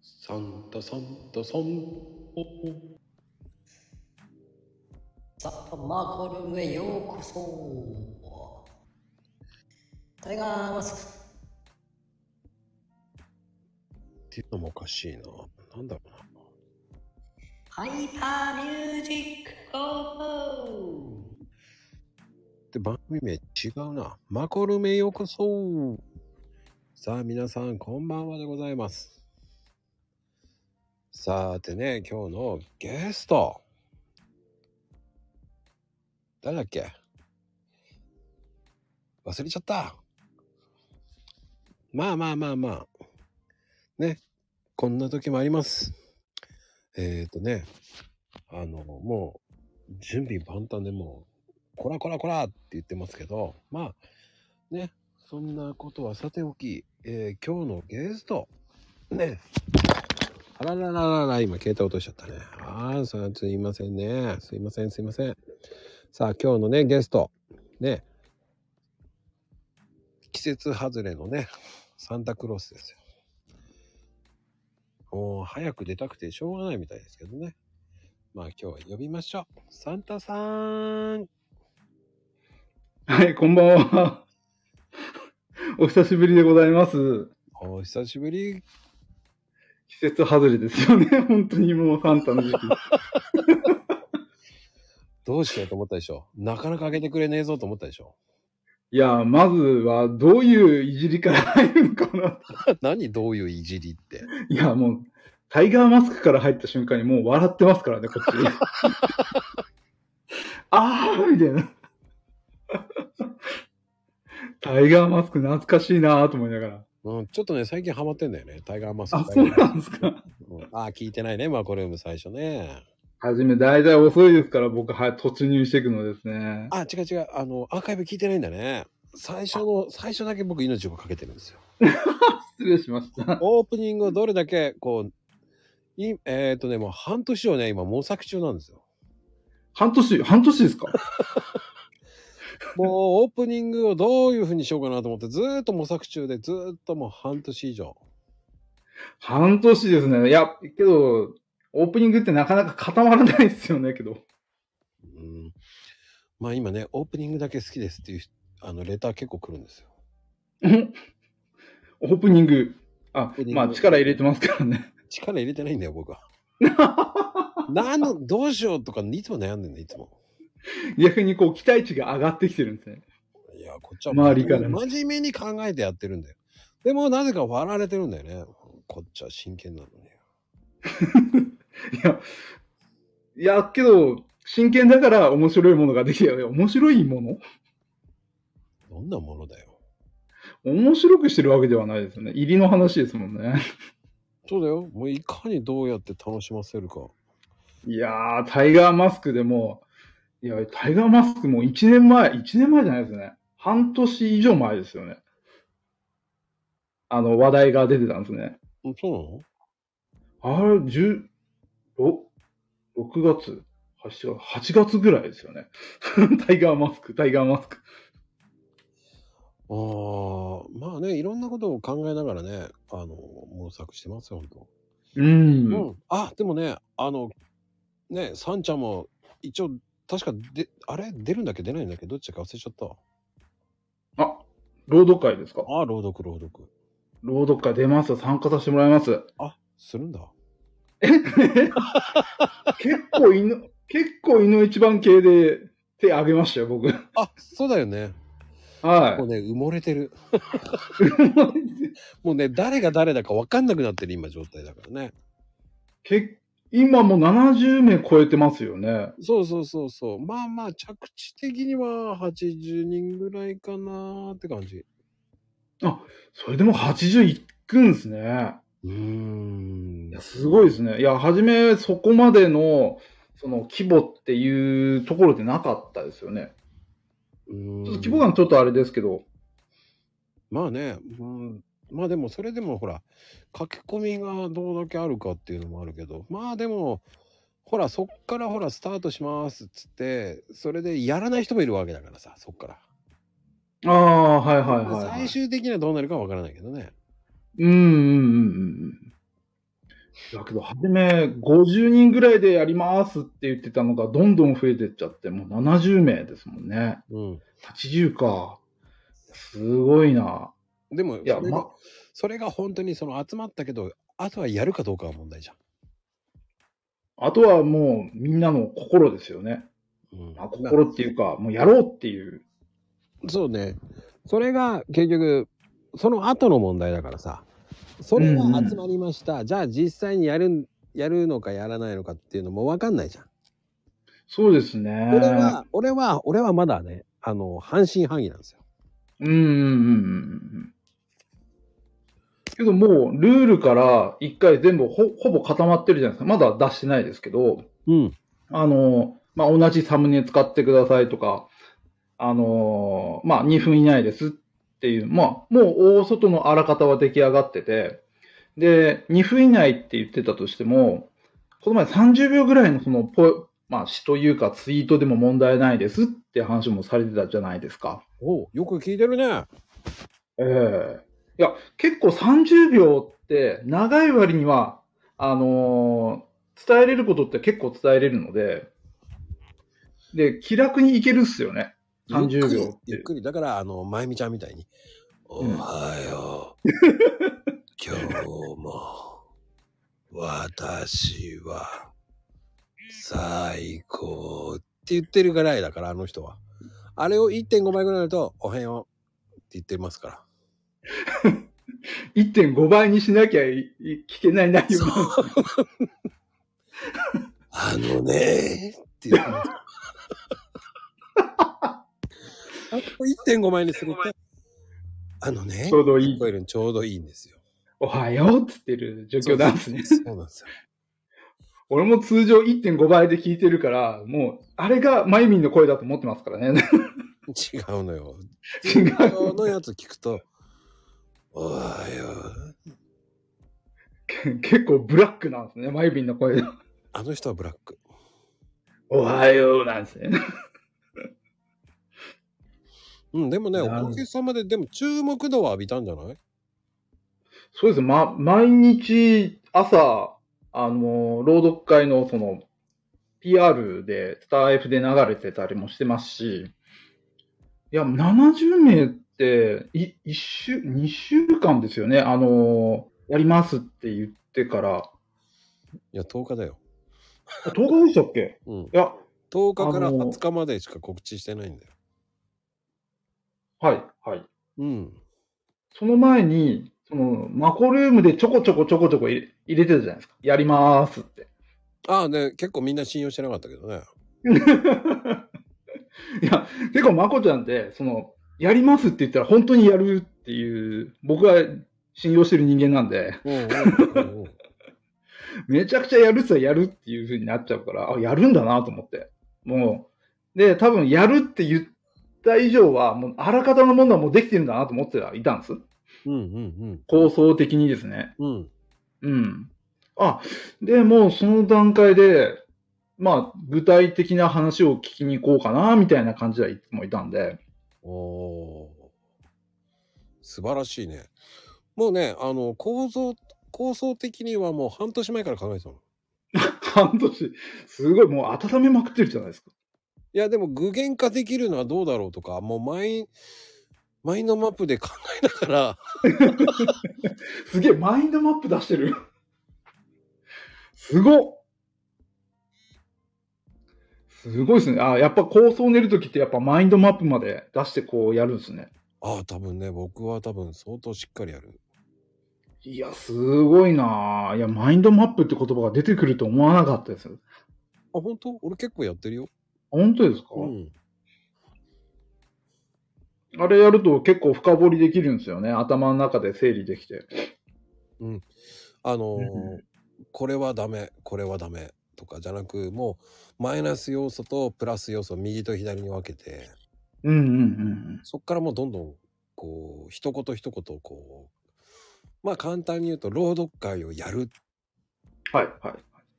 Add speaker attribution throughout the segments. Speaker 1: サンタサンタサンおお
Speaker 2: ザ・マーコルムへようこそタイガーマスク
Speaker 1: っていうのもおかしいななんだろうな
Speaker 2: ハイパーミュージックゴー
Speaker 1: で番組名違うなマコルメようこそさあ皆さんこんばんはでございますさてね今日のゲスト誰だっけ忘れちゃったまあまあまあまあねこんな時もありますえっ、ー、とねあのもう準備万端でもうこらこらこらって言ってますけど、まあ、ね、そんなことはさておき、えー今日のゲスト、ね、あららららら、今携帯落としちゃったね。ああ、それはすいませんね。すいません、すいません。さあ、今日のね、ゲスト、ね、季節外れのね、サンタクロースですよ。もう早く出たくてしょうがないみたいですけどね。まあ今日は呼びましょう。サンタさん
Speaker 3: はい、こんばんは。お久しぶりでございます。
Speaker 1: お久しぶり。
Speaker 3: 季節外れですよね。 本当にもうサンタの時期。
Speaker 1: どうしようと思ったでしょなかなか開けてくれねえぞと思ったでしょ
Speaker 3: いや、まずはどういういじりから入るのかな。
Speaker 1: 何どういういじりって。
Speaker 3: いや、もう、タイガーマスクから入った瞬間にもう笑ってますからね、こっち。 あーみたいな。タイガーマスク懐かしいなーと思いながら。
Speaker 1: うん、ちょっとね、最近ハマってんだよね。タイガーマスク。
Speaker 3: あ、そうなんですか。
Speaker 1: うんあ、聞いてないね、マコルーム最初ね。
Speaker 3: はじめ、大体遅いですから、僕、はい、突入していくのですね。
Speaker 1: あ、違う違う。あの、アーカイブ聞いてないんだね。最初の、最初だけ僕命をかけてるんですよ。
Speaker 3: 失礼しました。
Speaker 1: オープニングをどれだけ、こう、いえっ、とね、もう半年をね、今模索中なんですよ。
Speaker 3: 半年、半年ですか
Speaker 1: もうオープニングをどういう風にしようかなと思って、ずーっと模索中で、ずーっともう半年以上。
Speaker 3: 半年ですね。いや、けど、オープニングってなかなか固まらないですよね、けど。
Speaker 1: うんまあ今ね、オープニングだけ好きですっていうあのレター結構来るんですよ。
Speaker 3: んオープニング。あ
Speaker 1: ープニン、グ
Speaker 3: まあ力入れてますからね。
Speaker 1: 力入れてないんだよ、僕は。なんの、どうしようとか、いつも悩んでんだよ、いつも。
Speaker 3: 逆にこう、期待値が上がってきてるんですね。
Speaker 1: いや、こっちは
Speaker 3: 周りからね
Speaker 1: 真面目に考えてやってるんだよ。でも、なぜか笑われてるんだよね。こっちは真剣なのに。
Speaker 3: いや、いや、けど、真剣だから面白いものができたよ。面白いもの
Speaker 1: どんなものだよ。
Speaker 3: 面白くしてるわけではないですよね。入りの話ですもんね。
Speaker 1: そうだよ。もういかにどうやって楽しませるか。
Speaker 3: いやー、タイガーマスクでも、いや、タイガーマスクも1年前、1年前じゃないですね。半年以上前ですよね。あの、話題が出てたんですね。
Speaker 1: うんそうなの
Speaker 3: あれ、10、お6月 ?8 月 ?8 月ぐらいですよね。 タイガーマスク、タイガーマスク。
Speaker 1: ああ、まあね、いろんなことを考えながらね、あの、模索してますよ、本当
Speaker 3: うーん。
Speaker 1: うん、あでもねあのねサンちゃんも一応確かであれ出るんだっけ出ないんだっけどっちだか忘れちゃった
Speaker 3: あ、朗読会ですか
Speaker 1: ああ朗読朗読
Speaker 3: 朗読会出ます。参加させてもらいます。
Speaker 1: あするんだ
Speaker 3: 結構いの、結構いの一番系で手挙げましたよ、僕。
Speaker 1: あそうだよね
Speaker 3: はい
Speaker 1: もう。ね埋もれてるもうね誰が誰だか分かんなくなってる今状態だからね
Speaker 3: け今もう70名超えてますよね。
Speaker 1: そうそうそうそうまあまあ着地的には80人ぐらいかなーって感じ
Speaker 3: それでも80いくんですね。
Speaker 1: うーん
Speaker 3: いや、すごいですね。いや、はじめそこまでの、その規模っていうところでなかったですよね。
Speaker 1: う
Speaker 3: ち
Speaker 1: ー
Speaker 3: ょ
Speaker 1: ん
Speaker 3: っと規模感ちょっとあれですけど。
Speaker 1: まあね、うん、まあでもそれでもほら書き込みがどうだけあるかっていうのもあるけどまあでもほらそっからほらスタートしますっつってそれでやらない人もいるわけだからさそっから、
Speaker 3: ああ、はいはいはい、はい。
Speaker 1: 最終的にはどうなるかわからないけどね
Speaker 3: うんうんうんうんうん。だけど、初め50人ぐらいでやりますって言ってたのが、どんどん増えてっちゃって、もう70名ですもんね。
Speaker 1: うん。
Speaker 3: 80か。すごいな。
Speaker 1: でも、
Speaker 3: いや、
Speaker 1: それが
Speaker 3: ま、
Speaker 1: それが本当にその集まったけど、あとはやるかどうかが問題じゃん。
Speaker 3: あとはもうみんなの心ですよね。
Speaker 1: うん
Speaker 3: まあ、心っていうか、もうやろうっていう。
Speaker 1: そうね。それが結局、その後の問題だからさ。それが集まりました。じゃあ実際にやるん、やるのかやらないのかっていうのもわかんないじゃん。
Speaker 3: そうですね。
Speaker 1: 俺は、俺は、俺はまだね、あの、半信半疑なんですよ。
Speaker 3: うんうんうんうんうん。けどもう、ルールから一回全部ほほぼ固まってるじゃないですか。まだ出してないですけど、
Speaker 1: うん。
Speaker 3: あの、まあ、同じサムネ使ってくださいとか、あの、まあ、2分以内ですっていう、まあ、もう大外のあらかたは出来上がってて、で、2分以内って言ってたとしても、この前30秒ぐらいのそのポ、まあ、詩というかツイートでも問題ないですって話もされてたじゃないですか。
Speaker 1: おうよく聞いてるね。
Speaker 3: ええいや、結構30秒って長い割には、あのー伝えれることって結構伝えれるので、で、気楽にいけるっすよね。30秒って
Speaker 1: ゆっくりゆっくり。だから、あの、まゆみちゃんみたいに、お
Speaker 3: ん
Speaker 1: はよ う。今日も、私は、最高って言ってるぐらいだから、あの人は。あれを1.5倍ぐらいだと、おはようって言ってますから。
Speaker 3: 1.5倍にしなきゃいい聞けない内容なんです
Speaker 1: あのねーって言って ます。あと1.5倍にすると、あのね
Speaker 3: ち、ょうどいい
Speaker 1: 聞。こえるのちょうどいいんですよ。
Speaker 3: おはようっつってる状況なんですね。
Speaker 1: そうなんですよ。
Speaker 3: 俺も通常1.5倍で聞いてるから、もう、あれがマユミンの声だと思ってますからね。
Speaker 1: 違うのよ。
Speaker 3: 違う。
Speaker 1: 人のやつ聞くと、おはよう。
Speaker 3: 結構ブラックなんですね、マユミンの声。
Speaker 1: あの人はブラック。
Speaker 3: おはようなんですね。
Speaker 1: うん、でもね、お
Speaker 3: なる
Speaker 1: かげさまで、でも注目度は浴びたんじゃない
Speaker 3: そうですね、ま、毎日朝、あの、朗読会のその、PR で、スター F で流れてたりもしてますし、いや、70名って、い、一週、二週間ですよね、あの、やりますって言ってから、
Speaker 1: いや、10日だよ。
Speaker 3: あ10日でしたっけ
Speaker 1: うん。
Speaker 3: いや、
Speaker 1: 10日から
Speaker 3: あのー
Speaker 1: 20日までしか告知してないんだよ。
Speaker 3: はい、はい。
Speaker 1: うん。
Speaker 3: その前に、その、マコルームでちょこちょこちょこちょこ入れ入れてたじゃないですか。やりまーすって。
Speaker 1: ああね、結構みんな信用してなかったけどね。
Speaker 3: いや、結構まこちゃんって、その、やりますって言ったら本当にやるっていう、僕は信用してる人間なんで、
Speaker 1: うんうんうんうん。
Speaker 3: めちゃくちゃやるって言ったらやるっていう風になっちゃうから、あ、やるんだなと思って。もう、で、多分やるって言った以上は、もうあらかたのものはもうできてるんだなと思ってはいたんです。
Speaker 1: うんうん
Speaker 3: 構想的にですね。
Speaker 1: うん。うん。
Speaker 3: うん。あ、で、もうその段階で、まあ、具体的な話を聞きに行こうかな、みたいな感じではいつもいたんで。
Speaker 1: おおー。素晴らしいね。もうね、あの、構造、構想的にはもう半年前から考えてたの。
Speaker 3: 半年、すごい、もう温めまくってるじゃないですか。
Speaker 1: いやでも具現化できるのはどうだろうとかもうマイマインドマップで考えながら
Speaker 3: すげえ、マインドマップ出してる。すごっすごいですね。あ、やっぱ構想練るときってやっぱマインドマップまで出してこうやるんですね。
Speaker 1: ああ多分ね僕は多分相当しっかりやる
Speaker 3: いや、すごいなぁ。いや、マインドマップって言葉が出てくると思わなかったです。
Speaker 1: あ本当俺結構やってるよ、
Speaker 3: 本当ですか、
Speaker 1: うん、
Speaker 3: あれやると結構深掘りできるんですよね。頭の中で整理できて。
Speaker 1: あのー
Speaker 3: うん
Speaker 1: これはダメこれはダメとかじゃなくもうマイナス要素とプラス要素右と左に分けて
Speaker 3: うんうんうん
Speaker 1: そっからもうどんどんこう一言一言こうまあ簡単に言うと朗読会をやる
Speaker 3: うん。はい、はい。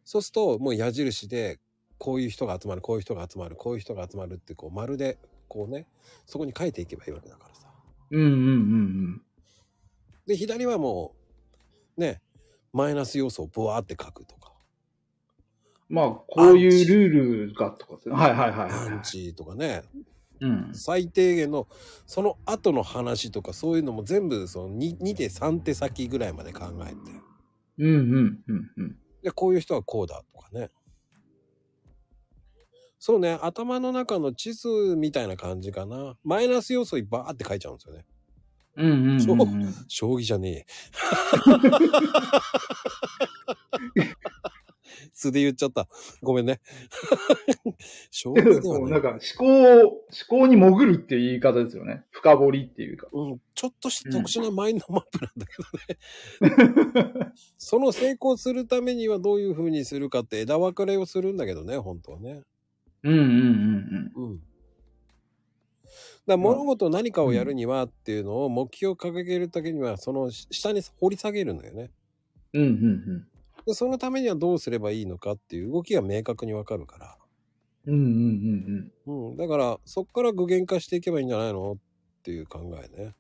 Speaker 1: そうするともう矢印でこういう人が集まるこういう人が集まるこういう人が集まるってこう丸でこうねそこに書いていけばいいわけだからさ。
Speaker 3: うんうんうんうん。
Speaker 1: で左はもうねマイナス要素をブワーって書くとか、
Speaker 3: まあ、こういうルールがとかですね。はいはいはい、
Speaker 1: アン
Speaker 3: はい。
Speaker 1: チとかね、
Speaker 3: うん。
Speaker 1: 最低限のその後の話とかそういうのも全部その 2, 2手3手先ぐらいまで考えて
Speaker 3: うんうんうんうん。
Speaker 1: でこういう人はこうだとかねそうね頭の中の地図みたいな感じかなマイナス要素いっぱいあって書いちゃうんですよね
Speaker 3: うんうんうん、
Speaker 1: そう
Speaker 3: うん。
Speaker 1: 将棋じゃねえ 素で言っちゃったごめん ね将
Speaker 3: け
Speaker 1: 棋
Speaker 3: ど
Speaker 1: で
Speaker 3: そ
Speaker 1: は
Speaker 3: う、
Speaker 1: ね
Speaker 3: なんか思考を、思考に潜るっていう言い方ですよね。深掘りっていうか。
Speaker 1: うん、ちょっとした特殊なマインドマップなんだけどね。 その成功するためにはどういうふうにするかって枝分かれをするんだけどね、本当はね。
Speaker 3: うんうんうん
Speaker 1: うん。だから物事何かをやるにはっていうのを目標を掲げるためには、その下に掘り下げるのよね。
Speaker 3: うん。うんうん
Speaker 1: で、そのためにはどうすればいいのかっていう動きが明確にわかるから。
Speaker 3: うん。うんうん
Speaker 1: うん。だから、そっから具現化していけばいいんじゃないのっていう考えね。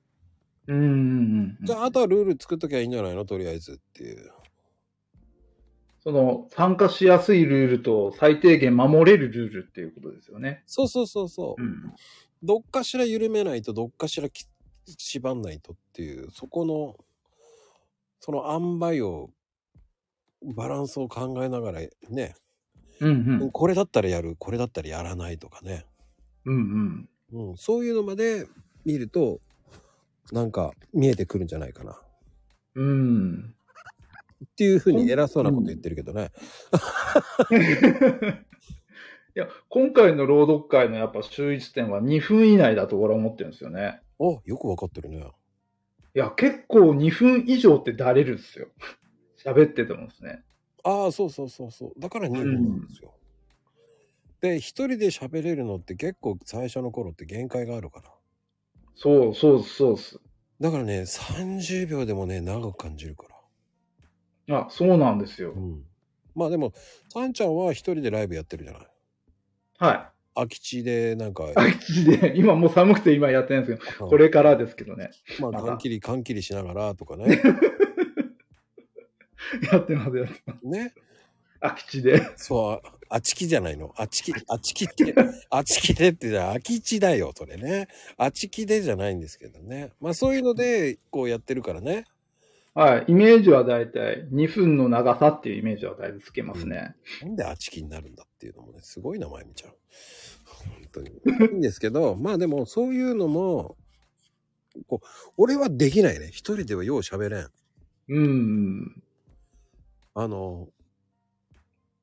Speaker 3: うんうん。うんうんうん。
Speaker 1: じゃあ、あとはルール作っときゃいいんじゃないのとりあえずっていう。
Speaker 3: その、参加しやすいルールと最低限守れるルールっていうことですよね。
Speaker 1: そうそうそうそう。
Speaker 3: うん。
Speaker 1: どっかしら緩めないとどっかしらき縛んないとっていうそこのその塩梅をバランスを考えながらね、
Speaker 3: うんうん。
Speaker 1: これだったらやるこれだったらやらないとかね、
Speaker 3: うんうん。
Speaker 1: うん、そういうのまで見るとなんか見えてくるんじゃないかなっ
Speaker 3: うん。
Speaker 1: ていうふうに偉そうなこと言ってるけどね、
Speaker 3: いや、今回の朗読会のやっぱ周一点は2分以内だと俺は思ってるんですよね。
Speaker 1: あよくわかってるね
Speaker 3: いや、結構2分以上ってだれるっすよ。喋っててもですね。
Speaker 1: ああそうそうそうそうだから2分なんですよ、で一人で喋れるのって結構最初の頃って限界があるから
Speaker 3: そうそうそうっす。
Speaker 1: だからね、30秒でもね、長く感じるから。
Speaker 3: あ、そうなんですよ
Speaker 1: う。ん。まあでも、さんちゃんは一人でライブやってるじゃない。
Speaker 3: は
Speaker 1: 空き地でなんか
Speaker 3: い。、空き地で、今もう寒くて今やってないんですけど、これからですけどね。
Speaker 1: まあ、
Speaker 3: また
Speaker 1: 缶切り、缶切りしながらとか ね。
Speaker 3: やってます、やってます。
Speaker 1: ね。
Speaker 3: 空き地で。
Speaker 1: そう、ああちきじゃないの。あちき、あちきって、あちきでってじゃ空き地だよ、それね。あちきでじゃないんですけどね。まあそういうので、こうやってるからね。
Speaker 3: はい。イメージはだいたい2分の長さっていうイメージはだいぶつけますね。
Speaker 1: なんであちきになるんだっていうのもね、すごいな、まゆみちゃん。本当に。いいんですけど、まあでも、そういうのも、こう、俺はできないね。一人ではよう喋れん。
Speaker 3: うん。
Speaker 1: あの、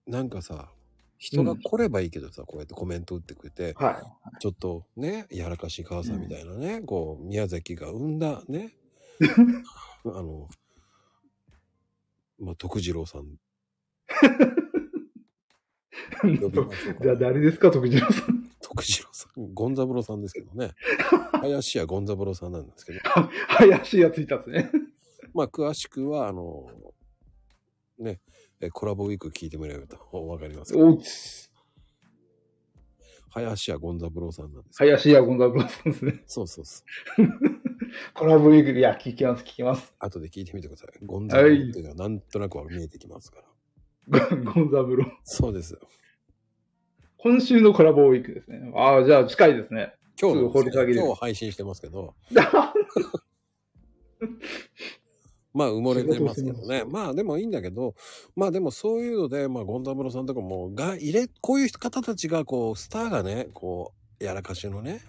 Speaker 1: なんかさ、人が来ればいいけどさ、こうやってコメント打ってくれて、
Speaker 3: は
Speaker 1: ちょっとね、やらかし母さんみたいなね、こう、宮崎が生んだ ね、あの、まあ、徳次郎さん
Speaker 3: い。
Speaker 1: 呼びましょうか、
Speaker 3: じゃあ誰ですか、徳次郎さん。
Speaker 1: 徳次郎さん、ゴンザブロさんですけどね。林家ゴンザブロさんなんですけど、
Speaker 3: 林がついたんですね。
Speaker 1: まあ、詳しくは、あの、ね、えコラボウィーク聞いてもらえるとお分かりますけど。
Speaker 3: おう
Speaker 1: 林家ゴンザブロさんなんですけど。
Speaker 3: 林家ゴンザブロさんですね。
Speaker 1: そうそうそう。
Speaker 3: コラボウィークで、いや、聞きます、聞きます。
Speaker 1: 後で聞いてみてください。ゴンザブロっていうのはなんとなくは見えてきますから。
Speaker 3: ゴンザブロ。
Speaker 1: そうです。
Speaker 3: 今週のコラボウィークですね。ああ、じゃあ近いですね。
Speaker 1: 今日
Speaker 3: すぐ掘り下げる
Speaker 1: 今日配信してますけど、まあ埋もれてますけどね。まあでもいいんだけど、まあでもそういうので、まあゴンザブロさんとかも、が入れ、こういう方たちが、こう、スターがね、こう、やらかしのね、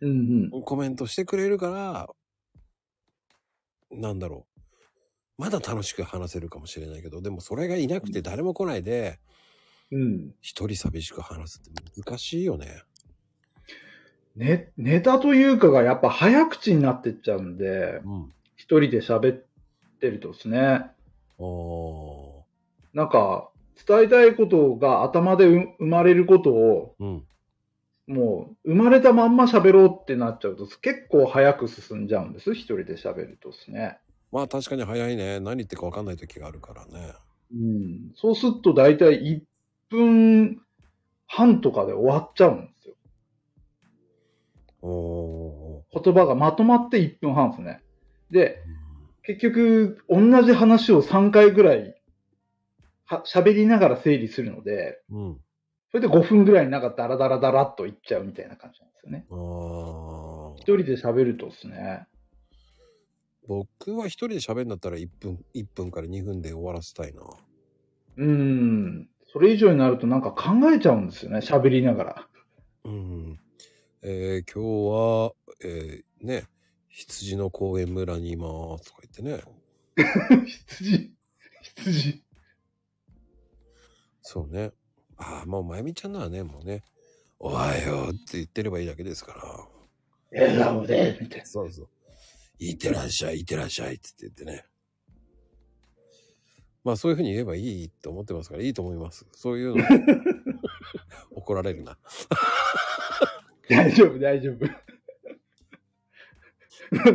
Speaker 3: うんうん。
Speaker 1: コメントしてくれるから、なんだろう。まだ楽しく話せるかもしれないけど、でもそれがいなくて誰も来ないで、
Speaker 3: うん。
Speaker 1: 一人寂しく話すって難しいよね。
Speaker 3: ね、ネタというかがやっぱ早口になってっちゃうんで、
Speaker 1: うん。
Speaker 3: 一人で喋ってるとですね、
Speaker 1: お
Speaker 3: なんか、伝えたいことが頭でう生まれることを、
Speaker 1: ー。うん。
Speaker 3: もう、生まれたまんま喋ろうってなっちゃうと、結構早く進んじゃうんです、一人で喋るとですね。
Speaker 1: まあ確かに早いね。何言ってるか分かんない時があるからね。
Speaker 3: うん。そうすると大体1分半とかで終わっちゃうんですよ。
Speaker 1: おー。
Speaker 3: 言葉がまとまって1分半ですね。で、
Speaker 1: うん
Speaker 3: 結局、同じ話を3回ぐらい、は、喋りながら整理するので、
Speaker 1: うん。
Speaker 3: それで5分ぐらいなんかダラダラダラっといっちゃうみたいな感じなんですよね。
Speaker 1: ああ。
Speaker 3: 一人で喋るとですね。
Speaker 1: 僕は一人で喋るんだったら1分、1分から2分で終わらせたいな。
Speaker 3: うーん。それ以上になるとなんか考えちゃうんですよね。喋りながら。
Speaker 1: うん。えー今日は、えーね、羊の公園村にいますとか言ってね。
Speaker 3: 羊、羊。
Speaker 1: そうね。ああ、もうまゆみちゃんならね、もうね、おはようって言ってればいいだけですから。
Speaker 3: 笑顔で、みたいな。
Speaker 1: そうそう。いってらっしゃい、いってらっしゃいって言ってね。まあそういうふうに言えばいいと思ってますから、いいと思います。そういうの。怒られるな。
Speaker 3: 大丈夫、大 丈夫。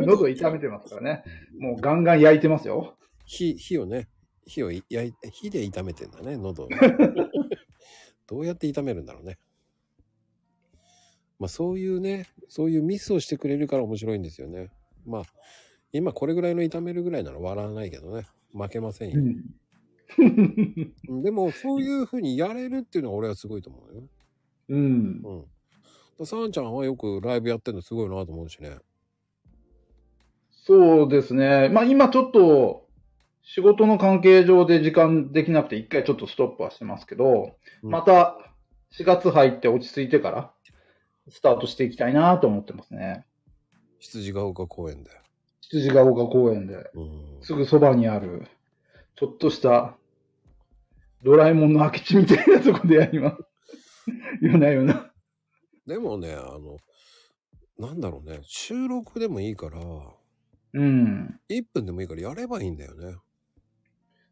Speaker 3: 喉痛めてますからね。もうガンガン焼いてますよ。
Speaker 1: 火、火をね、火をい焼いて、火で炒めてんだね、喉を。どうやって炒めるんだろうね。まあそういうね、そういうミスをしてくれるから面白いんですよね。まあ、今これぐらいの炒めるぐらいなら笑わないけどね、負けません
Speaker 3: う
Speaker 1: よ。
Speaker 3: ん。
Speaker 1: でもそういうふうにやれるっていうのが俺はすごいと思うよ。
Speaker 3: うん。
Speaker 1: うん。だサーンちゃんはよくライブやってるのすごいなと思うしね。
Speaker 3: そうですね。まあ今ちょっと仕事の関係上で時間できなくて一回ちょっとストップはしてますけど、
Speaker 1: うん
Speaker 3: また4月入って落ち着いてからスタートしていきたいなと思ってますね。
Speaker 1: 羊ヶ丘公園で。
Speaker 3: 羊ヶ丘公園で
Speaker 1: うん。
Speaker 3: すぐそばにあるちょっとしたドラえもんの空き地みたいなとこでやります。夜な夜な。
Speaker 1: でもね、あの、なんだろうね、収録でもいいから、
Speaker 3: うん。
Speaker 1: 1分でもいいからやればいいんだよね。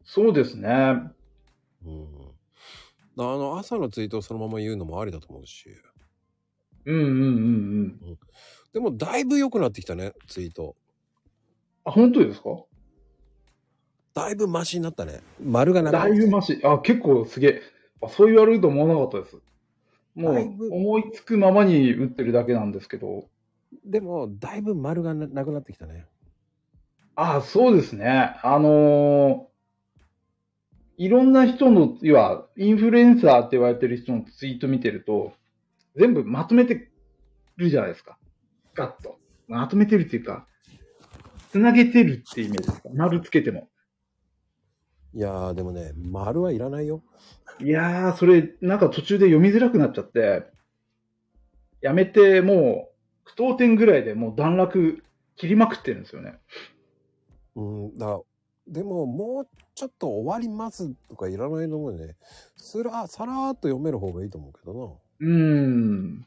Speaker 3: そうですね。
Speaker 1: うん。だあの、朝のツイートをそのまま言うのもありだと思うし。
Speaker 3: うんうんうんうん。
Speaker 1: でも、だいぶ良くなってきたね、ツイート。
Speaker 3: あ、本当ですか
Speaker 1: だいぶマシになったね。丸がな
Speaker 3: だいぶマシ。あ、結構すげえ。あそう言われると思わなかったです。も
Speaker 1: だいぶ
Speaker 3: う、思いつくままに打ってるだけなんですけど。
Speaker 1: でも、だいぶ丸がななくなってきたね。
Speaker 3: あ、そうですね。あのーいろんな人の、いわ、インフルエンサーって言われてる人のツイート見てると、全部まとめてるじゃないですか。ガッと。まとめてるっていうか、つなげてるってイメージですか。丸つけても。
Speaker 1: いやー、でもね、丸はいらないよ。
Speaker 3: いやー、それ、なんか途中で読みづらくなっちゃって、やめて、もう、句読点ぐらいでもう段落切りまくってるんですよね。
Speaker 1: うん、だでも、もうちょっと終わりますとかいらないのもね、すら、さらーっと読める方がいいと思うけど
Speaker 3: うーん。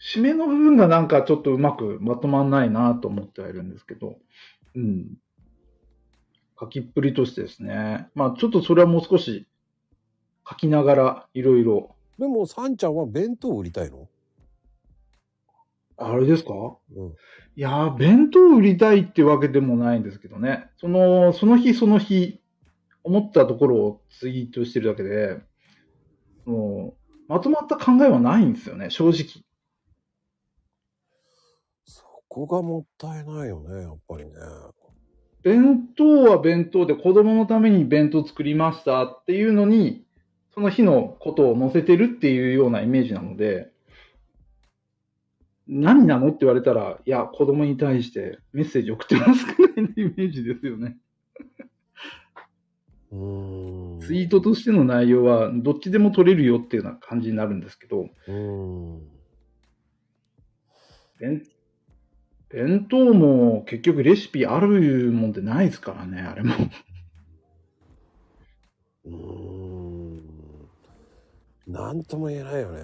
Speaker 3: 締めの部分がなんかちょっとうまくまとまんないなと思ってはいるんですけど、うん。書きっぷりとしてですね。まあちょっとそれはもう少し書きながらいろいろ。
Speaker 1: な。でも、さんちゃんは弁当売りたいの
Speaker 3: あれですか
Speaker 1: うん。
Speaker 3: いやー、弁当売りたいってわけでもないんですけどね。その、その日その日、思ったところをツイートしてるだけで、もう、まとまった考えはないんですよね、正直。
Speaker 1: そこがもったいないよね、やっぱりね。
Speaker 3: 弁当は弁当で子供のために弁当作りましたっていうのに、その日のことを載せてるっていうようなイメージなので、何なのって言われたら、いや、子供に対してメッセージ送ってますくらいのイメージですよね。
Speaker 1: うーん。
Speaker 3: ツイートとしての内容はどっちでも取れるよっていうような感じになるんですけど、
Speaker 1: うーん。
Speaker 3: 弁弁当も結局レシピあるもんでないですからね、あれも。
Speaker 1: うーん。なんとも言えないよね。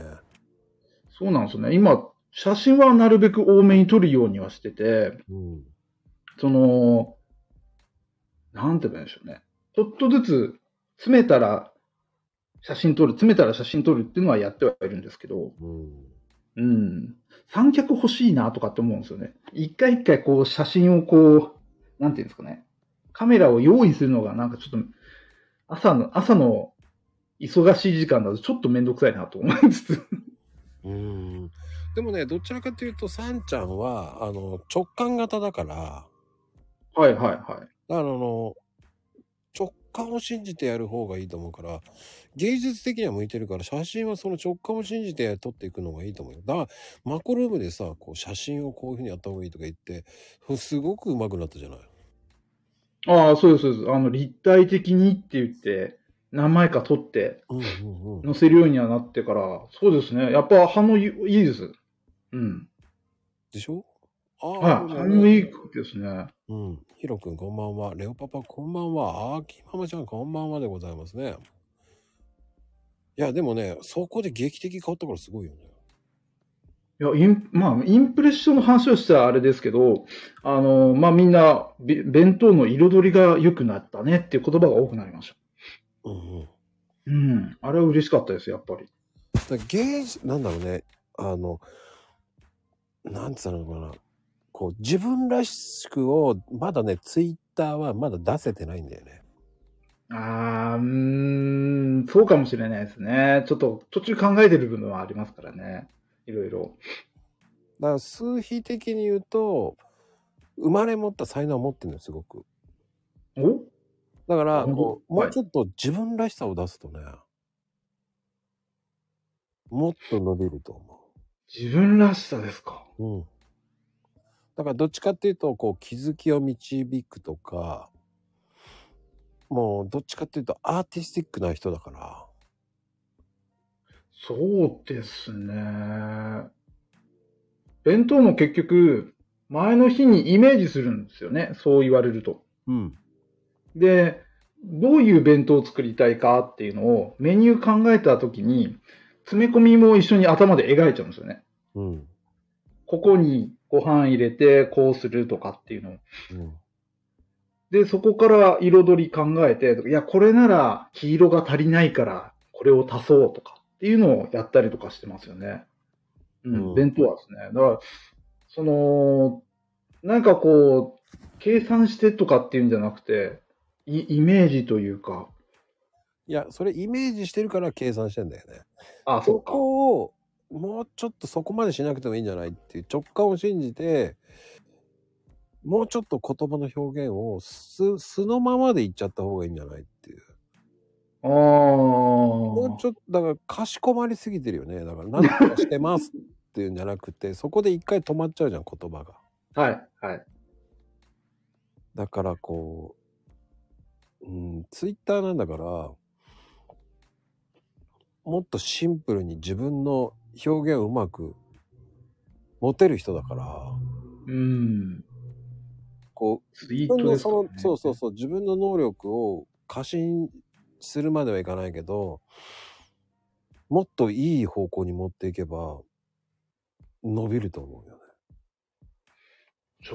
Speaker 3: そうなんですよね。今、写真はなるべく多めに撮るようにはしてて、
Speaker 1: うん。
Speaker 3: その、なんて言うんでしょうね。ちょっとずつ詰めたら写真撮る、詰めたら写真撮るっていうのはやってはいるんですけど、
Speaker 1: うん。
Speaker 3: うん。三脚欲しいなとかって思うんですよね。一回一回こう写真をこう、なんていうんですかね。カメラを用意するのがなんかちょっと、朝の、朝の忙しい時間だとちょっとめんどくさいなと思いつつ。
Speaker 1: うん。でもね、どちらかというと、さんちゃんは、あの、直感型だから、
Speaker 3: はいはいは
Speaker 1: だからあの、直感を信じてやる方がいいと思うから、芸術的には向いてるから、写真はその直感を信じて撮っていくのがいいと思うよ。だから、マコルームでさ、こう写真をこういうふうにやった方がいいとか言って、すごく上手くなったじゃない。
Speaker 3: ああ、そうです、そうです。あの、立体的にって言って、何枚か撮って、
Speaker 1: うんうんうん。
Speaker 3: 載せるようにはなってから、そうですね。やっぱ反応いいいいです。うん。
Speaker 1: でしょああ
Speaker 3: はい。反応いいですね。
Speaker 1: うん。ヒロ君、こんばんは。レオパパ、こんばんは。あーきママちゃん、こんばんはでございますね。いや、でもね、そこで劇的に変わったからすごいよね。
Speaker 3: いや、イン、まあ、インプレッションの話をしたらあれですけど、あの、まあ、みんな、べ弁当の彩りが良くなったねっていう言葉が多くなりました。
Speaker 1: うんうん。
Speaker 3: うん。あれは嬉しかったです、やっぱり。
Speaker 1: だから芸術、なんだろうね。あの、なんつうのかな。こう、自分らしくを、まだね、ツイッターはまだ出せてないんだよね。
Speaker 3: あー、うーん、そうかもしれないですね。ちょっと、途中考えてる部分はありますからね。いろいろ。
Speaker 1: だから、数比的に言うと、生まれ持った才能を持ってるのよ、すごく。
Speaker 3: お
Speaker 1: だから、
Speaker 3: うん
Speaker 1: こう、も
Speaker 3: は
Speaker 1: う
Speaker 3: い
Speaker 1: ちょっと自分らしさを出すとね、もっと伸びると思
Speaker 3: 自分らしさですか。
Speaker 1: う。うん。だから、どっちかっていうと、こう、気づきを導くとか、もう、どっちかっていうと、アーティスティックな人だから、
Speaker 3: そうですね。弁当も結局、前の日にイメージするんですよね。そう言われると。
Speaker 1: うん。
Speaker 3: で、どういう弁当を作りたいかっていうのをメニュー考えた時に、詰め込みも一緒に頭で描いちゃうんですよね。
Speaker 1: うん。
Speaker 3: ここにご飯入れてこうするとかっていうのを。
Speaker 1: うん。
Speaker 3: で、そこから彩り考えて、いや、これなら黄色が足りないからこれを足そうとかっていうのをやったりとかしてますよね。う
Speaker 1: うん
Speaker 3: ん、弁当はですね。だから、その、なんかこう、計算してとかっていうんじゃなくて、イイメージというか、
Speaker 1: いや、それイメージしてるから計算してんだよね。
Speaker 3: あ、そ
Speaker 1: そう
Speaker 3: か。
Speaker 1: こを、もうちょっとそこまでしなくてもいいんじゃないっていう直感を信じて、もうちょっと言葉の表現を素素のままで言っちゃった方がいいんじゃないっていう。
Speaker 3: あ
Speaker 1: も
Speaker 3: あ
Speaker 1: うちょっと、だからかしこまりすぎてるよね。だから何とかしてますっていうんじゃなくて、 そこで一回止まっちゃうじゃん、言葉が。
Speaker 3: はい、はい。
Speaker 1: だからこう、うん、ツイッターなんだから、もっとシンプルに自分の表現をうまく持てる人だから、
Speaker 3: うん。
Speaker 1: こう、
Speaker 3: スイー
Speaker 1: 自分
Speaker 3: ト
Speaker 1: の
Speaker 3: です
Speaker 1: その、そうそう
Speaker 3: そ
Speaker 1: そう、自分の能力を過信するまではいかないけど、もっといい方向に持っていけば、伸びると思うよね。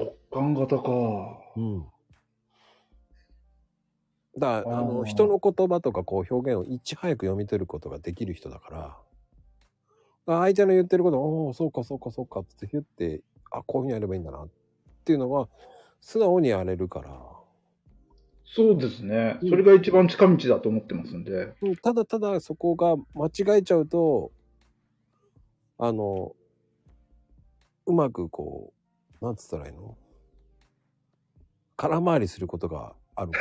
Speaker 3: う。直感型か。
Speaker 1: うん。だからあ
Speaker 3: あ
Speaker 1: の
Speaker 3: ー
Speaker 1: 人の言葉とかこう表現をいち早く読み取ることができる人だからだから相手の言ってることを「おおそうかそうかそうか」って言ってあこういうふうにやればいいんだなっていうのは素直にやれるから
Speaker 3: そうですね。
Speaker 1: うん
Speaker 3: それが一番近道だと思ってますんで。
Speaker 1: うんただただそこが間違えちゃうとあのうまくこうなんつったらいいの空回りすることがあ る。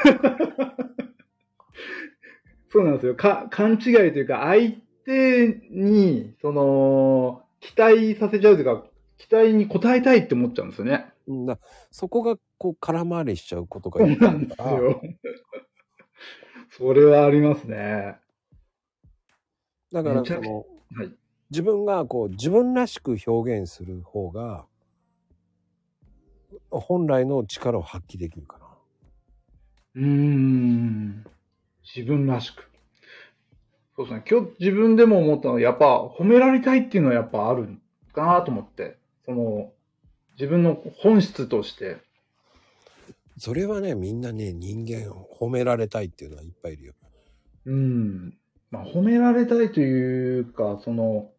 Speaker 3: そうなんですよ。か、勘違いというか、相手に、その、期待させちゃうというか、期待に応えたいって思っちゃうんですよね。
Speaker 1: うんだそこがこう空回りしちゃうことが
Speaker 3: そう
Speaker 1: いい
Speaker 3: なんです よ。それはありますね。
Speaker 1: だから
Speaker 3: めち
Speaker 1: そ
Speaker 3: ゃくちゃ
Speaker 1: の、
Speaker 3: はい
Speaker 1: 自分がこう自分らしく表現する方が本来の力を発揮できるかな。
Speaker 3: うーん。自分らしく。そうですね。今日自分でも思ったのは、やっぱ褒められたいっていうのはやっぱあるかなと思って。その、自分の本質として。
Speaker 1: それはねみんなね人間を褒められたいっていうのはいっぱいいるよ。
Speaker 3: うん。まあ、褒められたいというか、その、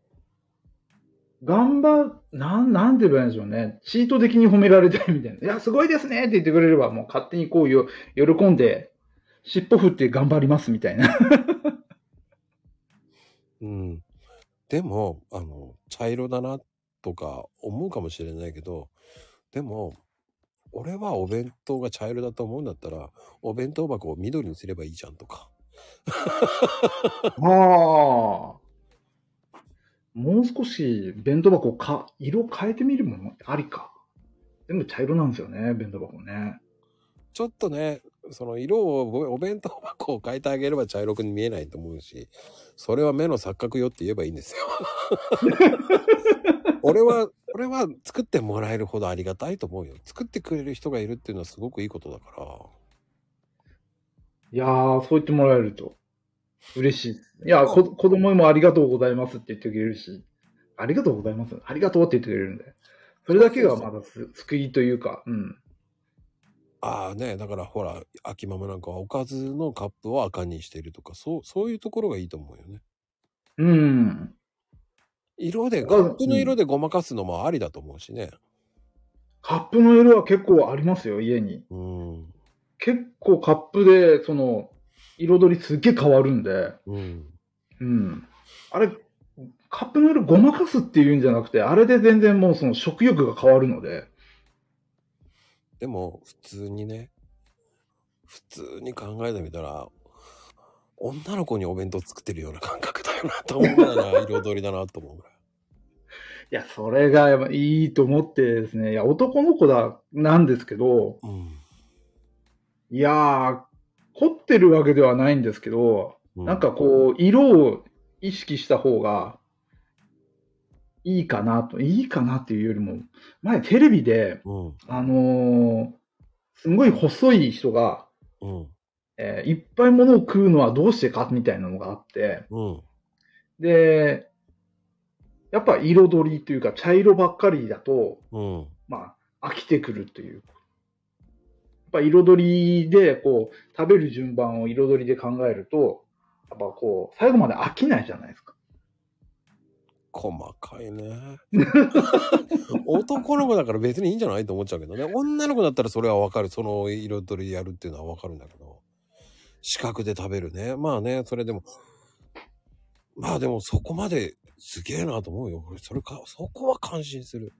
Speaker 3: 頑張、なん、なんて言えばいいんでしょうね。チート的に褒められたいみたいな。いや、すごいですねって言ってくれれば、もう勝手にこうよ、喜んで、尻尾振って頑張りますみたいな。
Speaker 1: うん、でもあの茶色だなとか思うかもしれないけどでも俺はお弁当が茶色だと思うんだったら、お弁当箱を緑にすればいいじゃんとか。
Speaker 3: ああ。もう少し弁当箱をか、色変えてみるものありか。全部茶色なんですよね、弁当箱ね。
Speaker 1: ちょっとね、その色をごお弁当箱を変えてあげれば茶色く見えないと思うし、それは目の錯覚よって言えばいいんですよ。俺は、俺は作ってもらえるほどありがたいと思うよ。作ってくれる人がいるっていうのはすごくいいことだから。
Speaker 3: いやー、そう言ってもらえると嬉しい。いや、こ子供にもありがとうございますって言ってくれるし、ありがとうございます。ありがとうって言ってくれるんで。それだけがまだす救いというか、うん。
Speaker 1: ああね、だからほら、秋ママなんかはおかずのカップを赤にしているとか、そう、そういうところがいいと思うよね。
Speaker 3: うん。
Speaker 1: 色で、
Speaker 3: ん
Speaker 1: カップの色でごまかすのもありだと思うしね。
Speaker 3: カップの色は結構ありますよ、家に。
Speaker 1: うん。
Speaker 3: 結構カップで、その、彩りすっげえ変わるんで、
Speaker 1: うん。
Speaker 3: うん。あれ、カップの色ごまかすっていうんじゃなくて、あれで全然もうその食欲が変わるので、
Speaker 1: でも、普通にね、普通に考えてみたら、女の子にお弁当作ってるような感覚だよなと思うから、彩りだなと思うぐらい。
Speaker 3: いや、それがやっぱいいと思ってですね、いや、男の子だ、なんですけど、
Speaker 1: うん。
Speaker 3: いやー、凝ってるわけではないんですけど、
Speaker 1: う
Speaker 3: なんかこう、色を意識した方が、いいかなと、いいかなっていうよりも、前テレビで、
Speaker 1: う。うん。
Speaker 3: あのーすごい細い人が、
Speaker 1: うん。
Speaker 3: えーいっぱい物を食うのはどうしてかみたいなのがあって、
Speaker 1: うん。
Speaker 3: で、やっぱ彩りというか茶色ばっかりだと、
Speaker 1: うん。
Speaker 3: まあ、飽きてくるという。やっぱ彩りで、こう、食べる順番を彩りで考えると、やっぱこう、最後まで飽きないじゃないですか。
Speaker 1: 細かいね。 男の子だから別にいいんじゃないと思っちゃうけどね。女の子だったらそれはわかる。その彩りやるっていうのはわかるんだけど。視覚で食べるね。まあね、それでも。まあでもそこまですげえなと思うよ。俺それか、そこは感心する。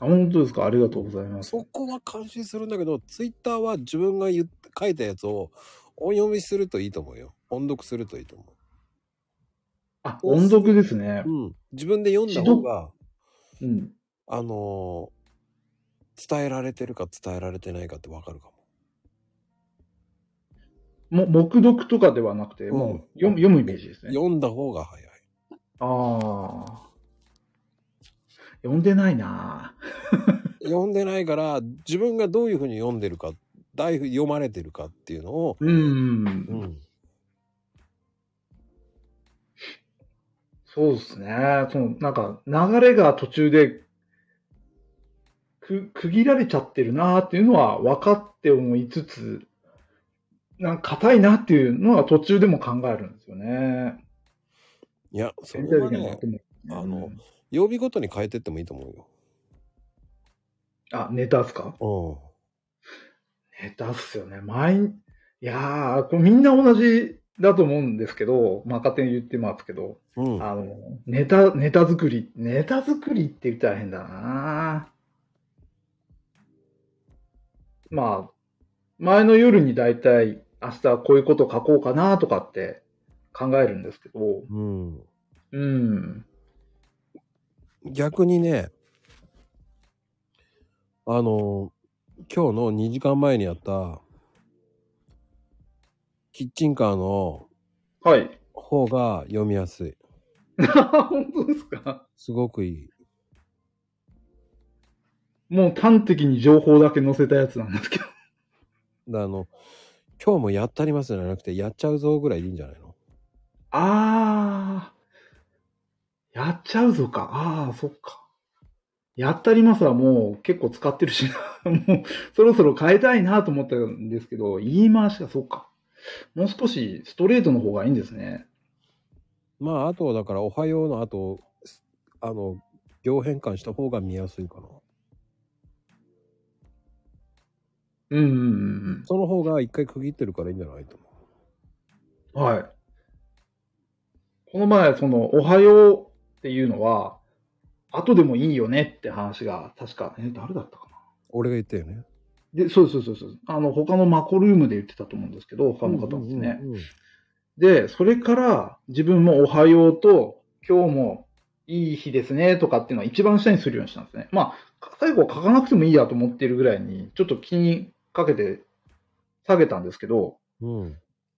Speaker 3: あ本当ですかありがとうございます。
Speaker 1: そこは感心するんだけど、ツイッターは自分が言っ書いたやつを音読みするといいと思うよ。音読するといいと思
Speaker 3: あ、音読ですね
Speaker 1: う。。うん。自分で読んだ方が、
Speaker 3: うん。
Speaker 1: あのー伝えられてるか伝えられてないかってわかるかも。
Speaker 3: も、目読とかではなくて、
Speaker 1: うん
Speaker 3: もう、読む、読むイメージですね。
Speaker 1: 読んだ方が 早い。
Speaker 3: ああ。読んでないなぁ
Speaker 1: 読んでないから、自分がどういうふうに読んでるか、だいぶ読まれてるかっていうのを、
Speaker 3: うん
Speaker 1: う。ん。
Speaker 3: そうですね。その、なんか、流れが途中で、く、区切られちゃってるなーっていうのは分かって思いつつ、なんか硬いなっていうのは途中でも考えるんですよね。
Speaker 1: いや、そ
Speaker 3: 全
Speaker 1: れ
Speaker 3: 体
Speaker 1: は
Speaker 3: 的に
Speaker 1: ね
Speaker 3: はま、とめ
Speaker 1: あの、曜日ごとに変えてってもいいと思
Speaker 3: あ、ネタっすか
Speaker 1: うよ。
Speaker 3: ネタっすよね。毎、いやー、これみんな同じだと思うんですけど、まあ勝手に言ってますけど、
Speaker 1: うん。うん。
Speaker 3: あの、ネタ、ネタ作り、ネタ作りって言ったら変だなまあ、前の夜に大体明日こういうこと書こうかなとかって考えるんですけど、
Speaker 1: うん。
Speaker 3: うん。
Speaker 1: 逆にね、あの今日の2時間前にやった、キッチンカーの
Speaker 3: はい。
Speaker 1: 方が読みやすい。
Speaker 3: 本当ですか
Speaker 1: すごくいい。
Speaker 3: もう端的に情報だけ載せたやつなんですけど。
Speaker 1: だあの、今日もやったりますじゃなくて、やっちゃうぞぐらいでいいんじゃないの
Speaker 3: あー、やっちゃうぞか。あー、そっか。やったりますはもう結構使ってるし な。もうそろそろ変えたいなと思ったんですけど、言い回しがそっか。もう少しストレートの方がいいんですね。
Speaker 1: まあ、あとはだから、おはようの後、すあの、行変換した方が見やすいかな。
Speaker 3: うんうんうん
Speaker 1: その方が一回区切ってるからいいんじゃないと思
Speaker 3: うん。はい。この前、その、おはようっていうのは、後でもいいよねって話が、確か、え、誰だったかな
Speaker 1: う。俺が言ったよね。
Speaker 3: で、そうそうそうそう。あの、他のマコルームで言ってたと思うんですけど、他の方ですね。
Speaker 1: うんうんうん
Speaker 3: で、それから自分もおはようと、今日もいい日ですねとかっていうのは一番下にするようにしたんですね。まあ、最後は書かなくてもいいやと思っているぐらいに、ちょっと気にかけて下げたんですけど、
Speaker 1: うん。うん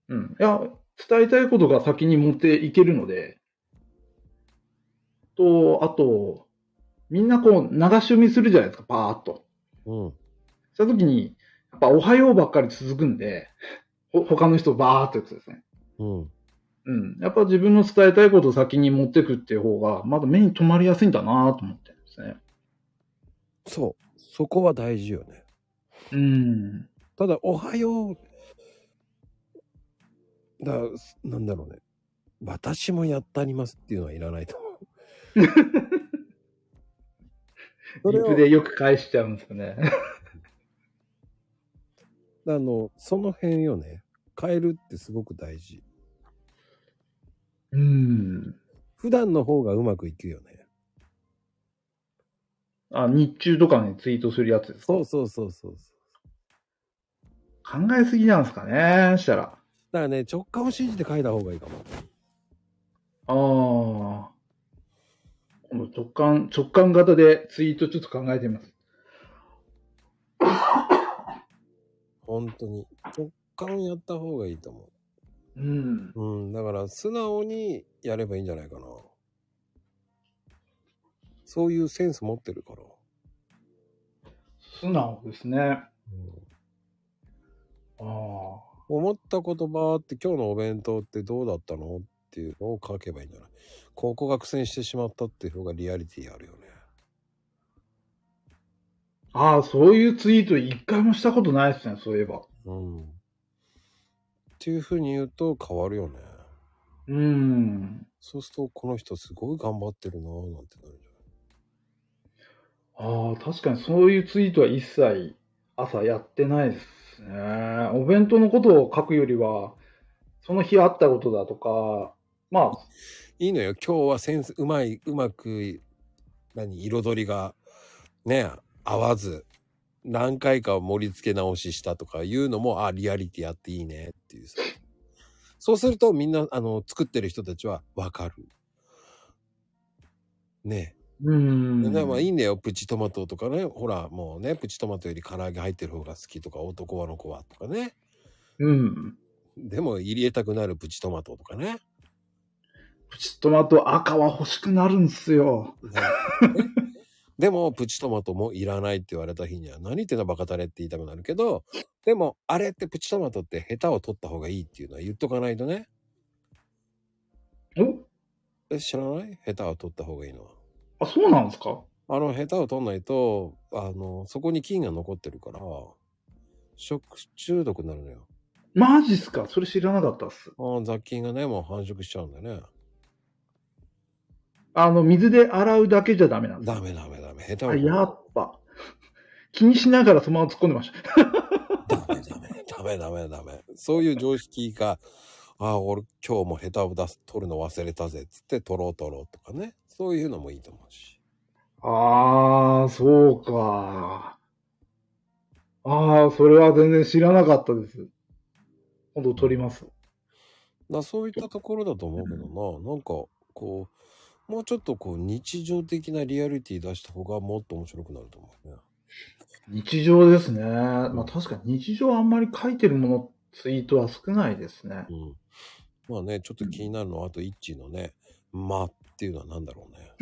Speaker 3: うん。いや、伝えたいことが先に持っていけるので、と、あと、みんなこう流し読みするじゃないですか、パーっと。
Speaker 1: うん。
Speaker 3: した時に、やっぱおはようばっかり続くんで、ほ他の人バーっとやつですね。
Speaker 1: うん。
Speaker 3: うん。やっぱ自分の伝えたいことを先に持ってくっていう方が、まだ目に留まりやすいんだなと思ってるんですね。
Speaker 1: そう。そこは大事よね。
Speaker 3: うん。
Speaker 1: ただ、おはよう。だ、なんだろうね。私もやってありますっていうのはいらないと 思う。そ
Speaker 3: リ
Speaker 1: れ
Speaker 3: プ
Speaker 1: を
Speaker 3: でよく返しちゃうんですよね。
Speaker 1: あの、その辺よね。変えるってすごく大事。
Speaker 3: うん。
Speaker 1: 普段の方がうまくいくよね。
Speaker 3: あ、日中とかにツイートするやつですか
Speaker 1: そうそうそうそうそう。
Speaker 3: 考えすぎなんですかねしたら。
Speaker 1: だからね、直感を信じて書いた方がいいかも。
Speaker 3: ああ。この直感、直感型でツイートちょっと考えてみます。
Speaker 1: 本当に。直感やった方がいいと思
Speaker 3: うん。
Speaker 1: う。うん、だから素直にやればいいんじゃないかな。そういうセンス持ってるから。
Speaker 3: 素直ですね。
Speaker 1: うん
Speaker 3: ああ。
Speaker 1: 思ったことばーって今日のお弁当ってどうだったのっていうのを書けばいいんじゃないここが苦戦してしまったっていう方がリアリティあるよね。
Speaker 3: ああ、そういうツイート一回もしたことないですね、そういえば。
Speaker 1: うん。っていうふうに言うと変わるよね。
Speaker 3: うん。
Speaker 1: そうするとこの人すごい頑張ってるなーなんてなるじゃない
Speaker 3: ああ、確かにそういうツイートは一切朝やってないですね。お弁当のことを書くよりは、その日あったことだとか、まあ、
Speaker 1: いいのよ。今日はセンス、うまい、うまく、何、彩りが、ね、合わず、何回か盛り付け直ししたとかいうのも、あ、リアリティあっていいねっていうさ。そうするとみんな、あの、作ってる人たちはわかる。ね
Speaker 3: う
Speaker 1: え。
Speaker 3: ん。
Speaker 1: だからまあいいんだよ、プチトマトとかね。ほら、もうね、プチトマトより唐揚げ入ってる方が好きとか、男はの子はとかね。
Speaker 3: うん。
Speaker 1: でも入れたくなるプチトマトとかね。
Speaker 3: プチトマト赤は欲しくなるんすよ。
Speaker 1: ねでも、プチトマトもいらないって言われた日には、何言ってんだバカタレって言いたくなるけど、でも、あれってプチトマトってヘタを取った方がいいっていうのは言っとかないとね。
Speaker 3: お
Speaker 1: え、知らないヘタを取った方がいいのは。
Speaker 3: あ、そうなんですか
Speaker 1: あの、ヘタを取んないと、あの、そこに菌が残ってるから、食中毒になるのよ。
Speaker 3: マジっすかそれ知らなかったっす。
Speaker 1: あー雑菌がね、もう繁殖しちゃうんだよね。
Speaker 3: あの、水で洗うだけじゃダメなんです
Speaker 1: ダ
Speaker 3: か
Speaker 1: メダメダメ。ヘタを
Speaker 3: あ、
Speaker 1: 取る
Speaker 3: やっぱ。 気にしながらそのまま突っ込んでました。
Speaker 1: ダメダメダメダメダメそういう常識が「ああ俺今日も下手を出す取るの忘れたぜ」っつって「取ろう取ろう」とかねそういうのもいいと思うし
Speaker 3: ああ、そうか。ああ、それは全然知らなかったです。今度撮ります。
Speaker 1: だそういったところだと思うけどな、なんかこうもうちょっとこう日常的なリアリティ出した方がもっと面白くなると思うね
Speaker 3: 日常ですね。まあ確かに日常あんまり書いてるもの、ツイートは少ないですね。
Speaker 1: うんまあねちょっと気になるのはあとイッチーのね「ま」っていうのは何だろうね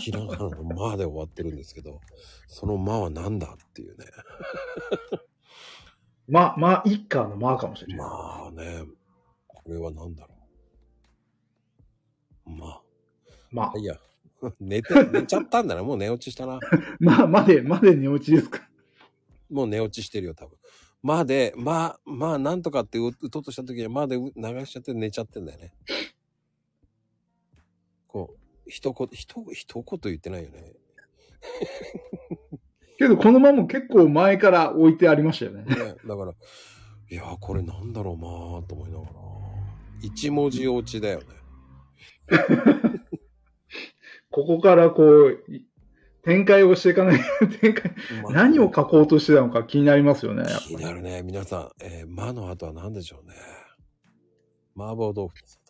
Speaker 1: ひらがなの「ま」で終わってるんですけどその「ま」は何だっていうね
Speaker 3: ま、まあ、一家のまあかもしれない。
Speaker 1: まあね、これは何だろう。ま
Speaker 3: ま
Speaker 1: あ、いや、寝て、寝ちゃったんだな。もう寝落ちしたな。
Speaker 3: あ、まあ、まで、まで寝落ちですか。
Speaker 1: もう寝落ちしてるよ、多分。まあで、まあ、まあ、なんとかってう打とうとした時には、まあでう流しちゃって寝ちゃってんだよね。こう、一言、一言、一言言ってないよね。
Speaker 3: けどこのまま結構前から置いてありましたよね。
Speaker 1: ねだから、いや、これなんだろう、まあ、と思いながら。一文字落ちだよね。
Speaker 3: ここからこう、い展開をしていかない、展開、何を書こうとしてたのか気になりますよね、やっ
Speaker 1: 気に
Speaker 3: ぱり。
Speaker 1: なるね。皆さん、えー、魔の後は何でしょうね。麻婆豆腐です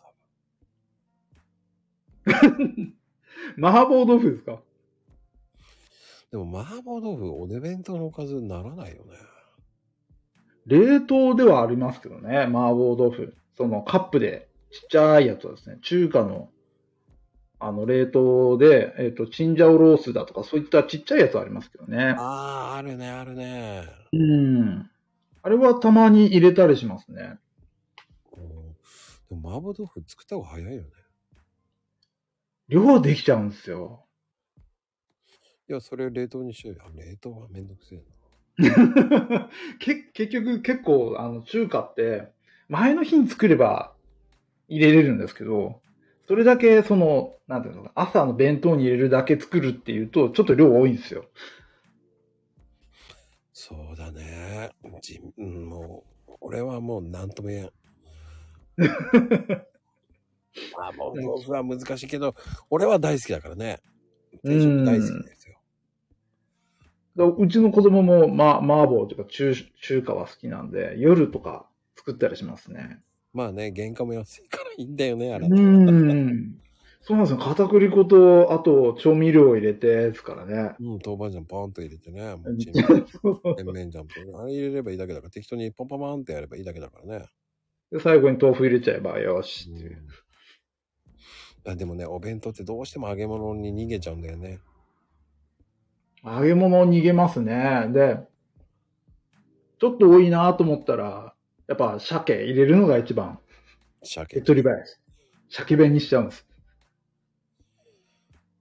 Speaker 1: よ、多
Speaker 3: 麻婆豆腐ですか
Speaker 1: 分。でも、麻婆豆腐、おで弁当のおかずにならないよね。
Speaker 3: 冷凍ではありますけどね、麻婆豆腐。そのカップで、ちっちゃいやつはですね、中華の、あの、冷凍で、えっ、と、チンジャオロースだとか、そういったちっちゃいやつはありますけどね。
Speaker 1: ああ、あるね、あるね。
Speaker 3: うん。あれはたまに入れたりしますね。
Speaker 1: うんでも、麻婆豆腐作った方が早いよね。
Speaker 3: 両方できちゃうんですよ。
Speaker 1: いや、それ冷凍にしようよ。あ冷凍はめんどくせえな。
Speaker 3: け結局結構あの中華って前の日に作れば入れれるんですけど、それだけその、なんていうのかな、朝の弁当に入れるだけ作るっていうと、ちょっと量多いんですよ。
Speaker 1: そうだね。じうんもう、俺はもう何とも 言えん。麻婆豆腐は難しいけど、俺は大好きだからね。定食大好きですよ。
Speaker 3: だうちの子供も、ま、麻婆とか中中華は好きなんで、夜とか作ったりしますね。
Speaker 1: まあね、原価も安いからいいんだよね、あ
Speaker 3: う
Speaker 1: れ。
Speaker 3: ん。そうなんですよ。片栗粉と、あと調味料を入れてですから ね。
Speaker 1: うん、豆板醤ポンと入れてね、も
Speaker 3: う
Speaker 1: うんチン麺、甜麺醤と、あれ入れればいいだけだから、適当にポンポンポンってやればいいだけだからね。
Speaker 3: で最後に豆腐入れちゃえばよしっていう。
Speaker 1: あでもね、お弁当ってどうしても揚げ物に逃げちゃうんだよね。
Speaker 3: 揚げ物逃げますね。で、ちょっと多いなと思ったら、やっぱ鮭入れるのが一番。手
Speaker 1: 鮭
Speaker 3: っ。取り早いです。鮭弁にしちゃうんです。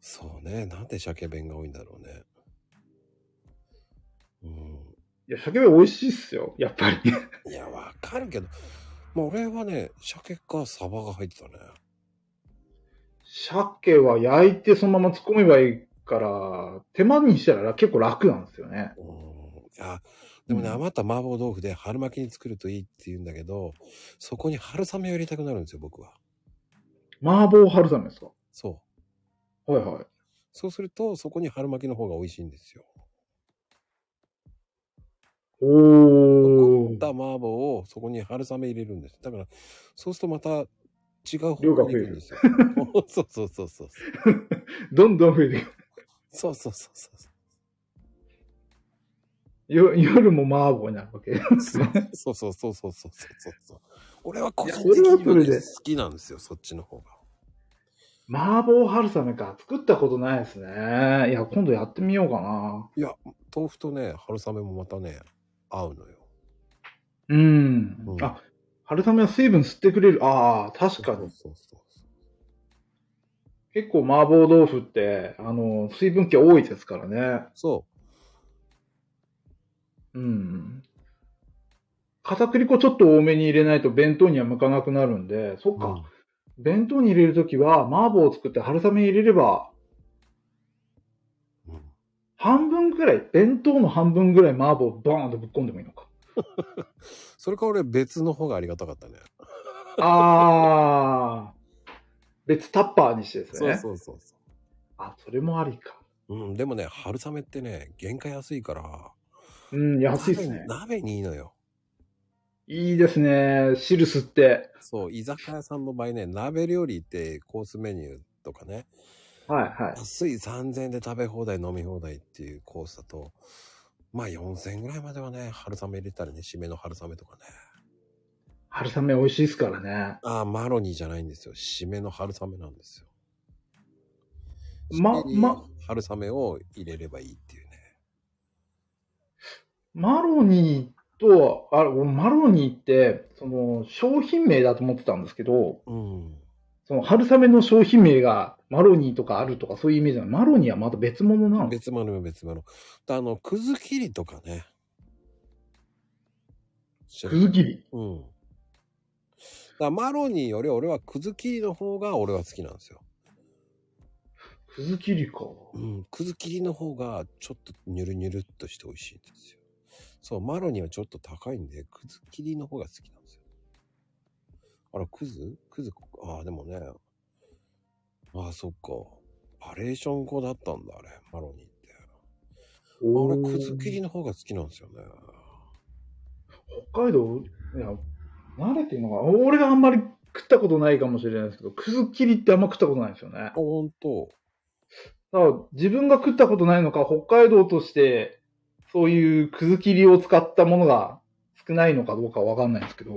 Speaker 1: そうね、なんで鮭弁が多いんだろうね。う
Speaker 3: いや、鮭弁美味しいっすよ。やっぱり。
Speaker 1: ん。いや、わかるけど、まあ俺はね、鮭かサバが入ってたね。
Speaker 3: 鮭は焼いてそのまま突っ込めばいいから、手間にしたら結構楽なんですよね。
Speaker 1: うん。あ、でもね、
Speaker 3: うん
Speaker 1: 余った麻婆豆腐で春巻きに作るといいって言うんだけど、そこに春雨を入れたくなるんですよ、僕は。
Speaker 3: 麻婆春雨ですか
Speaker 1: そう。
Speaker 3: はいはい。
Speaker 1: そうすると、そこに春巻きの方が美味しいんですよ。
Speaker 3: お
Speaker 1: 残った
Speaker 3: ー。
Speaker 1: 麻婆をそこに春雨入れるんです。だから、そうするとまた違う方
Speaker 3: 量が
Speaker 1: 向に
Speaker 3: 増え
Speaker 1: 行
Speaker 3: る
Speaker 1: くんですよ。そうそうそうそうそう。
Speaker 3: どんどん増えていく。
Speaker 1: そうそうそうそう。
Speaker 3: よ夜も麻婆になるわけ。
Speaker 1: そうそうそうそうそうそうそうそう。俺は個人
Speaker 3: いや
Speaker 1: 的
Speaker 3: それはそれ
Speaker 1: に
Speaker 3: で
Speaker 1: は好きなんですよ、そっちの方が。
Speaker 3: 麻婆春雨か。作ったことないですね。いや、今度やってみようかな。
Speaker 1: いや、豆腐とね、春雨もまたね、合うのよ。
Speaker 3: うん。
Speaker 1: うん
Speaker 3: あ、春雨は水分吸ってくれる。ああ、確かに。
Speaker 1: そうそうそう
Speaker 3: 結構麻婆豆腐って、あの、水分気多いですからね。
Speaker 1: そう。そう。
Speaker 3: うん。片栗粉ちょっと多めに入れないと弁当には向かなくなるんで、そっか。
Speaker 1: うん
Speaker 3: 弁当に入れるときは、麻婆を作って春雨入れれば、
Speaker 1: うん
Speaker 3: 半分ぐらい、弁当の半分ぐらい麻婆をボーンとぶっ込んでもい いのか。
Speaker 1: それか俺別の方がありがたかったね。
Speaker 3: ああ。別タッパーにしてです
Speaker 1: そう
Speaker 3: ね。
Speaker 1: そうそうそ
Speaker 3: あ、それもありか。
Speaker 1: う。うん、でもね、春雨ってね、原価安いから、
Speaker 3: うん、安いですね。
Speaker 1: 鍋に鍋にいいのよ。
Speaker 3: いいですね。汁吸って。
Speaker 1: そう、居酒屋さんの場合ね、鍋料理ってコースメニューとかね、
Speaker 3: はいはい。
Speaker 1: 安い3000円で食べ放題飲み放題っていうコースだとまあ4000円ぐらいまではね春雨入れたらね締めの春雨とかね
Speaker 3: 春雨美味しいですからね。
Speaker 1: ああマロニーじゃないんですよ締めの春雨なんですよ
Speaker 3: ま
Speaker 1: 締めに
Speaker 3: ま
Speaker 1: 春雨を入れればいいっていうね
Speaker 3: マロニーと、あれ、俺マロニーって、その、商品名だと思ってたんですけど、
Speaker 1: うん
Speaker 3: その、春雨の商品名が、マロニーとかあるとか、そういうイメージなの。マロニーはまた別物なの。
Speaker 1: 別物よ別物であのくず切りとかね知ら
Speaker 3: くず切り。
Speaker 1: うんだからマロニーより俺はくず切りの方が俺は好きなんですよ
Speaker 3: くず切りか。
Speaker 1: うん、くず切りの方がちょっとニュルニュルっとして美味しいんですよ。そう、マロニーはちょっと高いんで、くず切りの方が好きなんですよ。あら、くずくず、ああ、でもね。ああ、そっか。バレーション語だったんだ、あれ、マロニーって。俺、くず切りの方が好きなんですよね。
Speaker 3: 北海道、いや、慣れてるのかな俺があんまり食ったことないかもしれないですけど、くず切りってあんま食ったことないんですよね。だ
Speaker 1: あ、
Speaker 3: か
Speaker 1: ほんと。
Speaker 3: ら自分が食ったことないのか、北海道として、そういうくず切りを使ったものが少ないのかどうかわかんないですけど、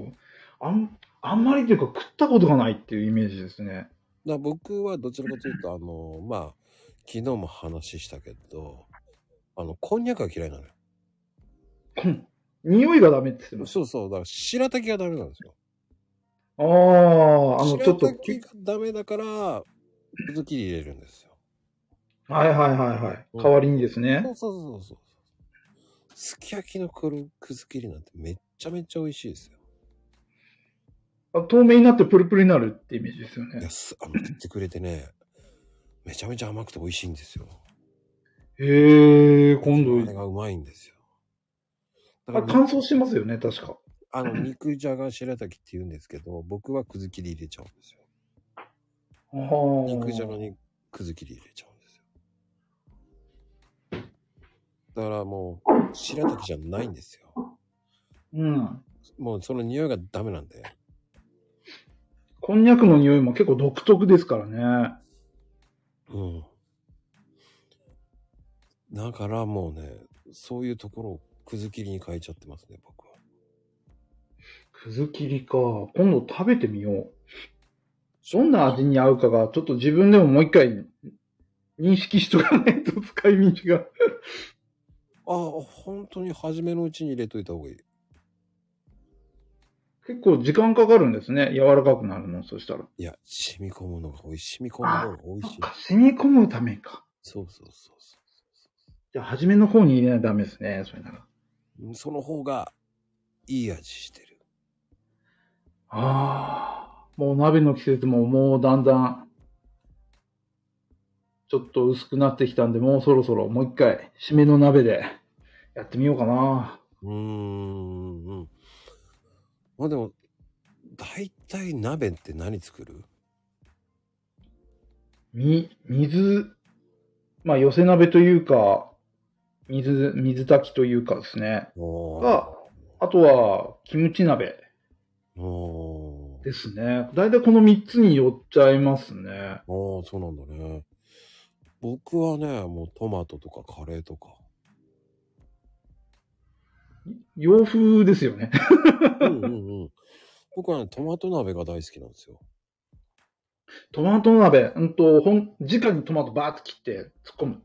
Speaker 3: あん、あんまりというか食ったことがないっていうイメージですね。
Speaker 1: だから僕はどちらかという と、あの、まあ、昨日も話したけど、あの、こんにゃくが嫌いなのよ。
Speaker 3: 匂いがダメって言ってました。
Speaker 1: そうそう、だから白滝がダメなんですよ。
Speaker 3: ああ、あの、ちょっと、
Speaker 1: 白滝がダメだから、くず切り入れるんですよ。
Speaker 3: はいはいはいはい。代わりにですね
Speaker 1: そ。うそうそうそう。すき焼きのくるくず切りなんてめっちゃめちゃ美味しいですよ。
Speaker 3: あ透明になってプルプルになるってイメージですよ
Speaker 1: い
Speaker 3: ね
Speaker 1: や、。す、あの、切ってくれてね、めちゃめちゃ甘くて美味しいんですよ。
Speaker 3: へえ、今
Speaker 1: あれ
Speaker 3: 度、
Speaker 1: がうまいんですよ。だ
Speaker 3: あ
Speaker 1: から、
Speaker 3: 乾燥してますよね、確か。
Speaker 1: あの、肉じゃが白滝って言うんですけど、僕はくず切り入れちゃうんですよ。
Speaker 3: あー
Speaker 1: 肉じゃがにくず切り入れちゃうんですよ。だからもう、白滝じゃないんですよ。
Speaker 3: うん。
Speaker 1: もうその匂いがダメなんで。
Speaker 3: こんにゃくの匂いも結構独特ですからね。
Speaker 1: うん。だからもうね、そういうところをくず切りに変えちゃってますね、僕は。
Speaker 3: くず切りか。今度食べてみよう。どんな味に合うかが、ちょっと自分でももう一回認識しとかないと 使い道が。
Speaker 1: ああ、本当に初めのうちに入れといた方がいい。
Speaker 3: 結構時間かかるんですね。柔らかくなるの、そしたら。
Speaker 1: いや、染み込むのが美味しい。染み込むのが美
Speaker 3: そ
Speaker 1: 味
Speaker 3: っ
Speaker 1: しい。
Speaker 3: か、染み込むためか。
Speaker 1: そうそうそうそ
Speaker 3: じゃあ、初めの方に入れないとダメですね、それなら。
Speaker 1: ううん。その方がいい味してる。
Speaker 3: ああ、もう鍋の季節ももうだんだん、ちょっと薄くなってきたんで、もうそろそろもう一回、締めの鍋でやってみようかな。
Speaker 1: うーんうん。まあでも、大体鍋って何作る
Speaker 3: み、水、まあ寄せ鍋というか、水、水炊きというかですね。
Speaker 1: おー
Speaker 3: が、あとは、キムチ鍋
Speaker 1: おー
Speaker 3: ですね。だいたいこの3つによっちゃいますね。
Speaker 1: ああ、そうなんだね。僕はね、もうトマトとかカレーと か。
Speaker 3: 洋風ですよね。
Speaker 1: うんうんうん。僕はね、トマト鍋が大好きなんですよ。
Speaker 3: トマト鍋、うんと、ほん、直にトマトバーッと切って突っ込む。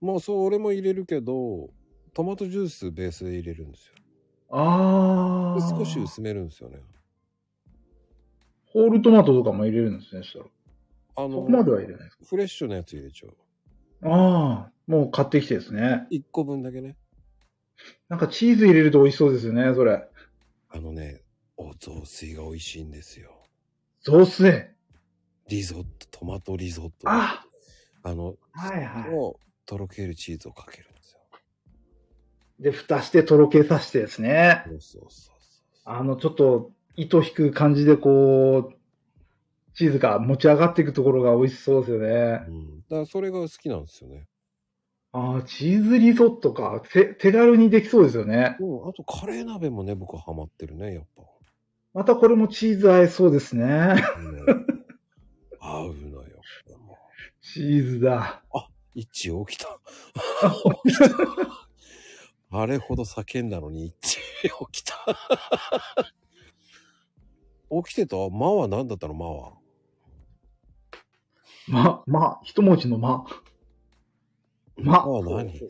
Speaker 1: まあそう、俺も入れるけど、トマトジュースベースで入れるんですよ。
Speaker 3: あ
Speaker 1: で
Speaker 3: あ。
Speaker 1: 少し薄めるんですよね。
Speaker 3: ホールトマトとかも入れるんですね、そしたら。
Speaker 1: あ
Speaker 3: そこまで
Speaker 1: の、
Speaker 3: は入れないです
Speaker 1: フレッシュなやつ入れちゃう。
Speaker 3: か。ああ。もう買ってきてですね。
Speaker 1: 1個分だけね。
Speaker 3: なんかチーズ入れると美味しそうですよね、それ。
Speaker 1: あのね、お雑炊が美味しいんですよ。
Speaker 3: 雑炊。
Speaker 1: リゾット、トマトリゾット。
Speaker 3: あ
Speaker 1: あの、
Speaker 3: はいは
Speaker 1: をとろけるチーズをかけるんですよ。
Speaker 3: い。で、蓋してとろけさせてですね。
Speaker 1: そうそうそうそう。
Speaker 3: あの、ちょっと糸引く感じでこう、チーズが持ち上がっていくところが美味しそうですよね
Speaker 1: う。ん、だからそれが好きなんですよね。
Speaker 3: ああ、チーズリゾットか。手、手軽にできそうですよね。
Speaker 1: うん、あとカレー鍋もね、僕はハマってるね、やっぱ。
Speaker 3: またこれもチーズ合いそうで すね。
Speaker 1: うん合うのよ。
Speaker 3: チーズだ。
Speaker 1: 一致起き た。あれほど叫んだのに一致起きた。 起きてた間は何だったの間は。
Speaker 3: ま、ま、一文字のま。ま。
Speaker 1: 間は何い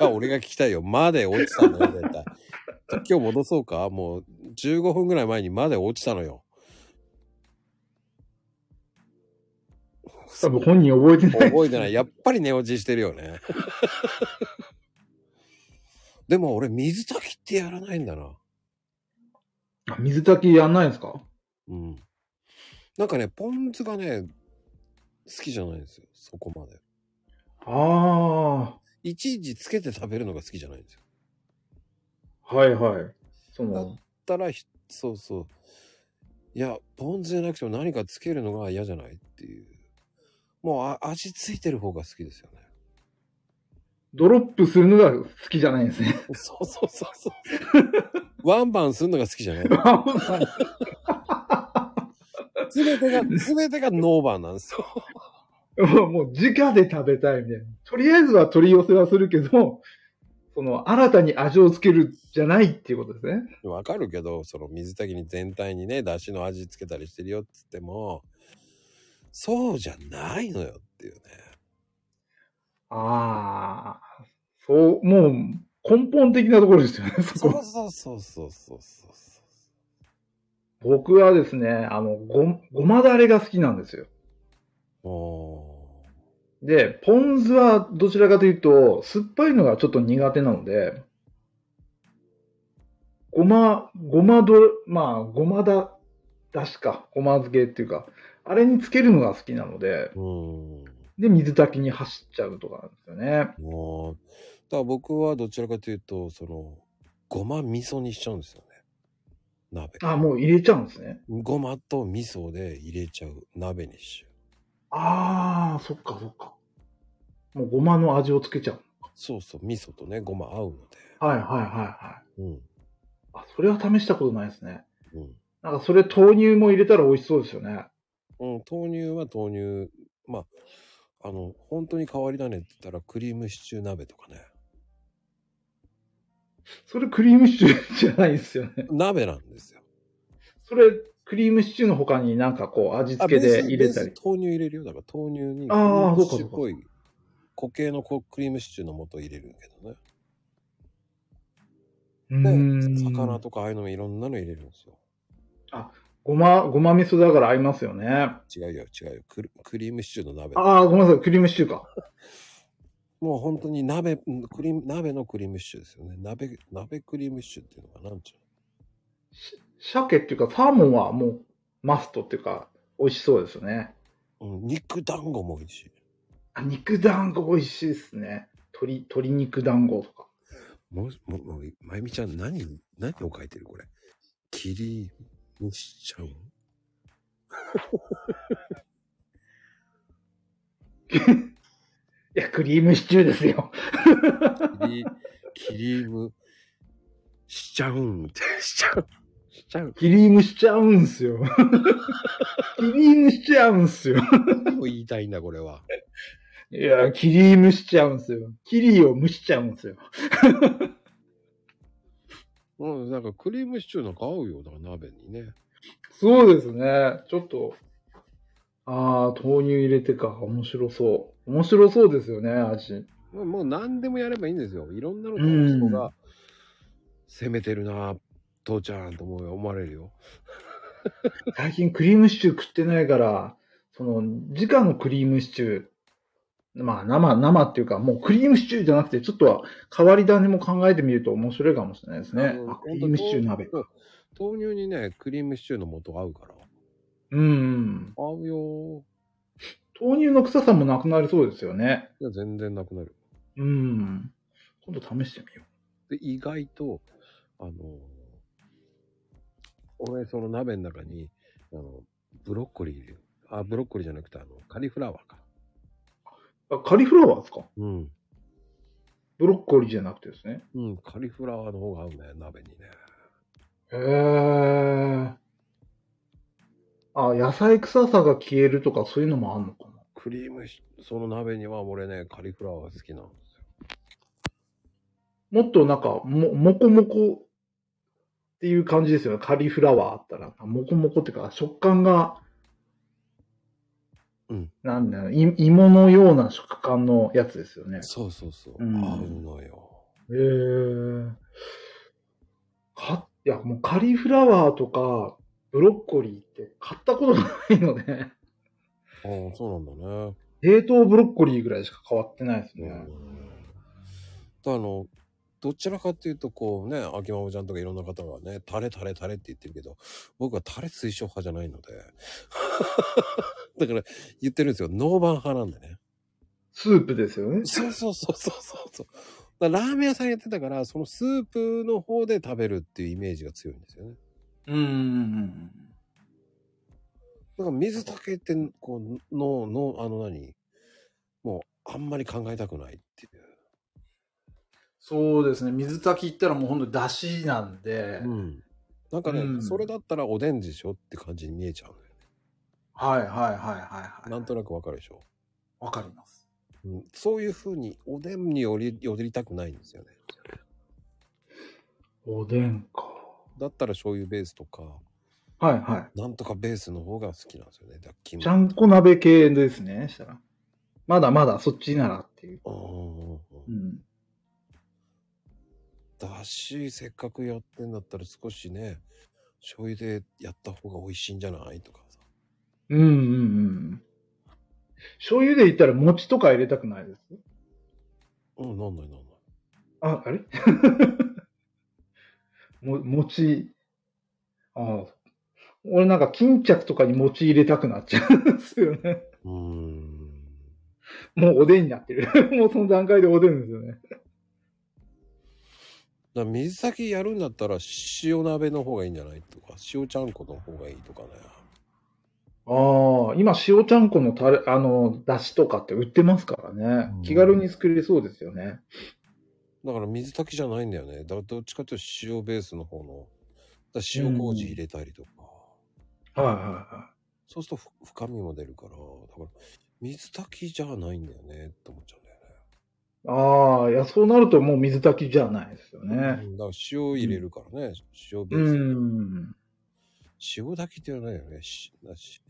Speaker 1: や、俺が聞きたいよ。間で落ちたんだよ、絶対。今日戻そうかもう15分ぐらい前に間で落ちたのよ。
Speaker 3: 多分本人覚えてない。
Speaker 1: 覚えてない。やっぱり寝落ちしてるよね。でも俺、水炊きってやらないんだな。
Speaker 3: あ水炊きやんないんですか
Speaker 1: うん。なんかね、ポン酢がね、好きじゃないんですよ。そこまで。
Speaker 3: あ
Speaker 1: いちいちつけて食べるのが好きじゃないんですよ。
Speaker 3: あ、はいはい。その、
Speaker 1: だったらひ、そうそう。いや、ポン酢じゃなくても何かつけるのが嫌じゃないっていう。もうあ味ついてる方が好きですよね。
Speaker 3: ドロップするのが好きじゃないんですね。
Speaker 1: そうそうそうそう。 ワンバンするのが好きじゃない すべ てが、すべてがノーバンなんですよ。
Speaker 3: も うもう直で食べたいみたいな。とりあえずは取り寄せはするけど、その新たに味をつけるじゃないっていうことですね。
Speaker 1: わかるけど、その水炊きに全体にね、出汁の味つけたりしてるよって言っても、そうじゃないのよっていうね。
Speaker 3: ああ、そう、もう根本的なところですよね、そ
Speaker 1: そ
Speaker 3: こ
Speaker 1: う。そうそうそうそうそうそう。
Speaker 3: 僕はですね、あの、ご、ごまだれが好きなんですよ。
Speaker 1: もう、
Speaker 3: で、ポン酢はどちらかというと、酸っぱいのがちょっと苦手なので、ごま、ごまど、まあ、ごまだ、だしか、ごま漬けっていうか、あれにつけるのが好きなので、
Speaker 1: うん。
Speaker 3: で、水炊きに走っちゃうとかなんですよね。
Speaker 1: もう、だから僕はどちらかというと、その、ごま味噌にしちゃうんですよね。鍋。
Speaker 3: あ、もう入れちゃうんですね。
Speaker 1: ごまと味噌で入れちゃう鍋にしちゃ
Speaker 3: ああ、そっかそっか。もうごまの味をつけちゃう。
Speaker 1: う。そうそう、味噌とね、ごま合うので。
Speaker 3: はいはいはいはい。
Speaker 1: うん。
Speaker 3: あ、それは試したことないですね。
Speaker 1: うん。
Speaker 3: なんかそれ豆乳も入れたら美味しそうですよね。
Speaker 1: うん、豆乳は豆乳。まあ、あの、本当に変わり種って言ったら、クリームシチュー鍋とかね。
Speaker 3: それクリームシチューじゃないですよね。
Speaker 1: 鍋なんですよ。
Speaker 3: それクリームシチューの他になんかこう味付けで入れたり
Speaker 1: ベー。ス豆乳入れるよ。だから豆乳に、
Speaker 3: あー
Speaker 1: クリーム
Speaker 3: そうか
Speaker 1: シチューっぽい、固形のこうクリームシチューの素入れるけどね。
Speaker 3: う
Speaker 1: で
Speaker 3: ーん
Speaker 1: 魚とかああいうのもいろんなの入れるんですよ。
Speaker 3: ごま、ごま味噌だから合いますよね。あ
Speaker 1: 違うよ、違うよ。クリクリームシチューの鍋。
Speaker 3: あー、ごめんなさい。クリームシチューか。
Speaker 1: もう本当に鍋、クリーム、鍋のクリームシチューですよね。鍋、鍋クリームシチューっていうのかなんちゅう
Speaker 3: 鮭っていうかサーモンはもうマストっていうか美味しそうですよね。
Speaker 1: の。うん、肉団子も美味しい。
Speaker 3: あ肉団子美味しいですね。鶏、鶏肉団子とか。
Speaker 1: もう、もう、もう、まゆみちゃん何、何を書いてるこれ。キリムシちゃん
Speaker 3: いや、クリームシチューですよ。
Speaker 1: キリ、キリムしちゃうんって、しちゃう。しちゃう。
Speaker 3: キリームしちゃうんす よ。キリームしちゃうんすよ。
Speaker 1: 何を言いたいんだ、これは。
Speaker 3: いや、キリームしちゃうんすよ。キリーを蒸しちゃうんすよ。
Speaker 1: うん、なんかクリームシチューなんか合うような鍋にね。
Speaker 3: そうですね。ちょっと、ああ、豆乳入れてか。面白そう。面白そうですよね、味。
Speaker 1: もうもう何でもやればいいんですよ。いろんなの
Speaker 3: うん
Speaker 1: 人が攻めてるな、父ちゃんと思うよ思われるよ。
Speaker 3: 最近クリームシチュー食ってないから、その、直のクリームシチュー、まあ、生、生っていうか、もうクリームシチューじゃなくて、ちょっとは変わり種も考えてみると面白いかもしれないですね。
Speaker 1: うん
Speaker 3: あクリームシチュー鍋。
Speaker 1: うん豆乳にね、クリームシチューの素合うから。
Speaker 3: うん。
Speaker 1: 合うよ
Speaker 3: 豆乳の臭さもなくなりそうですよね。
Speaker 1: いや、全然なくなる。
Speaker 3: うん。今度試してみよ
Speaker 1: で、意外と、あのー俺、その鍋の中に、あの、ブロッコリー入れる。あ、ブロッコリーじゃなくて、あの、カリフラワーか。
Speaker 3: う。あ、カリフラワーですか
Speaker 1: うん。
Speaker 3: ブロッコリーじゃなくてですね。
Speaker 1: うん、カリフラワーの方が合うね、鍋にね。
Speaker 3: へえ。あ、野菜臭さが消えるとかそういうのもあんのかな。
Speaker 1: クリームし、その鍋には俺ね、カリフラワーが好きなんですよ。
Speaker 3: もっとなんか、も、もこもこっていう感じですよね。カリフラワーあったら。もこもこっていうか、食感が、
Speaker 1: うん。
Speaker 3: なんだろう、い芋のような食感のやつですよね。
Speaker 1: そうそうそう。
Speaker 3: うん
Speaker 1: 合うのよ。
Speaker 3: へえ。か、いや、もうカリフラワーとか、ブロッコリーって買ったことがないので、
Speaker 1: ああ、そうなんだね。
Speaker 3: 冷凍ブロッコリーぐらいしか変わってないです
Speaker 1: うん。だ
Speaker 3: ね。
Speaker 1: からあの、どちらかっていうと、こうね、秋ママちゃんとかいろんな方がね、タレタレタレって言ってるけど、僕はタレ推奨派じゃないので。 だから言ってるんですよ。ノーバン派なんでね。
Speaker 3: スープですよね。
Speaker 1: そうそうそうそうそうそう。だからラーメン屋さんやってたから、そのスープの方で食べるっていうイメージが強いんですよね。
Speaker 3: うん。
Speaker 1: だから水だけって、こう、の、の、あの何もう、あんまり考えたくないっていう。
Speaker 4: そうですね。水炊きったらもうほんと出汁なんで、
Speaker 1: うん。なんかね、
Speaker 4: うん
Speaker 1: それだったらおでんでしょって感じに見えちゃうのよね。
Speaker 4: はいはいはいはいはい。
Speaker 1: なんとなくわかるでしょ、
Speaker 4: わかります。
Speaker 1: うん、そういう風におでんにより、よりたくないんですよね。
Speaker 3: おでんか。
Speaker 1: だったら醤油ベースとか、
Speaker 3: はいは
Speaker 1: なんとかベースの方が好きなんですよね。だキ
Speaker 3: い。
Speaker 1: ム
Speaker 3: ちゃんこ鍋系ですね、したら。まだまだそっちならっていう。
Speaker 1: うん
Speaker 3: う。ん。
Speaker 1: だし、せっかくやってんだったら少しね、醤油でやった方が美味しいんじゃないとかさ。
Speaker 3: うんうんうん。醤油で言ったら餅とか入れたくないです
Speaker 1: うん、なんないなんない。
Speaker 3: あ、あれ も、餅。ああ。俺なんか巾着とかに餅入れたくなっちゃうんですよね。
Speaker 1: うーん。
Speaker 3: もうおでんになってる。 もうその段階でおでんですよね。
Speaker 1: だから水先やるんだったら塩鍋の方がいいんじゃないとか、塩ちゃんこの方がいいとかね。
Speaker 3: ああ、今塩ちゃんこのタレ、あの、だしとかって売ってますからね
Speaker 1: うん。
Speaker 3: 気軽に作れそうですよね。
Speaker 1: だから水炊きじゃないんだよね。だからどっちかというと塩ベースの方の。だから塩麹入れたりとか。
Speaker 3: はいはいはい。
Speaker 1: そうするとふ深みも出るから、だから水炊きじゃないんだよねって思っちゃうんだよね。
Speaker 3: ああ、いや、そうなるともう水炊きじゃないですよね。
Speaker 1: うんだから塩入れるからね、塩ベ
Speaker 3: う
Speaker 1: ース、
Speaker 3: ん。
Speaker 1: 塩炊きって言わないよね。しだし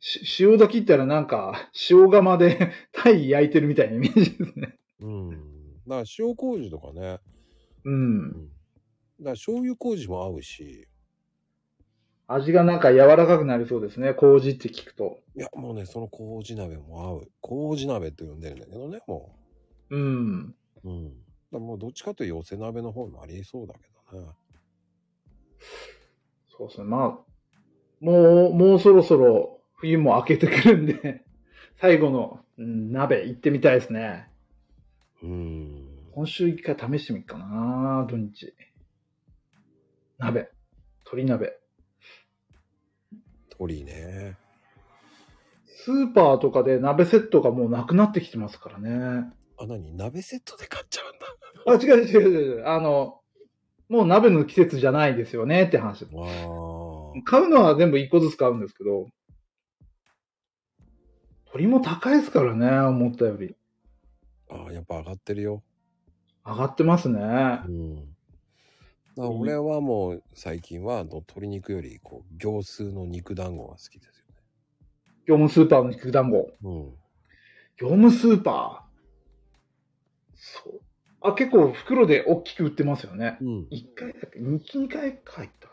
Speaker 3: し塩炊きって言ったらなんか、 塩釜で 鯛焼いてるみたいなイメージですね。
Speaker 1: うん。だから塩麹とかね。
Speaker 3: うん
Speaker 1: う。ん、だから醤油麹も合うし。
Speaker 3: 味がなんか柔らかくなりそうですね。麹って聞くと。
Speaker 1: いや、もうね、その麹鍋も合う。麹鍋って呼んでるんだけどね、も
Speaker 3: うん。
Speaker 1: う。うん。だからもうどっちかというと寄せ鍋の方もありそうだけどね。
Speaker 3: そうですね。まあ、もう、もうそろそろ冬も明けてくるんで、最後の、うん、鍋行ってみたいですね。
Speaker 1: うん。
Speaker 3: 今週一回試してみっかな、土日。鍋。鶏鍋。
Speaker 1: 鳥ね。
Speaker 3: スーパーとかで鍋セットがもうなくなってきてますからね。
Speaker 1: あ、なに鍋セットで買っちゃうんだ。
Speaker 3: あ、違う違う違う違う。あの、もう鍋の季節じゃないですよねって話。
Speaker 1: わあ。
Speaker 3: 買うのは全部一個ずつ買うんですけど、鳥も高いですからね、思ったより。
Speaker 1: ああ、やっぱ上がってるよ。
Speaker 3: 上がってますね。
Speaker 1: うん。だから俺はもう最近はあの鶏肉よりこう行数の肉団子が好きです
Speaker 3: 業務スーパーの肉団子。
Speaker 1: よね。
Speaker 3: 業務スーパー。そう。あ、結構袋で大きく売ってますよね
Speaker 1: う。ん。
Speaker 3: 1回だっけ ?2、2回か入った。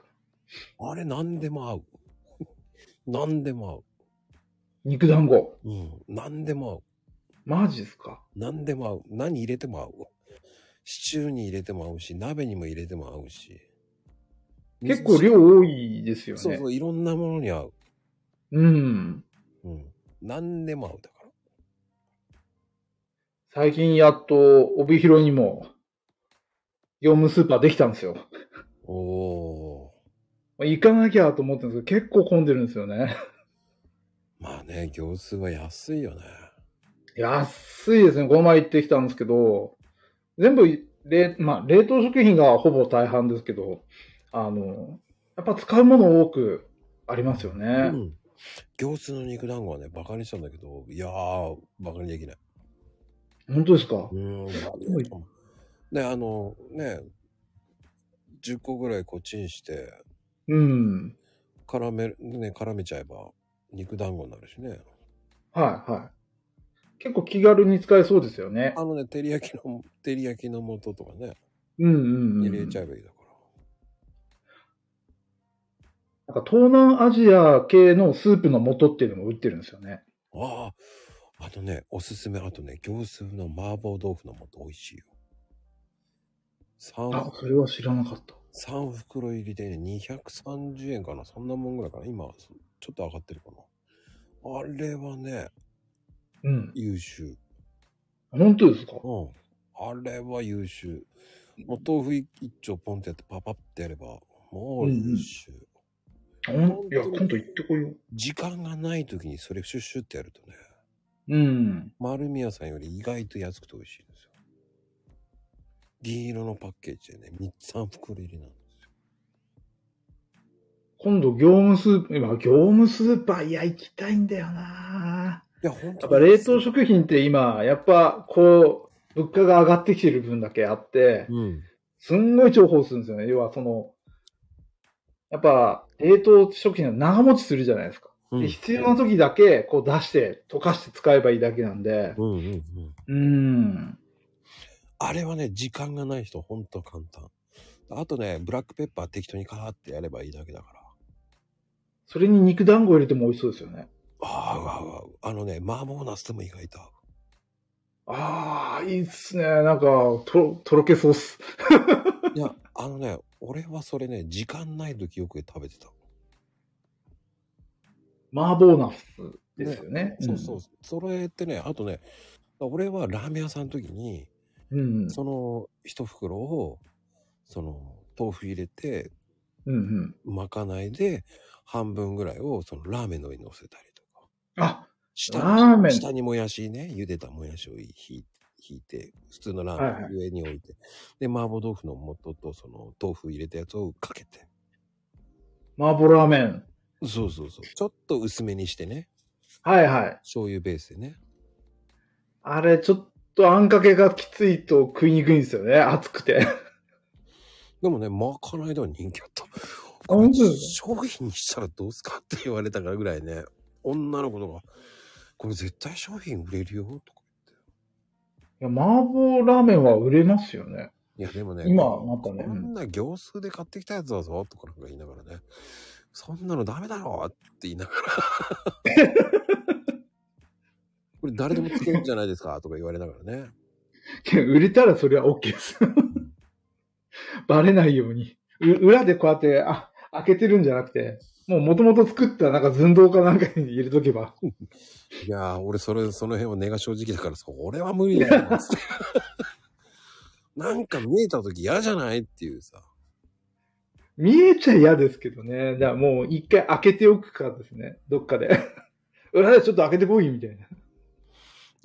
Speaker 1: うん。あれ何でも合う。 何でも
Speaker 3: 肉団子。
Speaker 1: 合う。うん。何でも合う。
Speaker 3: マジですか
Speaker 1: 何でも合う。何入れても合う。シチューに入れても合うし、鍋にも入れても合うし。
Speaker 3: 結構
Speaker 1: 水
Speaker 3: 量多いですよね。
Speaker 1: そうそう、いろんなものに合う。
Speaker 3: うん。
Speaker 1: うん。何でも合うだから。
Speaker 3: 最近やっと帯広にも業務スーパーできたんですよ。
Speaker 1: おお
Speaker 3: 行かなきゃと思ってるんですけど、結構混んでるんです よね。
Speaker 1: ー。まあね、行数は安いよね。
Speaker 3: 安いですね。この前行ってきたんですけど、全部、冷まあ、冷凍食品がほぼ大半ですけど、あの、やっぱ使うもの多くありますよね。
Speaker 1: うん。行数の肉団子はね、バカにしたんだけど、いやー、バカにできない。
Speaker 3: 本当ですか、
Speaker 1: うん、
Speaker 3: ごい
Speaker 1: ね、あの、ね、10個ぐらいこうチンして、
Speaker 3: うん。
Speaker 1: 絡める、ね、絡めちゃえば、肉団子になるしね。
Speaker 3: はい、はい。結構気軽に使えそうですよね
Speaker 1: あ。のね、照り焼きの、照り焼きの素とかね、
Speaker 3: うんうん、うん。
Speaker 1: 入れちゃえばいいだか
Speaker 3: なんか東南アジア系のスープの素っていうのも売ってるんですよね。
Speaker 1: ら。ああ、あとね、おすすめ、あとね、行数の麻婆豆腐の素美味しいよ。
Speaker 3: あ
Speaker 1: 3、、
Speaker 3: それは知らなかった。
Speaker 1: 三袋入りでね、230円かな。そんなもんぐらいかな。今、そちょっと上がってるかな。あれはね、
Speaker 3: うん。
Speaker 1: 優秀。
Speaker 3: 本当ですか
Speaker 1: うん。あれは優秀。もう豆腐一丁ポンってやってパパってやれば、もう優秀。
Speaker 3: ほんいや、今度行ってこよう。
Speaker 1: 時間がない時にそれシュッシュってやるとね、
Speaker 3: うん。
Speaker 1: 丸宮さんより意外と安くて美味しいんですよ。銀色のパッケージでね、3つ3袋入りなんですよ。
Speaker 3: 今度業務スーパー、今業務スーパー、いや、行きたいんだよない
Speaker 1: や、本
Speaker 3: や
Speaker 1: 当
Speaker 3: っぱ冷凍食品って今、やっぱこう、物価が上がってきてる分だけあって、
Speaker 1: うん。
Speaker 3: すんごい重宝するんですよね。要はその、やっぱ冷凍食品は長持ちするじゃないですか。
Speaker 1: う
Speaker 3: で
Speaker 1: ん。
Speaker 3: 必要な時だけこう出して、溶かして使えばいいだけなんで、
Speaker 1: うんうんうん。
Speaker 3: うん。
Speaker 1: あれはね、時間がない人、ほんと簡単。あとね、ブラックペッパー適当にカーってやればいいだけだから。
Speaker 3: それに肉団子入れても美味しそうですよね。
Speaker 1: ああ、うわうわ。あのね、麻婆茄子でも意外と合う。
Speaker 3: ああ、いいっすね。なんか、と、とろけそうっす。
Speaker 1: い や、あのね、俺はそれね、時間ない時よく食べてた。
Speaker 3: 麻婆ナスですよね。
Speaker 1: そうそう。それってね、あとね、俺はラーメン屋さんの時に、
Speaker 3: うん。うん。
Speaker 1: その一袋を、その、豆腐入れて、
Speaker 3: うんうん。
Speaker 1: まかないで、半分ぐらいをそのラーメンの上に乗せたりとか。
Speaker 3: あ、
Speaker 1: 下
Speaker 3: ラーメン
Speaker 1: 下にもやしね、茹でたもやしをひいひいて、普通のラーメン
Speaker 3: は
Speaker 1: を上に置いて、で、麻婆豆腐の素とその豆腐入れたやつをかけて。
Speaker 3: 麻婆ラーメン。
Speaker 1: そうそうそう。ちょっと薄めにしてね、
Speaker 3: はいはい。
Speaker 1: 醤油ベースでね。
Speaker 3: あれ、ちょっとあんかけがきついと食いにくいんですよね。熱くて。
Speaker 1: でもね、まかないでは人気あった。
Speaker 3: 本当ですか
Speaker 1: 商品にしたらどうすかって言われたからぐらいね、女の子とか、これ絶対商品売れるよとか言って。
Speaker 3: いや、麻婆ラーメンは売れますよね。
Speaker 1: いや、でもね、
Speaker 3: 今なんかね
Speaker 1: こんな行数で買ってきたやつだぞとかなんか言いながらね、そんなのダメだろって言いなが ら。これ誰でもつけるんじゃないですかとか言われながらね。
Speaker 3: いや売れたらそれは OK です。バレないように。う裏でこうやって、あ、開けてるんじゃなくて、もう元々作ったなんか寸胴かなんかに入れとけば。
Speaker 1: いやー、俺それ、その辺は根が正直だから、それは無理だよ。 つってなんか見えた時嫌じゃないっていうさ。
Speaker 3: 見えちゃ嫌ですけどね。だからもう一回開けておくかですね。どっかで。裏でちょっと開けてこいみたい な。
Speaker 1: い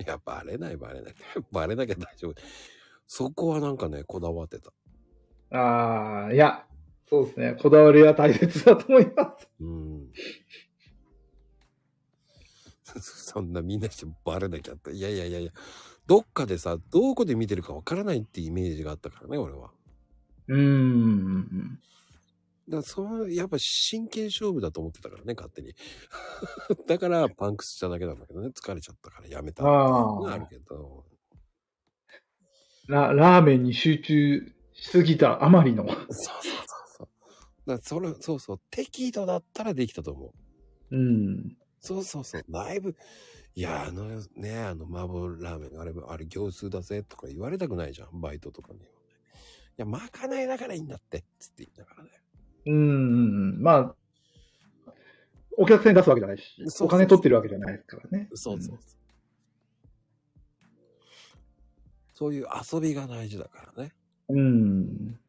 Speaker 1: や、バレないバレない。 バレなきゃ大丈夫。そこはなんかね、こだわってた。
Speaker 3: ああ、いや、そうですね。こだわりは大切だと思います。
Speaker 1: うん。 そんなみんなしてバレなきゃって。いやいやいやいや。どっかでさ、どこで見てるかわからないってイメージがあったからね、俺は。
Speaker 3: うーん。
Speaker 1: だからその、やっぱ真剣勝負だと思ってたからね、勝手に。 だからパンクスしただけなんだけどね、疲れちゃったからやめた。
Speaker 3: あー
Speaker 1: なるけど。
Speaker 3: ララーメンに集中しすぎたあまりの。
Speaker 1: そうそうそうそう。だからそれ、そうそう。適度だったらできたと思う。
Speaker 3: うん。
Speaker 1: そうそうそう。だいぶ、いや、あのね、あの麻婆ラーメン、あれ、あれ行数だぜとか言われたくないじゃん、バイトとかに。いや、まかないだからいいんだって、つって言いながらね。
Speaker 3: うんうんうん。まあ、お客さんに出すわけじゃないし、
Speaker 1: そうそうそう
Speaker 3: お金取ってるわけじゃないからね。。
Speaker 1: そうそうそうんそういう遊びが大事だからね。
Speaker 3: うん。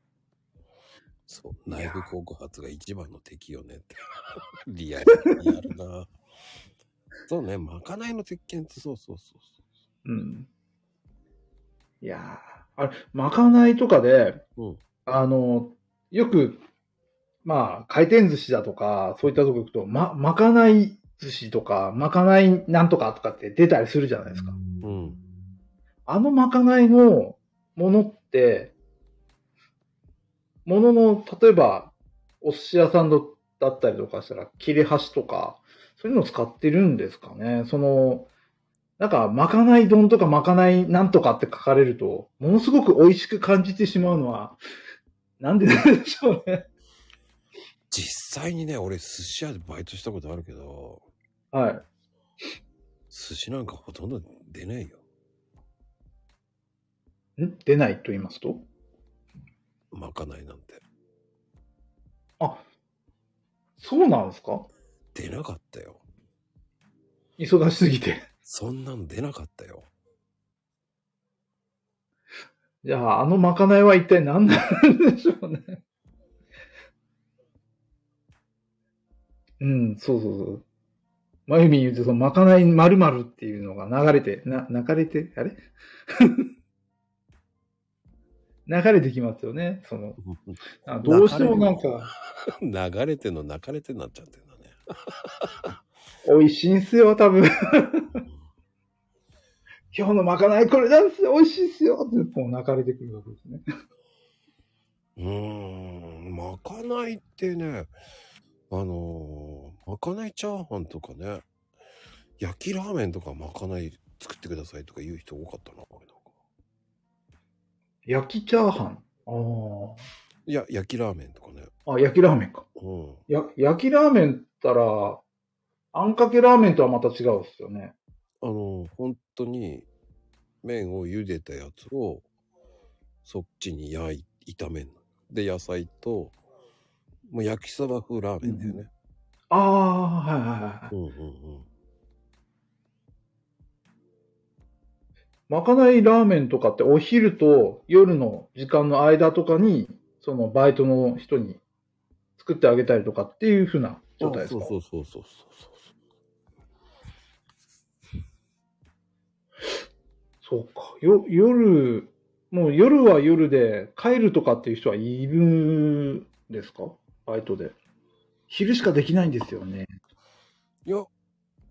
Speaker 1: そう。内部告発が一番の敵よね って。リアルにやるな。そうね、まかないの鉄拳ってそうそうそう
Speaker 3: うん。いやーあれ、まかないとかで、
Speaker 1: そう。うん。
Speaker 3: あの、よく、まあ、回転寿司だとか、そういったとこ行くと、ま、まかない寿司とか、まかないなんとかとかって出たりするじゃないですか。
Speaker 1: うん。
Speaker 3: あのまかないのものって、ものの、例えば、お寿司屋さんだったりとかしたら、切れ端とか、そういうのを使ってるんですかね。その、なんか、まかない丼とかまかないなんとかって書かれると、ものすごく美味しく感じてしまうのは、なんでなんでしょうね。
Speaker 1: 実際にね、俺寿司屋でバイトしたことあるけど、
Speaker 3: はい。
Speaker 1: 寿司なんかほとんど出ないよ。
Speaker 3: ん出ないと言いますと
Speaker 1: まかないなんて。
Speaker 3: そうなんですか
Speaker 1: 出なかったよ。
Speaker 3: 忙しすぎて。
Speaker 1: そんなの出なかったよ。
Speaker 3: じゃあ、あのまかないは一体何なんでしょうね。うん、そうそうそう。まゆみん言うと、その、まかない〇〇っていうのが流れて、な、流れて、あれ 流れてきますよね。その、あどうしてもなんか、
Speaker 1: 流れての泣かれてになっちゃってるんだね。
Speaker 3: 美味しいんすよ、多分。 今日のまかないこれなんですよ、美味しいんすよって、こう泣かれてくるわけですね。
Speaker 1: うーん、まかないってね、あのーまかないチャーハンとかね、焼きラーメンとかまかない作ってくださいとか言う人多かったな、俺なんか。
Speaker 3: 焼きチャーハン。
Speaker 1: いや、焼きラーメンとかね。
Speaker 3: ああ。あ、焼きラーメンか。
Speaker 1: うん。
Speaker 3: や、焼きラーメンったら、あんかけラーメンとはまた違うっすよね。
Speaker 1: あの、本当に、麺を茹でたやつを、そっちに焼い、炒めんの。で、野菜と、もう焼きそば風ラーメンだよね。
Speaker 3: ああ、はいはいはいは
Speaker 1: う
Speaker 3: い。
Speaker 1: んうんうん。
Speaker 3: まかないラーメンとかってお昼と夜の時間の間とかに、そのバイトの人に作ってあげたりとかっていう風な状態です
Speaker 1: そう
Speaker 3: か
Speaker 1: そうそうそうそうそう。
Speaker 3: そうか。よ、夜、もう夜は夜で帰るとかっていう人はいるんですかバイトで。昼しかできないんですよね。
Speaker 1: いや、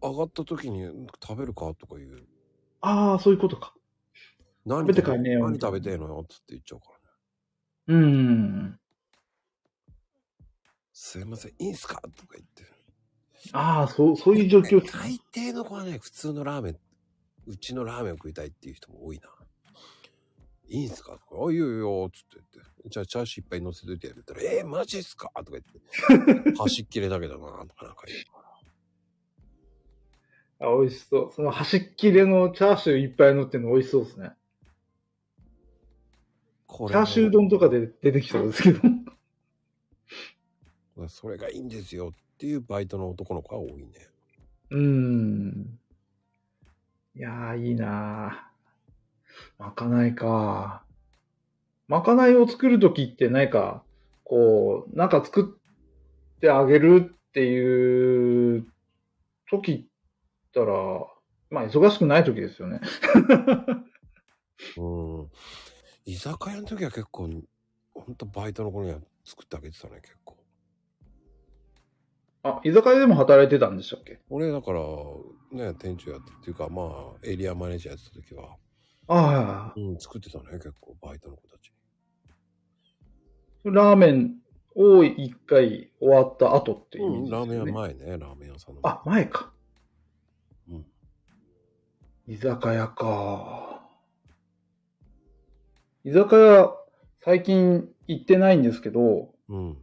Speaker 1: 上がった時に食べるかとか言う。
Speaker 3: ああ、そういうことか。
Speaker 1: 何
Speaker 3: べて帰んねえよ
Speaker 1: 何食べてえのよつって言っちゃうからね。
Speaker 3: うん。
Speaker 1: すいません、いいんすかとか言って。
Speaker 3: ああ、そう、そういう状 況。
Speaker 1: 大抵の子はね、普通のラーメン、うちのラーメンを食いたいっていう人も多いな。いいんすかとか、あ、いいよいいよ、つって言って。じゃあ、チャーシューいっぱい乗せといてやるって言ったら、えー、マジっすかとか言 って。端っ切れだけどな、とかなんか言うから。
Speaker 3: あ、美味しそう。その端っ切れのチャーシューいっぱい乗ってるの美味しそうですね。
Speaker 1: こ
Speaker 3: チ
Speaker 1: れ
Speaker 3: ャーシュー丼とかで出てきそうですけど。
Speaker 1: で。それがいいんですよっていうバイトの男の子は多いね。
Speaker 3: うん。いやー、いいなーまかないか。まかないを作るときって何か、こう、なんか作ってあげるっていうときったら、まあ忙しくないときですよね。
Speaker 1: うん。居酒屋の時は結構、ほんとバイトの子には作ってあげてたね、結構。
Speaker 3: あ、居酒屋でも働いてたんでしたっけ
Speaker 1: 俺、だから、ね、店長やってっていうか、まあ、エリアマネージャーやってた時は、
Speaker 3: ああ、
Speaker 1: うん、作ってたね、結構、バイトの子たち。
Speaker 3: ラーメンを一回終わった後っていうう、
Speaker 1: ん、ラーメン屋。前ね、ラーメン屋さんの。
Speaker 3: あ、前か。
Speaker 1: うん。
Speaker 3: 居酒屋か。居酒屋、最近行ってないんですけど、
Speaker 1: うん。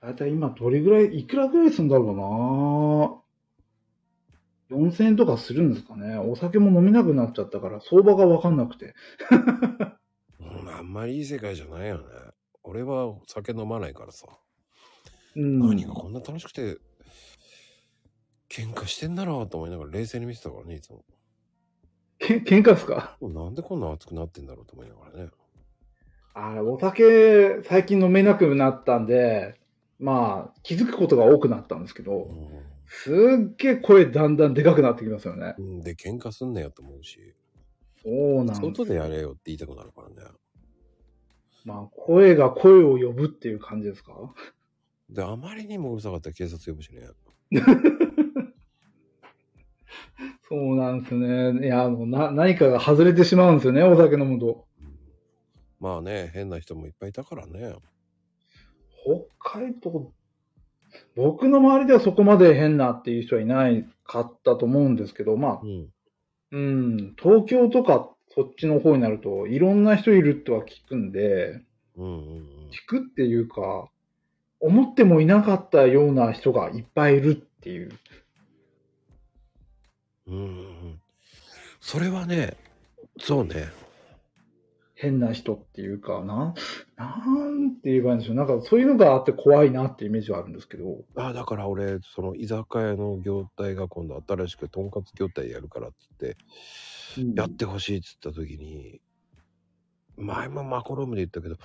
Speaker 3: だいたい今どれぐらい、いくらぐらいするんだろうな4000円とかするんですかね。お酒も飲めなくなっちゃったから、相場がわかんなくて。
Speaker 1: うんあんまりいい世界じゃないよね。俺は酒飲まないからさ。
Speaker 3: うん。
Speaker 1: 何がこんな楽しくて、喧嘩してんだろうと思いながら冷静に見てたからね、いつも。
Speaker 3: け喧嘩っすか
Speaker 1: なんでこんな熱くなってんだろうと思いながらね。
Speaker 3: あお酒、最近飲めなくなったんで、まあ、気づくことが多くなったんですけど、すっげえ声だんだんでかくなってきますよね。
Speaker 1: うん。で、喧嘩すんなよと思うし、
Speaker 3: そうなんです
Speaker 1: 外でやれよって言いたくなるからね。
Speaker 3: まあ、声が声を呼ぶっていう感じですか
Speaker 1: で、あまりにもうるさかったら警察呼ぶしね。
Speaker 3: そうなんですね。いや、あの、な、何かが外れてしまうんですよね、お酒飲むと。
Speaker 1: まあね、変な人もいっぱいいたからね。
Speaker 3: 北海道、僕の周りではそこまで変なっていう人はいないかったと思うんですけど、まあ
Speaker 1: う、ん。
Speaker 3: うん、東京とかそっちの方になると、いろんな人いるとは聞くんで、
Speaker 1: うんうんうん。
Speaker 3: 聞くっていうか、思ってもいなかったような人がいっぱいいるっていう。
Speaker 1: うんうんうんそれはね、そうね。
Speaker 3: 変な人っていうか、なん、なんて言えばいいんでしょう。なんかそういうのがあって怖いなってイメージはあるんですけど。
Speaker 1: あだから俺、その居酒屋の業態が今度新しくとんかつ業態やるからって言って、
Speaker 3: うん
Speaker 1: やってほしいって言った時に、前もマコロームで言ったけど、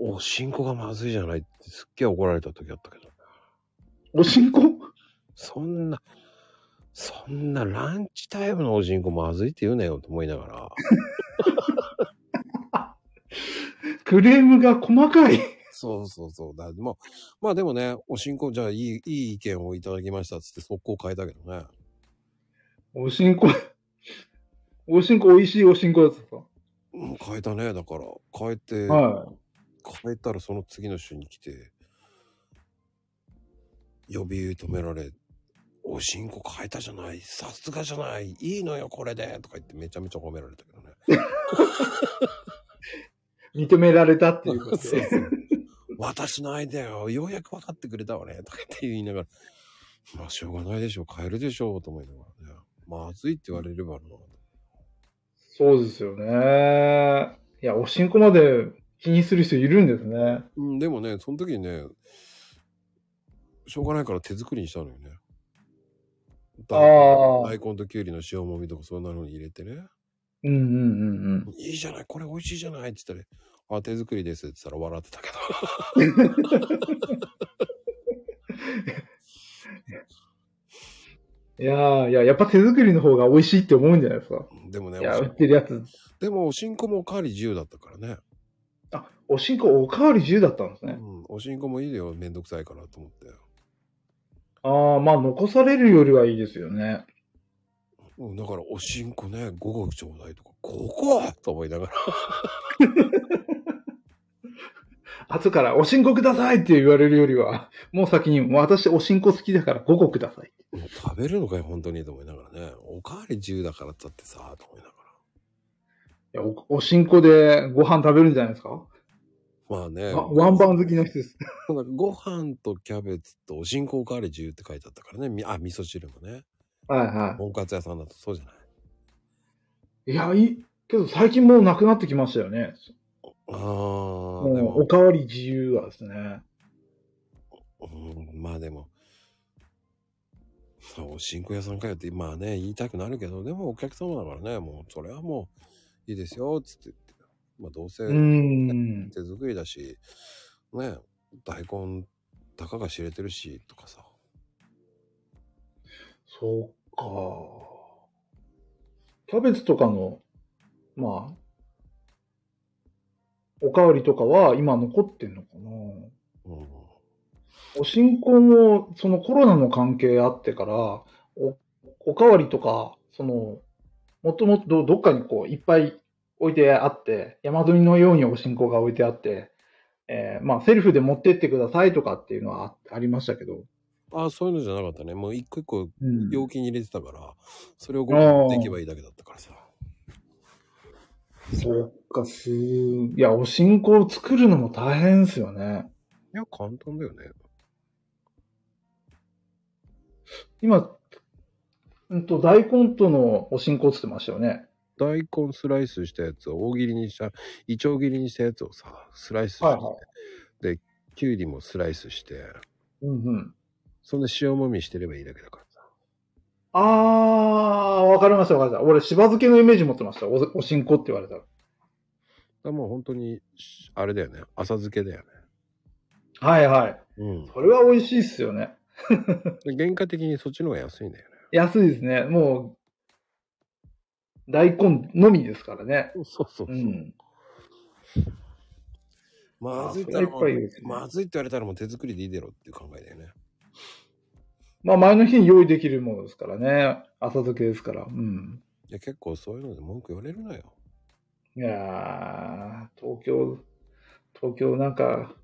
Speaker 1: おしんこがまずいじゃないってすっげえ怒られた時あったけど。
Speaker 3: おしんこ
Speaker 1: そんな、そんなランチタイムのおしんこまずいって言うなよと思いながら。
Speaker 3: クレームが細かい。
Speaker 1: そうそうそう。だまあ、まあでもね、おしんこ、じゃあいい、いい意見をいただきましたっつって速攻変えたけどね。
Speaker 3: おしんこ、おしんこ、美味しいおしんこだったか。
Speaker 1: うん変えたね。だから、変えて、
Speaker 3: は
Speaker 1: 変えたらその次の週に来て、呼び止められ、おしんこ変えたじゃない、さすがじゃない、いいのよ、これで、とか言ってめちゃめちゃ褒められたけどね。
Speaker 3: い。認められたっていうこと
Speaker 1: そう
Speaker 3: で。
Speaker 1: そう私のアイデアをようやく分かってくれたわね、とかって言いながら、まあ、しょうがないでしょう、変えるでしょう、と思いながらね。まずいって言われればな。
Speaker 3: そうですよね。いや、おしんこまで気にする人いるんですね。
Speaker 1: うん、でもね、その時にね、しょうがないから手作りにしたのよね。
Speaker 3: あー
Speaker 1: 大根ときゅうりの塩もみとかそんなのに入れてね。
Speaker 3: うんうんうんうん。
Speaker 1: いいじゃない、これ美味しいじゃないって言ったら、あ、手作りですって言ったら笑ってたけど。
Speaker 3: いやーいや、やっぱ手作りの方が美味しいって思うんじゃないですか。
Speaker 1: でもね
Speaker 3: い、や、
Speaker 1: お
Speaker 3: 売
Speaker 1: しん
Speaker 3: ってるやつ。
Speaker 1: でもおしんこもおかわり自由だったからね。
Speaker 3: あ、おしんこおかわり自由だったんです
Speaker 1: う
Speaker 3: ね。
Speaker 1: ん、おしんこもいいよ、めんどくさいからと思って。
Speaker 3: ああ、まあ残されるよりはいいですよね。
Speaker 1: うん、だからおしんこね、5個ちょうだいとか、5個と思いながら。
Speaker 3: 後からおしんこくださいって言われるよりは、もう先に私おしんこ好きだから5個ください。
Speaker 1: もう食べるのかよ、本当にと思いながらね。おかわり自由だからだってさ、と思いながら。
Speaker 3: いやおおしんこでご飯食べるんじゃないですか
Speaker 1: まあね。
Speaker 3: あワンバン好きの人です。
Speaker 1: なんかご飯とキャベツとおしんこおかわり自由って書いてあったからね。みあ、味噌汁もね。
Speaker 3: はいは
Speaker 1: とんかつ屋さんだとそうじゃない。
Speaker 3: い。いや、いい。けど最近もうなくなってきましたよね。
Speaker 1: ああ、で
Speaker 3: もうお
Speaker 1: も、
Speaker 3: かわり自由はですね。
Speaker 1: うん、まあでも、そうおしんこ屋さんかよって、まあね、言いたくなるけど、でもお客様だからね、もうそれはもういいですよ、つって言って。まあどうせ
Speaker 3: うーん。
Speaker 1: 手作りだし、ね、大根、たかが知れてるし、とかさ。
Speaker 3: そうか。キャベツとかの、まあ、おかわりとかは今残ってんのかな
Speaker 1: うん、
Speaker 3: お新婚も、そのコロナの関係あってから、お、おかわりとか、その、もともとどどっかにこう、いっぱい置いてあって、山積みのようにお新婚が置いてあって、えーまあ、セルフで持ってってくださいとかっていうのはあありましたけど。
Speaker 1: ああ、そういうのじゃなかったね。もう一個一個
Speaker 3: うん
Speaker 1: 容器に入れてたから、それをご飯持っていけばいいだけだったからさ。
Speaker 3: そっか、すいや、お新香を作るのも大変ですよね。
Speaker 1: いや、簡単だよね。
Speaker 3: 今、うんと、大根とのお新香って言ってましたよね。
Speaker 1: 大根スライスしたやつを大切りにした、いちょう切りにしたやつをさ、スライスして、
Speaker 3: はいは
Speaker 1: で、きゅうりもスライスして、
Speaker 3: うんうん。
Speaker 1: そんで塩もみしてればいいだけだからさ。
Speaker 3: あー、わかりましたわかりました。俺、しば漬けのイメージ持ってました。お、お新香って言われたら。
Speaker 1: だからもう本当に、しあれだよね。浅漬けだよね。
Speaker 3: はいはい。
Speaker 1: うん。
Speaker 3: それは美味しいっすよね。
Speaker 1: で原価的にそっちの方が安いんだよね。
Speaker 3: 安いですね。もう、大根のみですからね。
Speaker 1: そうそう
Speaker 3: う。ん。
Speaker 1: まずいったらも
Speaker 3: あそれいっぱいいいうです、ね
Speaker 1: まずいって言われたらもう手作りでいいだろうっていう考えだよね。
Speaker 3: まあ、前の日に用意できるものですからね。浅漬けですから。うん。
Speaker 1: いや、結構そういうので文句言われるのよ。
Speaker 3: いやー、東京、東京なんか、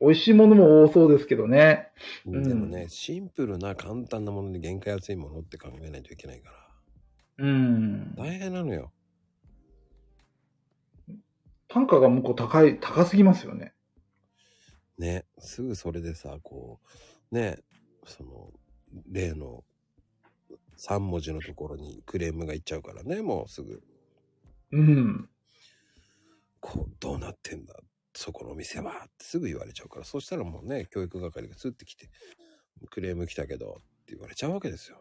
Speaker 3: 美味しいものも多そうですけどね。ん
Speaker 1: でもね、シンプルな簡単なもので限界安いものって考えないといけないから。
Speaker 3: うん。
Speaker 1: 大変なのよ。
Speaker 3: 単価が向こう高い、高すぎますよね。
Speaker 1: ね、すぐそれでさ、こう、ね、その、例の3文字のところにクレームがいっちゃうからね、もうすぐ。
Speaker 3: うん。
Speaker 1: こう、どうなってんだ、そこのお店はってすぐ言われちゃうから、そしたらもうね、教育係がスッて来て、クレーム来たけどって言われちゃうわけですよ。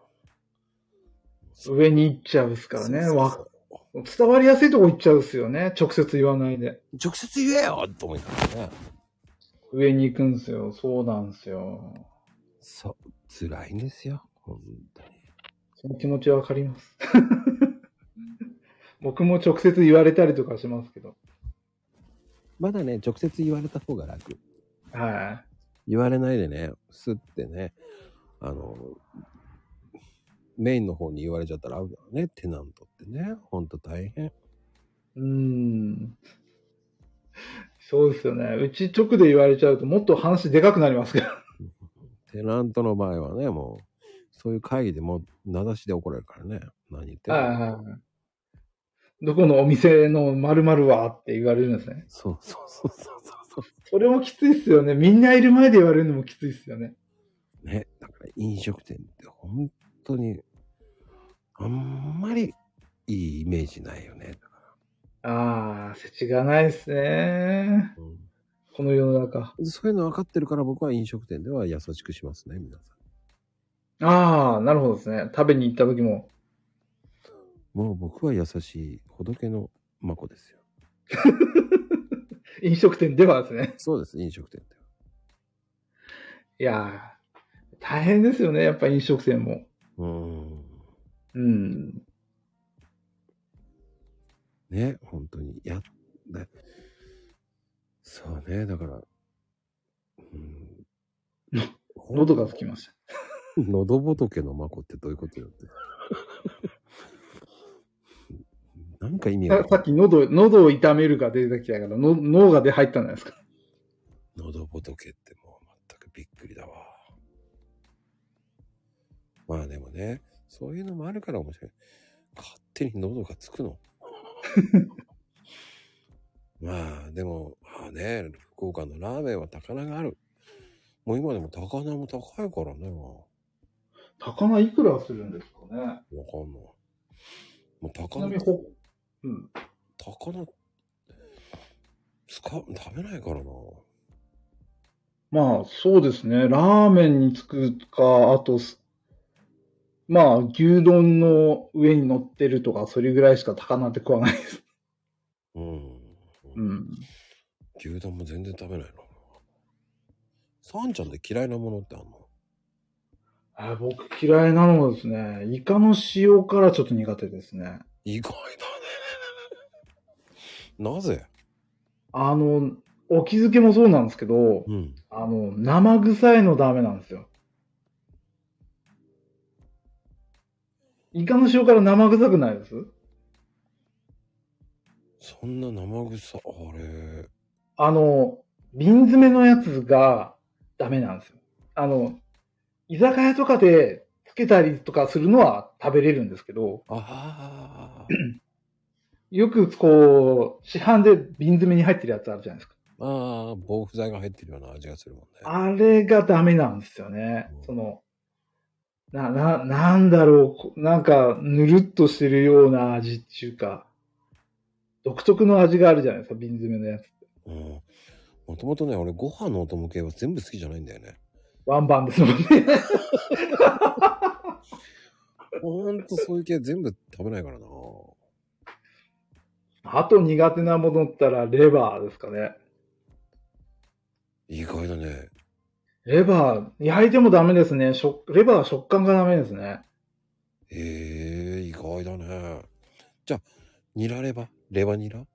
Speaker 3: 上に行っちゃうっすからね。
Speaker 1: そうそうそう
Speaker 3: わ、伝わりやすいとこ行っちゃうっすよね。直接言わないで。
Speaker 1: 直接言えよと思いながらね。
Speaker 3: 上に行くんすよ。そうなんすよ。
Speaker 1: そう、辛いんですよ。本当に。
Speaker 3: その気持ちはわかります。 僕も直接言われたりとかしますけど。
Speaker 1: まだね、直接言われた方が楽。
Speaker 3: は
Speaker 1: 言われないでね、すってね、あの、メインの方に言われちゃったらアウトだね、テナントってね。ほんと大変。
Speaker 3: い。うーん。そうですよね。うち直で言われちゃうともっと話でかくなりますから。
Speaker 1: テナントの場合はね、もう、そういう会議でもう名指しで怒られるからね。何言ってんの
Speaker 3: はいはいはい。どこのお店の〇〇はって言われるんですね。
Speaker 1: そうそうそうそうそうそ
Speaker 3: それもきついっすよね。みんないる前で言われるのもきついっすよね。
Speaker 1: う。ね、だから飲食店って本当に、あんまりいいイメージないよね。
Speaker 3: ああ、世知がないっすね。
Speaker 1: うん
Speaker 3: この世の中。
Speaker 1: そういうの分かってるから僕は飲食店では優しくしますね、皆さん。
Speaker 3: ああ、なるほどですね。食べに行った時も。
Speaker 1: もう僕は優しい仏のまこですよ。
Speaker 3: 飲食店ではですね。
Speaker 1: そうです、飲食店では。
Speaker 3: いやー、大変ですよね。やっぱ飲食店も。
Speaker 1: うーん。
Speaker 3: うん。
Speaker 1: ね、本当に。や、ね。そうね、だから。うん、
Speaker 3: 喉がつきました。
Speaker 1: 喉仏のまこってどういうことよ って。なんか意味がわ
Speaker 3: ささ
Speaker 1: かん
Speaker 3: っき喉、喉を痛めるが出てきたから、の脳がで入ったんじゃないですか。
Speaker 1: 喉仏ってもう全くびっくりだわ。まあでもね、そういうのもあるから面白い。勝手に喉がつく の。まあでも、まあね、福岡のラーメンは高菜がある。もう今でも高菜も高いからね。
Speaker 3: 高菜いくらするんですかね。
Speaker 1: わかんない。もう
Speaker 3: ち
Speaker 1: 高
Speaker 3: なみ
Speaker 1: 菜
Speaker 3: に、、ほ、うん。
Speaker 1: 高菜、使う、食べないからな。
Speaker 3: まあ、そうですね。ラーメンにつくか、あとす、まあ、牛丼の上に乗ってるとか、それぐらいしか高菜って食わないです。
Speaker 1: うん。
Speaker 3: うん。
Speaker 1: 牛丼も全然食べないな。サンちゃんで嫌いなものってあんの
Speaker 3: あ僕嫌いなのはですね、イカの塩辛ちょっと苦手ですね。
Speaker 1: 意外だね。なぜ
Speaker 3: あの、お気づけもそうなんですけど、
Speaker 1: うん。
Speaker 3: あの、生臭いのダメなんですよ。イカの塩辛生臭くないです
Speaker 1: そんな生臭、あれ。
Speaker 3: あの、瓶詰めのやつがダメなんですよ。あの、居酒屋とかでつけたりとかするのは食べれるんですけど、
Speaker 1: ああ。
Speaker 3: よくこう、市販で瓶詰めに入ってるやつあるじゃないですか。
Speaker 1: ああ、防腐剤が入ってるような味がするもんね。
Speaker 3: あれがダメなんですよね。その、な、な、なんだろうこ、なんか、ぬるっとしてるような味っていうか、独特の味があるじゃないですか、瓶詰めのやつ。
Speaker 1: うん。もともとね、俺ご飯のお供系は全部好きじゃないんだよね。
Speaker 3: ワンバンですもんね。
Speaker 1: ほんとそういう系全部食べないからな。
Speaker 3: あと苦手なものったら、レバーですかね。
Speaker 1: 意外だね。
Speaker 3: レバー、焼いてもダメですね。食レバーは食感がダメですね。
Speaker 1: ええ意外だね。じゃあ、ニラレバレバニラ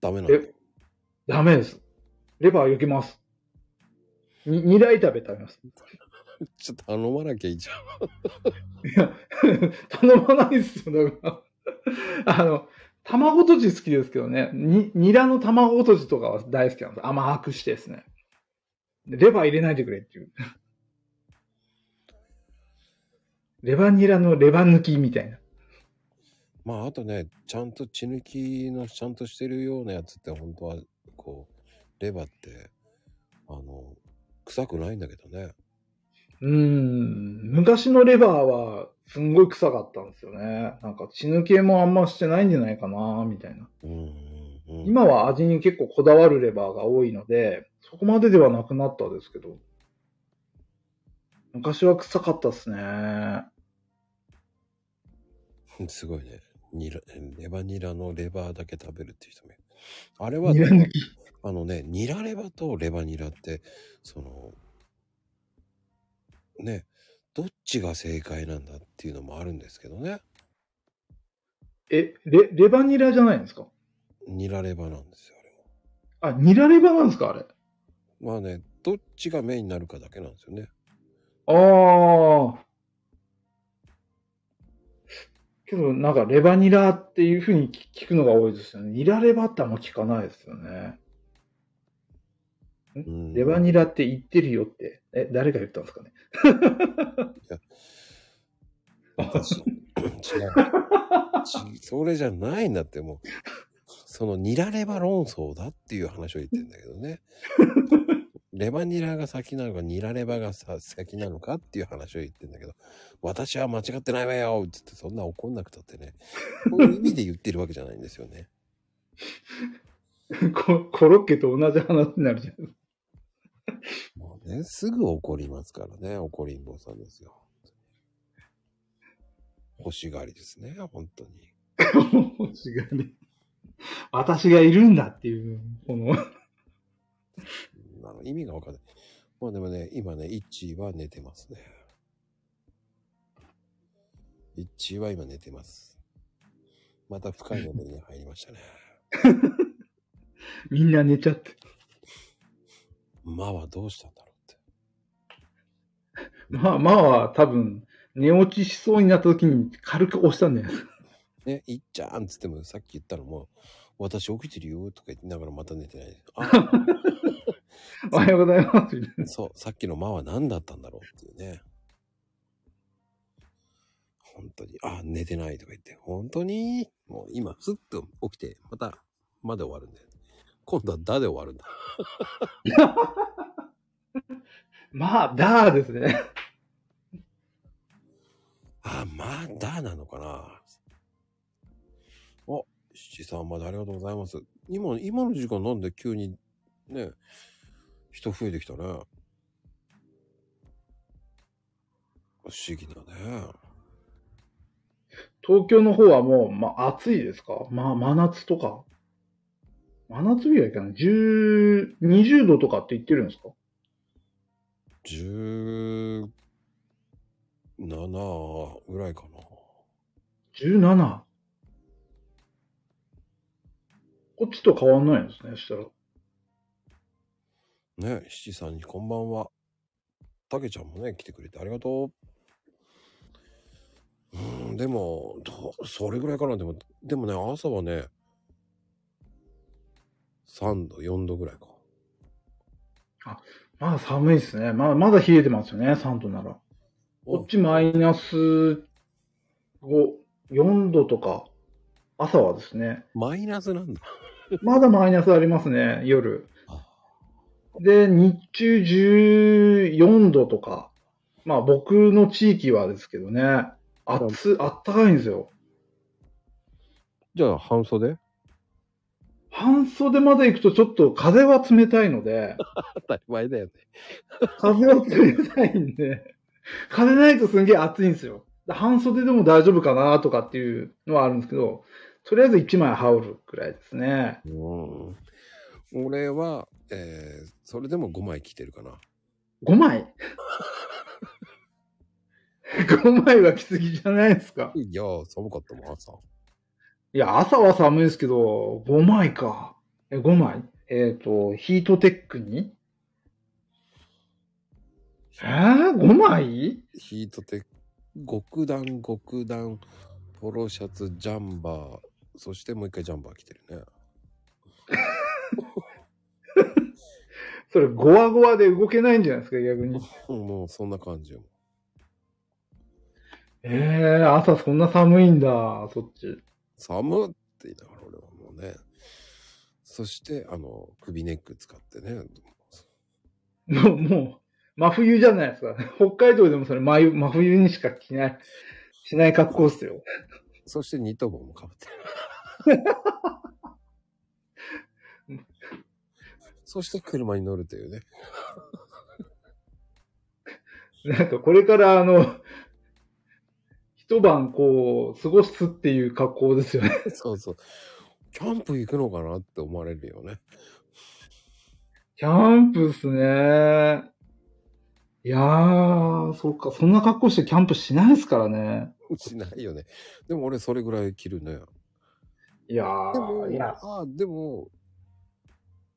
Speaker 1: ダメなんだ。
Speaker 3: えダメです。レバー焼きます。に、ニラ炒め食べます。
Speaker 1: ちょっと頼まなきゃいいじゃん。
Speaker 3: いや、頼まないですよ、だから。あ の、卵とじ好きですけどね。に、ニラの卵とじとかは大好きなんです。甘くしてですね。レバー入れないでくれっていう。 レバニラのレバ抜きみたいな。
Speaker 1: まあ、あとね、ちゃんと血抜きのちゃんとしてるようなやつって本当は、こう、レバって、あの、臭くないんだけどね。
Speaker 3: うーん昔のレバーはすんごい臭かったんですよね。なんか血抜けもあんましてないんじゃないかな、みたいな。
Speaker 1: うんうん、うん。
Speaker 3: 今は味に結構こだわるレバーが多いので、そこまでではなくなったですけど。昔は臭かったっすね。
Speaker 1: すごいね。ニラ、レバニラのレバーだけ食べるっていう人もいる。あれは
Speaker 3: ニ、ラ抜き。
Speaker 1: あのね、ニラレバとレバニラって、その、ね、どっちが正解なんだっていうのもあるんですけどね。
Speaker 3: え、レ、レバニラじゃないんですか
Speaker 1: ニラレバなんですよ、あれは。
Speaker 3: あ、ニラレバなんですかあれ。
Speaker 1: まあね、どっちがメインになるかだけなんですよね。
Speaker 3: ああ。けど、なんか、レバニラっていうふうに聞聞くのが多いですよね。ニラレバってあんま聞かないですよね。
Speaker 1: うん、
Speaker 3: レバニラって言ってるよって。え、誰が言ったんです かね。
Speaker 1: 私違う。ちそれじゃないんだって、もう。そのニラレバ論争だっていう話を言ってんだけど ね。レバニラが先なのか、ニラレバがさ先なのかっていう話を言ってんだけど、私は間違ってないわよっつってそんな怒んなくたってね、 こういう意味で言ってるわけじゃないんですよね。
Speaker 3: ココロッケと同じ話になるじゃ ん。
Speaker 1: もうね、すぐ怒りますからね、怒りんぼさんですよ。欲しがりですね、本当に。
Speaker 3: 欲しがり私がいるんだっていう、この、
Speaker 1: あの意味がわかんない。まあでもね、今ね、イッチーは寝てますね。イッチーは今寝てます。また深い眠りに入りましたね。
Speaker 3: みんな寝ちゃって。
Speaker 1: まあはどうしたんだろうって。
Speaker 3: まあまあは多分、寝落ちしそうになった時に軽く押したんだよ。
Speaker 1: ね、いっちゃーんっつってもさっき言ったのも、私起きてるよとか言いながらまた寝てない。あ、
Speaker 3: おはようございます。みたいな
Speaker 1: そう、さっきのまあは何だったんだろうっていうね。本当に、あ、寝てないとか言って、本当に、もう今、すっと起きて、また、まで終わるんで。今度はだで終わるんだ。
Speaker 3: まあ、だーですね。
Speaker 1: あ、まだなのかなお、七三までありがとうございます。今、今の時間なんで急に、ね、人増えてきたね。不思議だね。
Speaker 3: 東京の方はもう、まあ暑いですかまあ真夏とか。真夏日はいかない。10、20度とかって言ってるんですか
Speaker 1: 17ぐらいかな。
Speaker 3: ?17。こっちと変わんないんですね、そしたら。
Speaker 1: ね、七三にこんばんは。たけちゃんもね、来てくれてありがとう。うーん、でも、どそれぐらいかな。でも、でもね、朝はね、3度、4度ぐらいか。
Speaker 3: まあ寒いですね。まあ、まだ冷えてますよね、3度なら。こっちマイナス5、4度とか、朝はで すね。
Speaker 1: マイナスなんだ。
Speaker 3: まだマイナスありますね、夜
Speaker 1: あ。
Speaker 3: で、日中14度とか。まあ僕の地域はですけどね、暑、あったかいんですよ。
Speaker 1: じゃあ、半袖
Speaker 3: 半袖まで行くとちょっと風は冷たいので、
Speaker 1: 当たり前だよね。
Speaker 3: 風は冷たいんで、風ないとすんげえ暑いんですよ。で半袖でも大丈夫かなとかっていうのはあるんですけど、とりあえず1枚羽織るくらいですね。
Speaker 1: うん。俺は、えー、それでも5枚着てるかな。
Speaker 3: 5枚 ?5 枚は着すぎじゃないですか。
Speaker 1: いやー、寒かったもん、朝。
Speaker 3: いや、朝は寒いですけど、5枚か。え、5枚えっ、と、ヒートテックにえー、5枚
Speaker 1: ヒートテック、極段極段、ポロシャツ、ジャンバー、そしてもう一回ジャンバー着てるね。
Speaker 3: それ、ゴワゴワで動けないんじゃないですか、逆に。
Speaker 1: もうそんな感じよ。
Speaker 3: えー、朝そんな寒いんだ、そっち。
Speaker 1: 寒っって言いながら俺はもうね。そして、あの、首ネック使ってね。
Speaker 3: もう、もう、真冬じゃないですか。 北海道でもそれ、真冬真冬にしか着ない、しない格好っすよ。
Speaker 1: そしてニット帽もかぶってる。そして車に乗るというね。
Speaker 3: なんかこれからあの、一晩こう、過ごすっていう格好ですよね。
Speaker 1: そうそう。キャンプ行くのかなって思われるよね。
Speaker 3: キャンプっすね。いやー、そっか、そんな格好してキャンプしないですからね。
Speaker 1: しないよね。でも俺それぐらい着るね。
Speaker 3: いや
Speaker 1: でも
Speaker 3: ー、い、や、
Speaker 1: ああ、でも、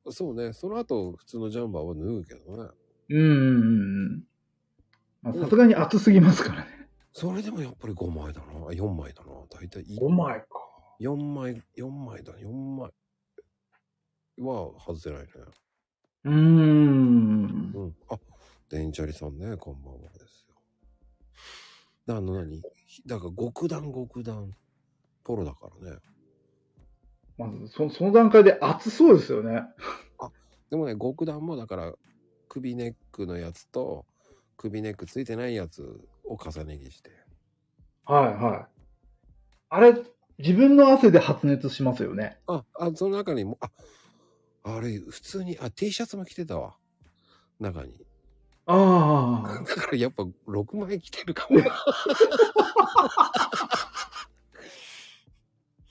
Speaker 1: そうね、その後普通のジャンバーは脱ぐけどね。
Speaker 3: うんうんうんうん。まあさすがに暑すぎますからね。
Speaker 1: それでもやっぱり5枚だな。あ4枚だな。大体いい。
Speaker 3: 5枚か。
Speaker 1: 4枚、4枚だ、4枚。は外せないね。
Speaker 3: うーん。
Speaker 1: うん。あ、デンチャリさんね、こんばんはですよ。だあの何だから極段極段ポロだからね。
Speaker 3: まずそ、その段階で暑そうですよね。
Speaker 1: でもね、極段もだから首ネックのやつと首ネックついてないやつを重ね着して。
Speaker 3: はいはい。あれ、自分の汗で発熱しますよね。
Speaker 1: あ、あ、その中にも、あ、あれ、普通に、あ、T シャツも着てたわ。中に。
Speaker 3: あ
Speaker 1: だからやっぱ6枚着てるか も。
Speaker 3: あ。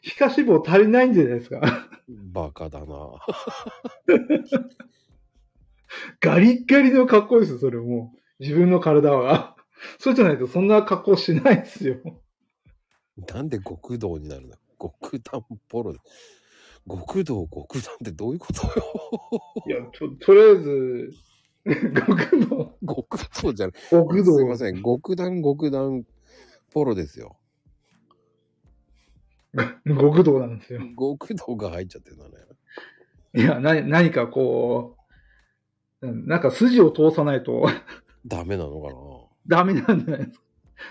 Speaker 3: 皮下脂肪足りないんじゃないですか。
Speaker 1: バカだな。
Speaker 3: ガリッガリの格好ですよ、それもう。自分の体は。そうじゃないとそんな格好しないですよ。
Speaker 1: なんで極道になるんだ極段ポロ。極道極段ってどういうことよ
Speaker 3: いや、と、とりあえず、極道。
Speaker 1: 極道じゃない。
Speaker 3: 極
Speaker 1: すいま
Speaker 3: 道。
Speaker 1: せん。極段極段ポロですよ。
Speaker 3: 極道なんですよ。
Speaker 1: 極道が入っちゃってるんだね。
Speaker 3: いや、な、何かこう、うんなんか筋を通さないと
Speaker 1: ダメなのかな
Speaker 3: ダメなんじゃないですか。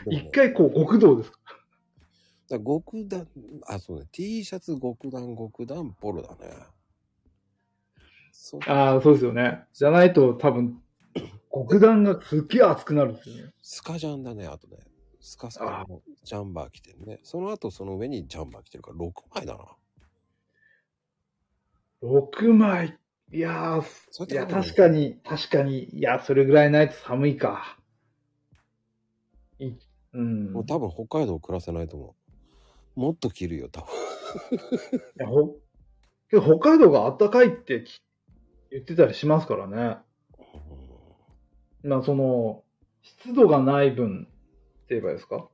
Speaker 1: でも
Speaker 3: 一
Speaker 1: ね
Speaker 3: 回こう、極道ですか。
Speaker 1: だから極段、あ、そうね。T シャツ極段極段ポロだね。そう
Speaker 3: ああ、そうですよね。じゃないと多 分、極弾がすっげえ熱くなるんですよね。
Speaker 1: スカジャンだね、あとね。スカスカのジャンバー着てるね。その後その上にジャンバー着てるから6枚だな。
Speaker 3: 6枚。いやーす
Speaker 1: そう
Speaker 3: い
Speaker 1: や
Speaker 3: や、
Speaker 1: ってこと
Speaker 3: 確かに、確かに。いや、それぐらいないと寒いか。いうん。
Speaker 1: もう多分北海道暮らせないと思う。もっと着るよ、多分。
Speaker 3: いやほけど北海道が暖かいってき言ってたりしますからね。まあ、その、湿度がない分って言えばいいですか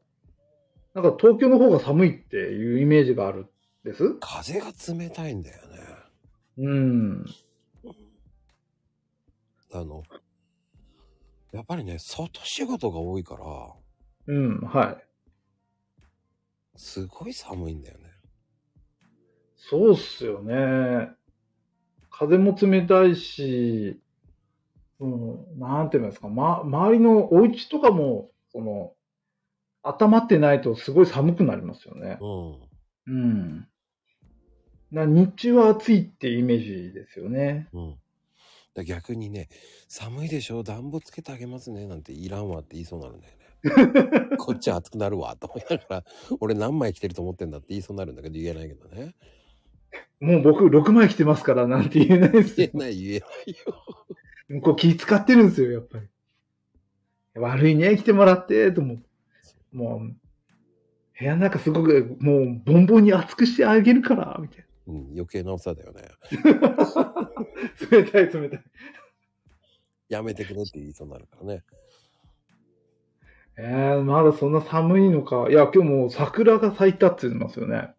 Speaker 3: なんか東京の方が寒いっていうイメージがあるんです
Speaker 1: 風が冷たいんだよね。
Speaker 3: うん。
Speaker 1: あの、やっぱりね、外仕事が多いから、
Speaker 3: うん、はい。
Speaker 1: すごい寒いんだよね。
Speaker 3: そうっすよね。風も冷たいし、うん、なんて言うんですか、ま、周りのお家とかも、その、温まってないとすごい寒くなりますよね。
Speaker 1: うん。
Speaker 3: うん。な日中は暑いっていうイメージですよね。
Speaker 1: うん。だ逆にね、寒いでしょ、暖房つけてあげますね、なんていらんわって言いそうになるんだよね。 こっち暑くなるわ、と思いながら、俺何枚着てると思ってんだって言いそうになるんだけど、言えないけどね。
Speaker 3: もう僕6枚来てますからなんて言えないです
Speaker 1: 言
Speaker 3: よ
Speaker 1: え。ない、言えないよ。
Speaker 3: 向こう気使ってるんですよ、やっぱり。悪いね、来てもらって、と思う。もう、部屋の中すごく、もう、ボンボンに熱くしてあげるから、みたい
Speaker 1: うん、余計なおさだよね。
Speaker 3: な。冷たい、冷たい。
Speaker 1: やめてくれって言いそうになるからね。
Speaker 3: えー、まだそんな寒いのか。いや、今日もう桜が咲いたって言いますよね。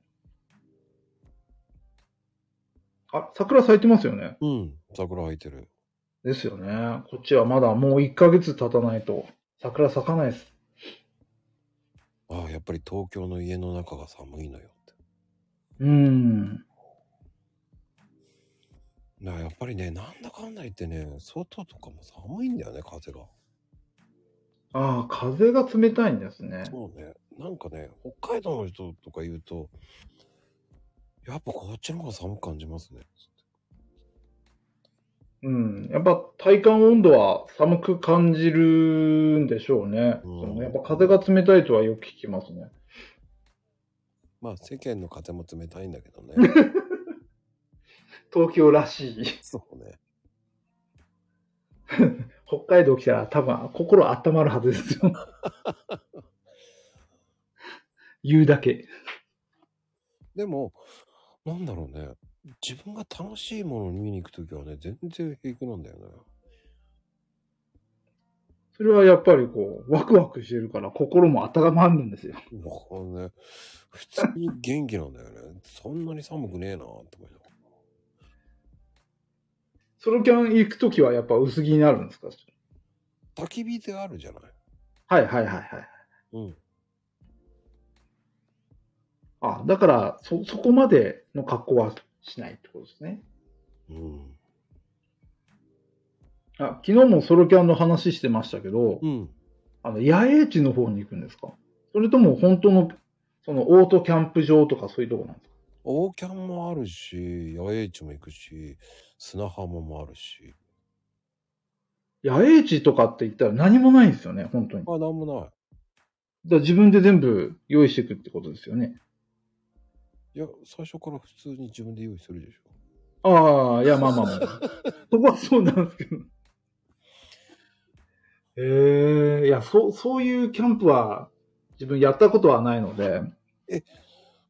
Speaker 3: あ、桜咲いてますよね。
Speaker 1: うん、桜開いてる。
Speaker 3: ですよね。こっちはまだもう1ヶ月経たないと、桜咲かないです。
Speaker 1: ああ、やっぱり東京の家の中が寒いのよって。
Speaker 3: うん。
Speaker 1: だからやっぱりね、なんだかんだ言ってね、外とかも寒いんだよね、風が。
Speaker 3: ああ、風が冷たいんですね。
Speaker 1: そうね。なんかね、北海道の人とか言うと、やっぱこっちの方が寒く感じますね。
Speaker 3: うん、やっぱ体感温度は寒く感じるんでしょうね。
Speaker 1: うん
Speaker 3: そのやっぱ風が冷たいとはよく聞きますね。
Speaker 1: まあ世間の風も冷たいんだけど ね。
Speaker 3: 東京らしい。
Speaker 1: そうね。
Speaker 3: 北海道来たら多分心温まるはずです よ。言うだけ。
Speaker 1: でも、なんだろうね。自分が楽しいものを見に行くときはね、全然平気なんだよね。
Speaker 3: それはやっぱりこう、ワクワクしてるから心も温まるんですよ。
Speaker 1: これね、普通に元気なんだよね。そんなに寒くねえなと思いながら
Speaker 3: ソロキャン行くときはやっぱ薄着になるんですか
Speaker 1: 焚き火であるじゃない。
Speaker 3: はいはいはいはい。
Speaker 1: うん。
Speaker 3: あ、だから、そ、そこまでの格好はしないってことですね。
Speaker 1: うん。
Speaker 3: あ、昨日もソロキャンの話してましたけど、
Speaker 1: うん。
Speaker 3: あの、野営地の方に行くんですかそれとも本当の、そのオートキャンプ場とかそういうとこなんですか
Speaker 1: オーキャンもあるし、野営地も行くし、砂浜もあるし。
Speaker 3: 野営地とかって言ったら何もないんですよね、本当に。だか
Speaker 1: あ、なんもない。
Speaker 3: ら自分で全部用意していくってことですよね。
Speaker 1: いや、最初から普通に自分で用意するでしょ。
Speaker 3: ああ、いや、まあまあまあ。そこはそうなんですけど。ええいや、そう、そういうキャンプは自分やったことはないので、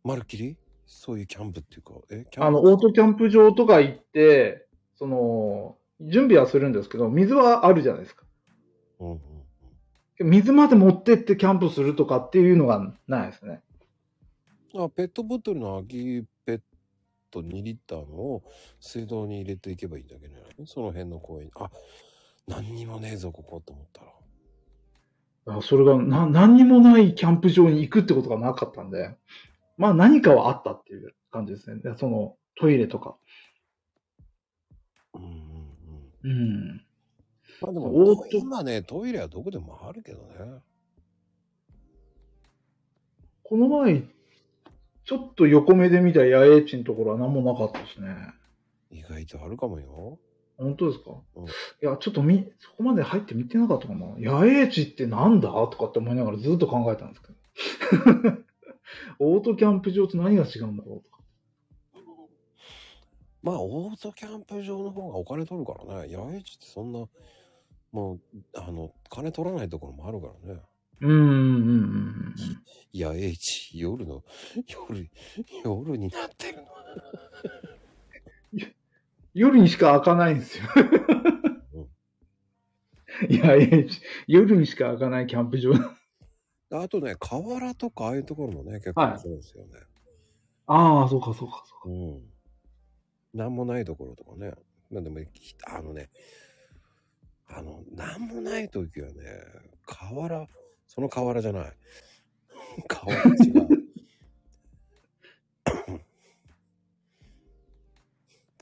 Speaker 1: まるっきりそういうキャンプっていうか、え、キャンプ
Speaker 3: あの、オートキャンプ場とか行って、その、準備はするんですけど、水はあるじゃないですか。
Speaker 1: うんうん
Speaker 3: 水まで持ってってキャンプするとかっていうのがないですね。
Speaker 1: うん。あ、ペットボトルの空きペット2リッターのを水道に入れていけばいいんだけどね。その辺の公園。あ、何にもねえぞ、ここと思ったら。
Speaker 3: あそれがな、何にもないキャンプ場に行くってことがなかったんで、まあ何かはあったっていう感じですね。でその、トイレとか。
Speaker 1: うんうんうん。
Speaker 3: うん。
Speaker 1: まあで
Speaker 3: オー
Speaker 1: も
Speaker 3: ト、
Speaker 1: 今ね、トイレはどこでもあるけどね。
Speaker 3: この前、ちょっと横目で見た野営地のところは何もなかったですね。
Speaker 1: 意外とあるかもよ。
Speaker 3: 本当ですか、
Speaker 1: うん
Speaker 3: いや、ちょっとみ、そこまで入って見てなかったかな。野営地ってなんだとかって思いながらずっと考えたんですけど。 オートキャンプ場と何が違うんだろうとか。
Speaker 1: まあ、オートキャンプ場の方がお金取るからね。野営地ってそんな、もう、あの、金取らないところもあるからね。
Speaker 3: うん、うん、うん。
Speaker 1: 野営地、夜の、夜、夜になってる
Speaker 3: 夜にしか開かないんですよ。 野営地。夜にしか開かないキャンプ場。
Speaker 1: の。あとね、河原とかああいうところもね、結
Speaker 3: は
Speaker 1: 構
Speaker 3: い
Speaker 1: そうですよね。
Speaker 3: ああ、そうか、そうか、そうか。
Speaker 1: うん。なんもないところとかね。なんでも、きあのね、あの、なんもない時はね、河原、その河原じゃない。 河原違う。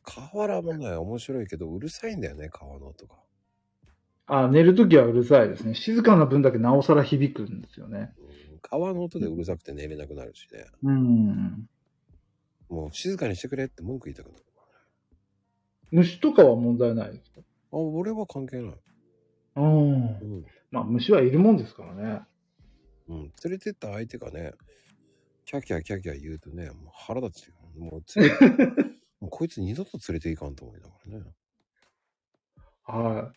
Speaker 1: 河原もね、面白いけど、うるさいんだよね、川の音が。
Speaker 3: あ寝るときはうるさいですね。静かな分だけなおさら響くんですよね。
Speaker 1: うん川の音でうるさくて寝れなくなるしね。
Speaker 3: うん。
Speaker 1: もう静かにしてくれって文句言いたくなる。
Speaker 3: 虫とかは問題ないです
Speaker 1: あ、
Speaker 3: か
Speaker 1: 俺は関係ない。
Speaker 3: うん
Speaker 1: う。ん。
Speaker 3: まあ虫はいるもんですからね。
Speaker 1: うん、連れてった相手がね、キャキャキャキャ言うとね、もう腹立つよ。もうつ もうこいつ二度と連れていかんと思いながらね。
Speaker 3: は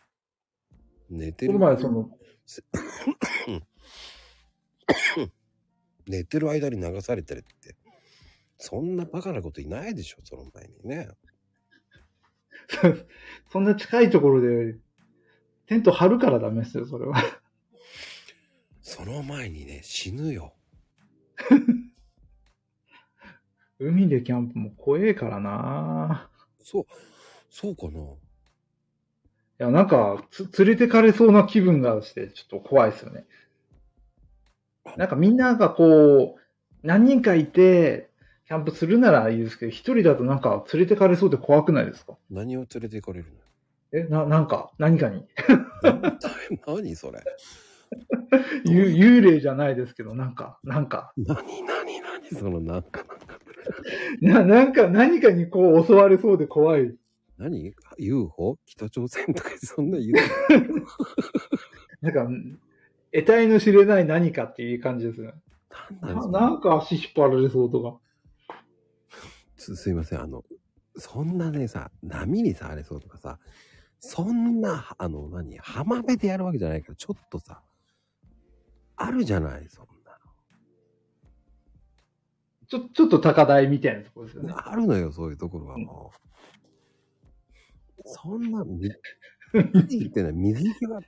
Speaker 1: 寝て
Speaker 3: い。
Speaker 1: る
Speaker 3: この前その、
Speaker 1: 寝てる間に流されてるって。そんなバカなこといないでしょ、その前にね。
Speaker 3: そんな近いところで、テント張るからダメですよ、それは。
Speaker 1: その前にね、死ぬよ。
Speaker 3: 海でキャンプも怖えからな
Speaker 1: そう、そうかない
Speaker 3: や、なんか、つ、連れてかれそうな気分がして、ちょっと怖いですよね。なんかみんながこう、何人かいて、キャンプするならいいですけど、一人だとなんか連れてかれそうで怖くないですか
Speaker 1: 何を連れて行か れるの
Speaker 3: え、な、なんか、何か に。
Speaker 1: 何何それ
Speaker 3: ゆ幽霊じゃないですけど、なんか、なんか、
Speaker 1: 何何何そのなんかなんか
Speaker 3: な、なんか、何かにこう襲われそうで怖い。
Speaker 1: 何 ?UFO? 北朝鮮とかそんな言う
Speaker 3: なんか、得体の知れない何かっていう感じですね。
Speaker 1: 何
Speaker 3: な
Speaker 1: なん
Speaker 3: なんか足引っ張られそうとか。
Speaker 1: すすいませんあのそんなねさ波に触れそうとかさそんなあの何浜辺でやるわけじゃないからちょっとさあるじゃないそん
Speaker 3: ちょ、ちょっと高台みたいなところですよね。
Speaker 1: なあるのよそういうところはも う、そんなみ何言ってない水際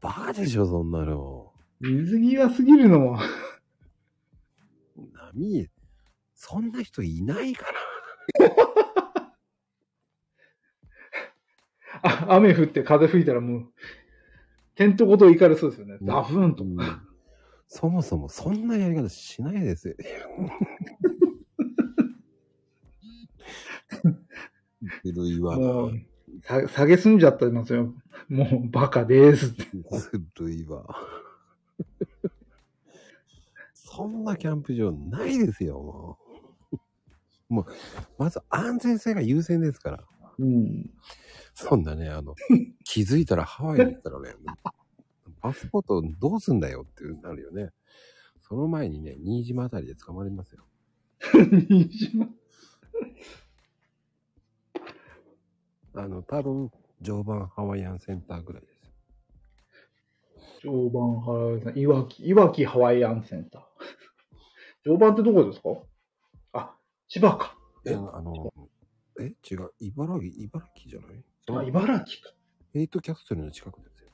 Speaker 1: バカでしょ、そんなの。
Speaker 3: 水際すぎるのも。
Speaker 1: 波、そんな人いないから。
Speaker 3: あ 雨降って風吹いたらもう、てんとこと怒りそうですよね。ダフンと。
Speaker 1: うんそもそもそんなやり方しないですよ。ずるいわ。
Speaker 3: もう、さ下げすんじゃってますよ。もう、バカですって。
Speaker 1: ずるいわ。そんなキャンプ場ないですよ、もう。もう、まず安全性が優先ですから。
Speaker 3: うん。
Speaker 1: そんなね、あの、気づいたらハワイだったらね、パスポートどうすんだよってなるよね。その前にね、新島あたりで捕まりますよ。あの、多分、常磐ハワイアンセンターぐらいですよ。
Speaker 3: 常磐ハワイアン、いわき、いわきハワイアンセンター。常磐ってどこですかあ、千葉か。え
Speaker 1: え、あの、え、違う、茨城、茨城じゃないそ
Speaker 3: あ、
Speaker 1: の
Speaker 3: 茨城か。
Speaker 1: ヘイトキャストルの近くですよ。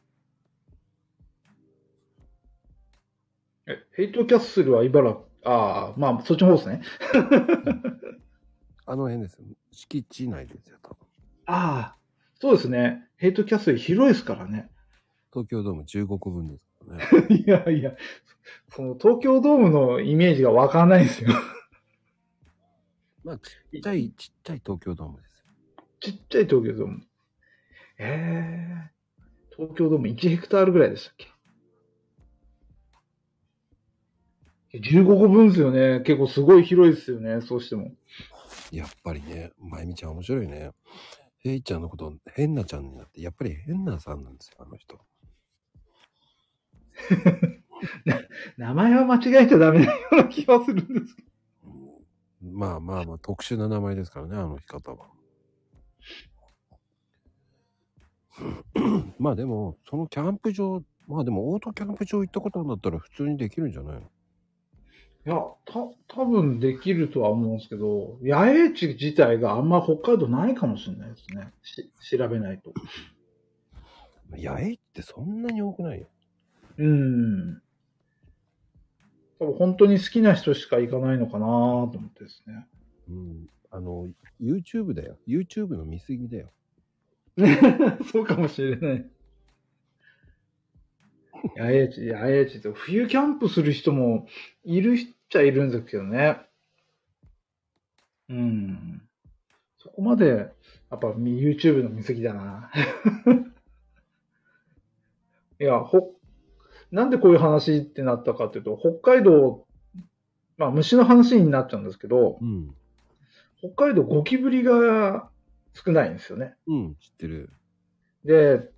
Speaker 3: え、ヘイトキャッスルは茨城。ああ、まあ、そっちの方ですね。
Speaker 1: あの辺ですよ。敷地内ですよ、多分。
Speaker 3: ああ、そうですね。ヘイトキャッスル広いですからね。
Speaker 1: 東京ドーム15個分ですからね。
Speaker 3: いやいや、その東京ドームのイメージがわかんないん ですよ。
Speaker 1: まあ、ちっちゃい、ちっちゃい東京ドームですよ。
Speaker 3: ちっちゃい東京ドーム。ええ東京ドーム1ヘクタールぐらいでしたっけ ?15 個分ですよね。結構すごい広いですよね。そうしても。
Speaker 1: やっぱりね、まゆみちゃん面白いね。ヘイちゃんのこと、変なちゃんになって、やっぱり変なさんなんですよ、あの人。
Speaker 3: 名前は間違えちゃダメなような気がするんですけど。
Speaker 1: うんまあまあまあ、特殊な名前ですからね、あの方 は。まあでも、そのキャンプ場、まあでも、オートキャンプ場行ったことあるんだったら普通にできるんじゃないの
Speaker 3: いや、た、多分できるとは思うんですけど、野営地自体があんま北海道ないかもしれないですね。し、調べないと。
Speaker 1: 野営ってそんなに多くないよ。
Speaker 3: うん。多分本当に好きな人しか行かないのかなと思ってですね。
Speaker 1: うん。あの、YouTube だよ。YouTube の見過ぎだよ。
Speaker 3: そうかもしれない。野営地、野営地って、冬キャンプする人もいるっちゃいるんですけどね。うん。そこまで、やっぱみ YouTube の見過ぎだな。 いや、ほ、なんでこういう話ってなったかっていうと、北海道、まあ虫の話になっちゃうんですけど、
Speaker 1: うん。
Speaker 3: 北海道ゴキブリが少ないんですよね。
Speaker 1: うん、知ってる。
Speaker 3: で、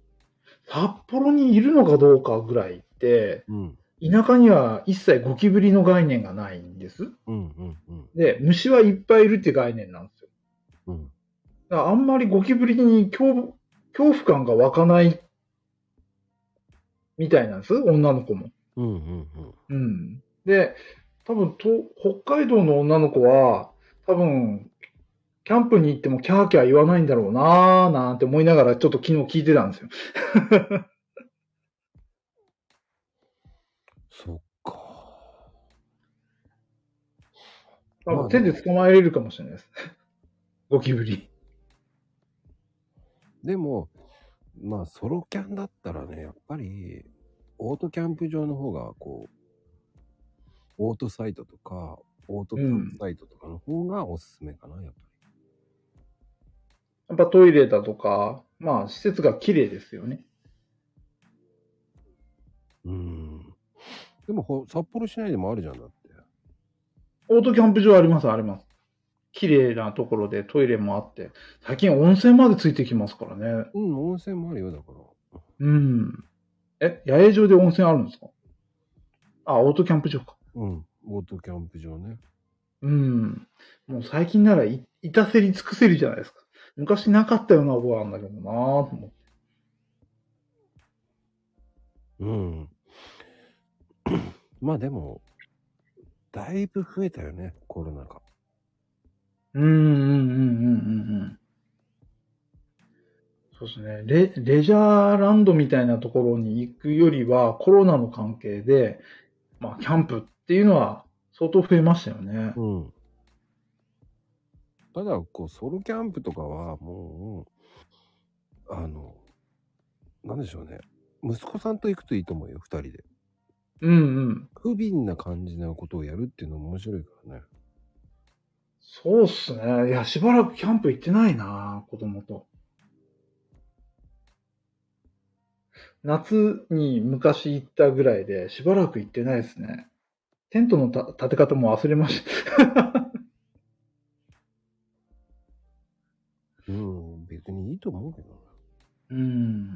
Speaker 3: 札幌にいるのかどうかぐらいって、
Speaker 1: うん。
Speaker 3: 田舎には一切ゴキブリの概念がないんです。
Speaker 1: うん、うん、うん。
Speaker 3: で、虫はいっぱいいるって概念なんですよ。
Speaker 1: うん。
Speaker 3: だからあんまりゴキブリに恐怖恐怖感が湧かないみたいなんです、女の子も。
Speaker 1: うん、うん、うん。
Speaker 3: うん。で、多分と、北海道の女の子は、多分、キャンプに行ってもキャーキャー言わないんだろうなーなんて思いながらちょっと昨日聞いてたんですよ。
Speaker 1: そっか。
Speaker 3: 多分手で捕まえれるかもしれないです。 ゴキブリ。
Speaker 1: でも、まあ、ソロキャンだったらね、やっぱり、オートキャンプ場の方が、こう、オートサイトとか、オートキャンプサイトとかの方がおすすめかな、やっぱ
Speaker 3: やっぱトイレだとか、まあ施設が綺麗ですよね。
Speaker 1: り。うん。でもほ、札幌市内でもあるじゃんだって。
Speaker 3: オートキャンプ場あります、あります。綺麗なところでトイレもあって、最近温泉までついてきますからね。
Speaker 1: うん、温泉もあるよ、だから。
Speaker 3: うん。え、野営場で温泉あるんですかあ、オートキャンプ場か。
Speaker 1: うん、オートキャンプ場ね。
Speaker 3: うん。もう最近ならい、いたせり尽くせりじゃないですか。昔なかったような覚えあるんだけどなぁと思って。
Speaker 1: うん。 まあでも、だいぶ増えたよね、コロナ禍。
Speaker 3: うんうんうんうんうんうん。そうですね。レ、レジャーランドみたいなところに行くよりは、コロナの関係で、まあ、キャンプっていうのは相当増えましたよね。
Speaker 1: うん。ただ、こう、ソロキャンプとかは、もう、あの、なんでしょうね。息子さんと行くといいと思うよ、二人で。
Speaker 3: うんうん。
Speaker 1: 不憫な感じなことをやるっていうのも面白いからね。
Speaker 3: そうっすね。いや、しばらくキャンプ行ってないな子供と。夏に昔行ったぐらいで、しばらく行ってないですね。テントのた立て方も忘れました。
Speaker 1: うん、別にいいと思うけどな。
Speaker 3: うん。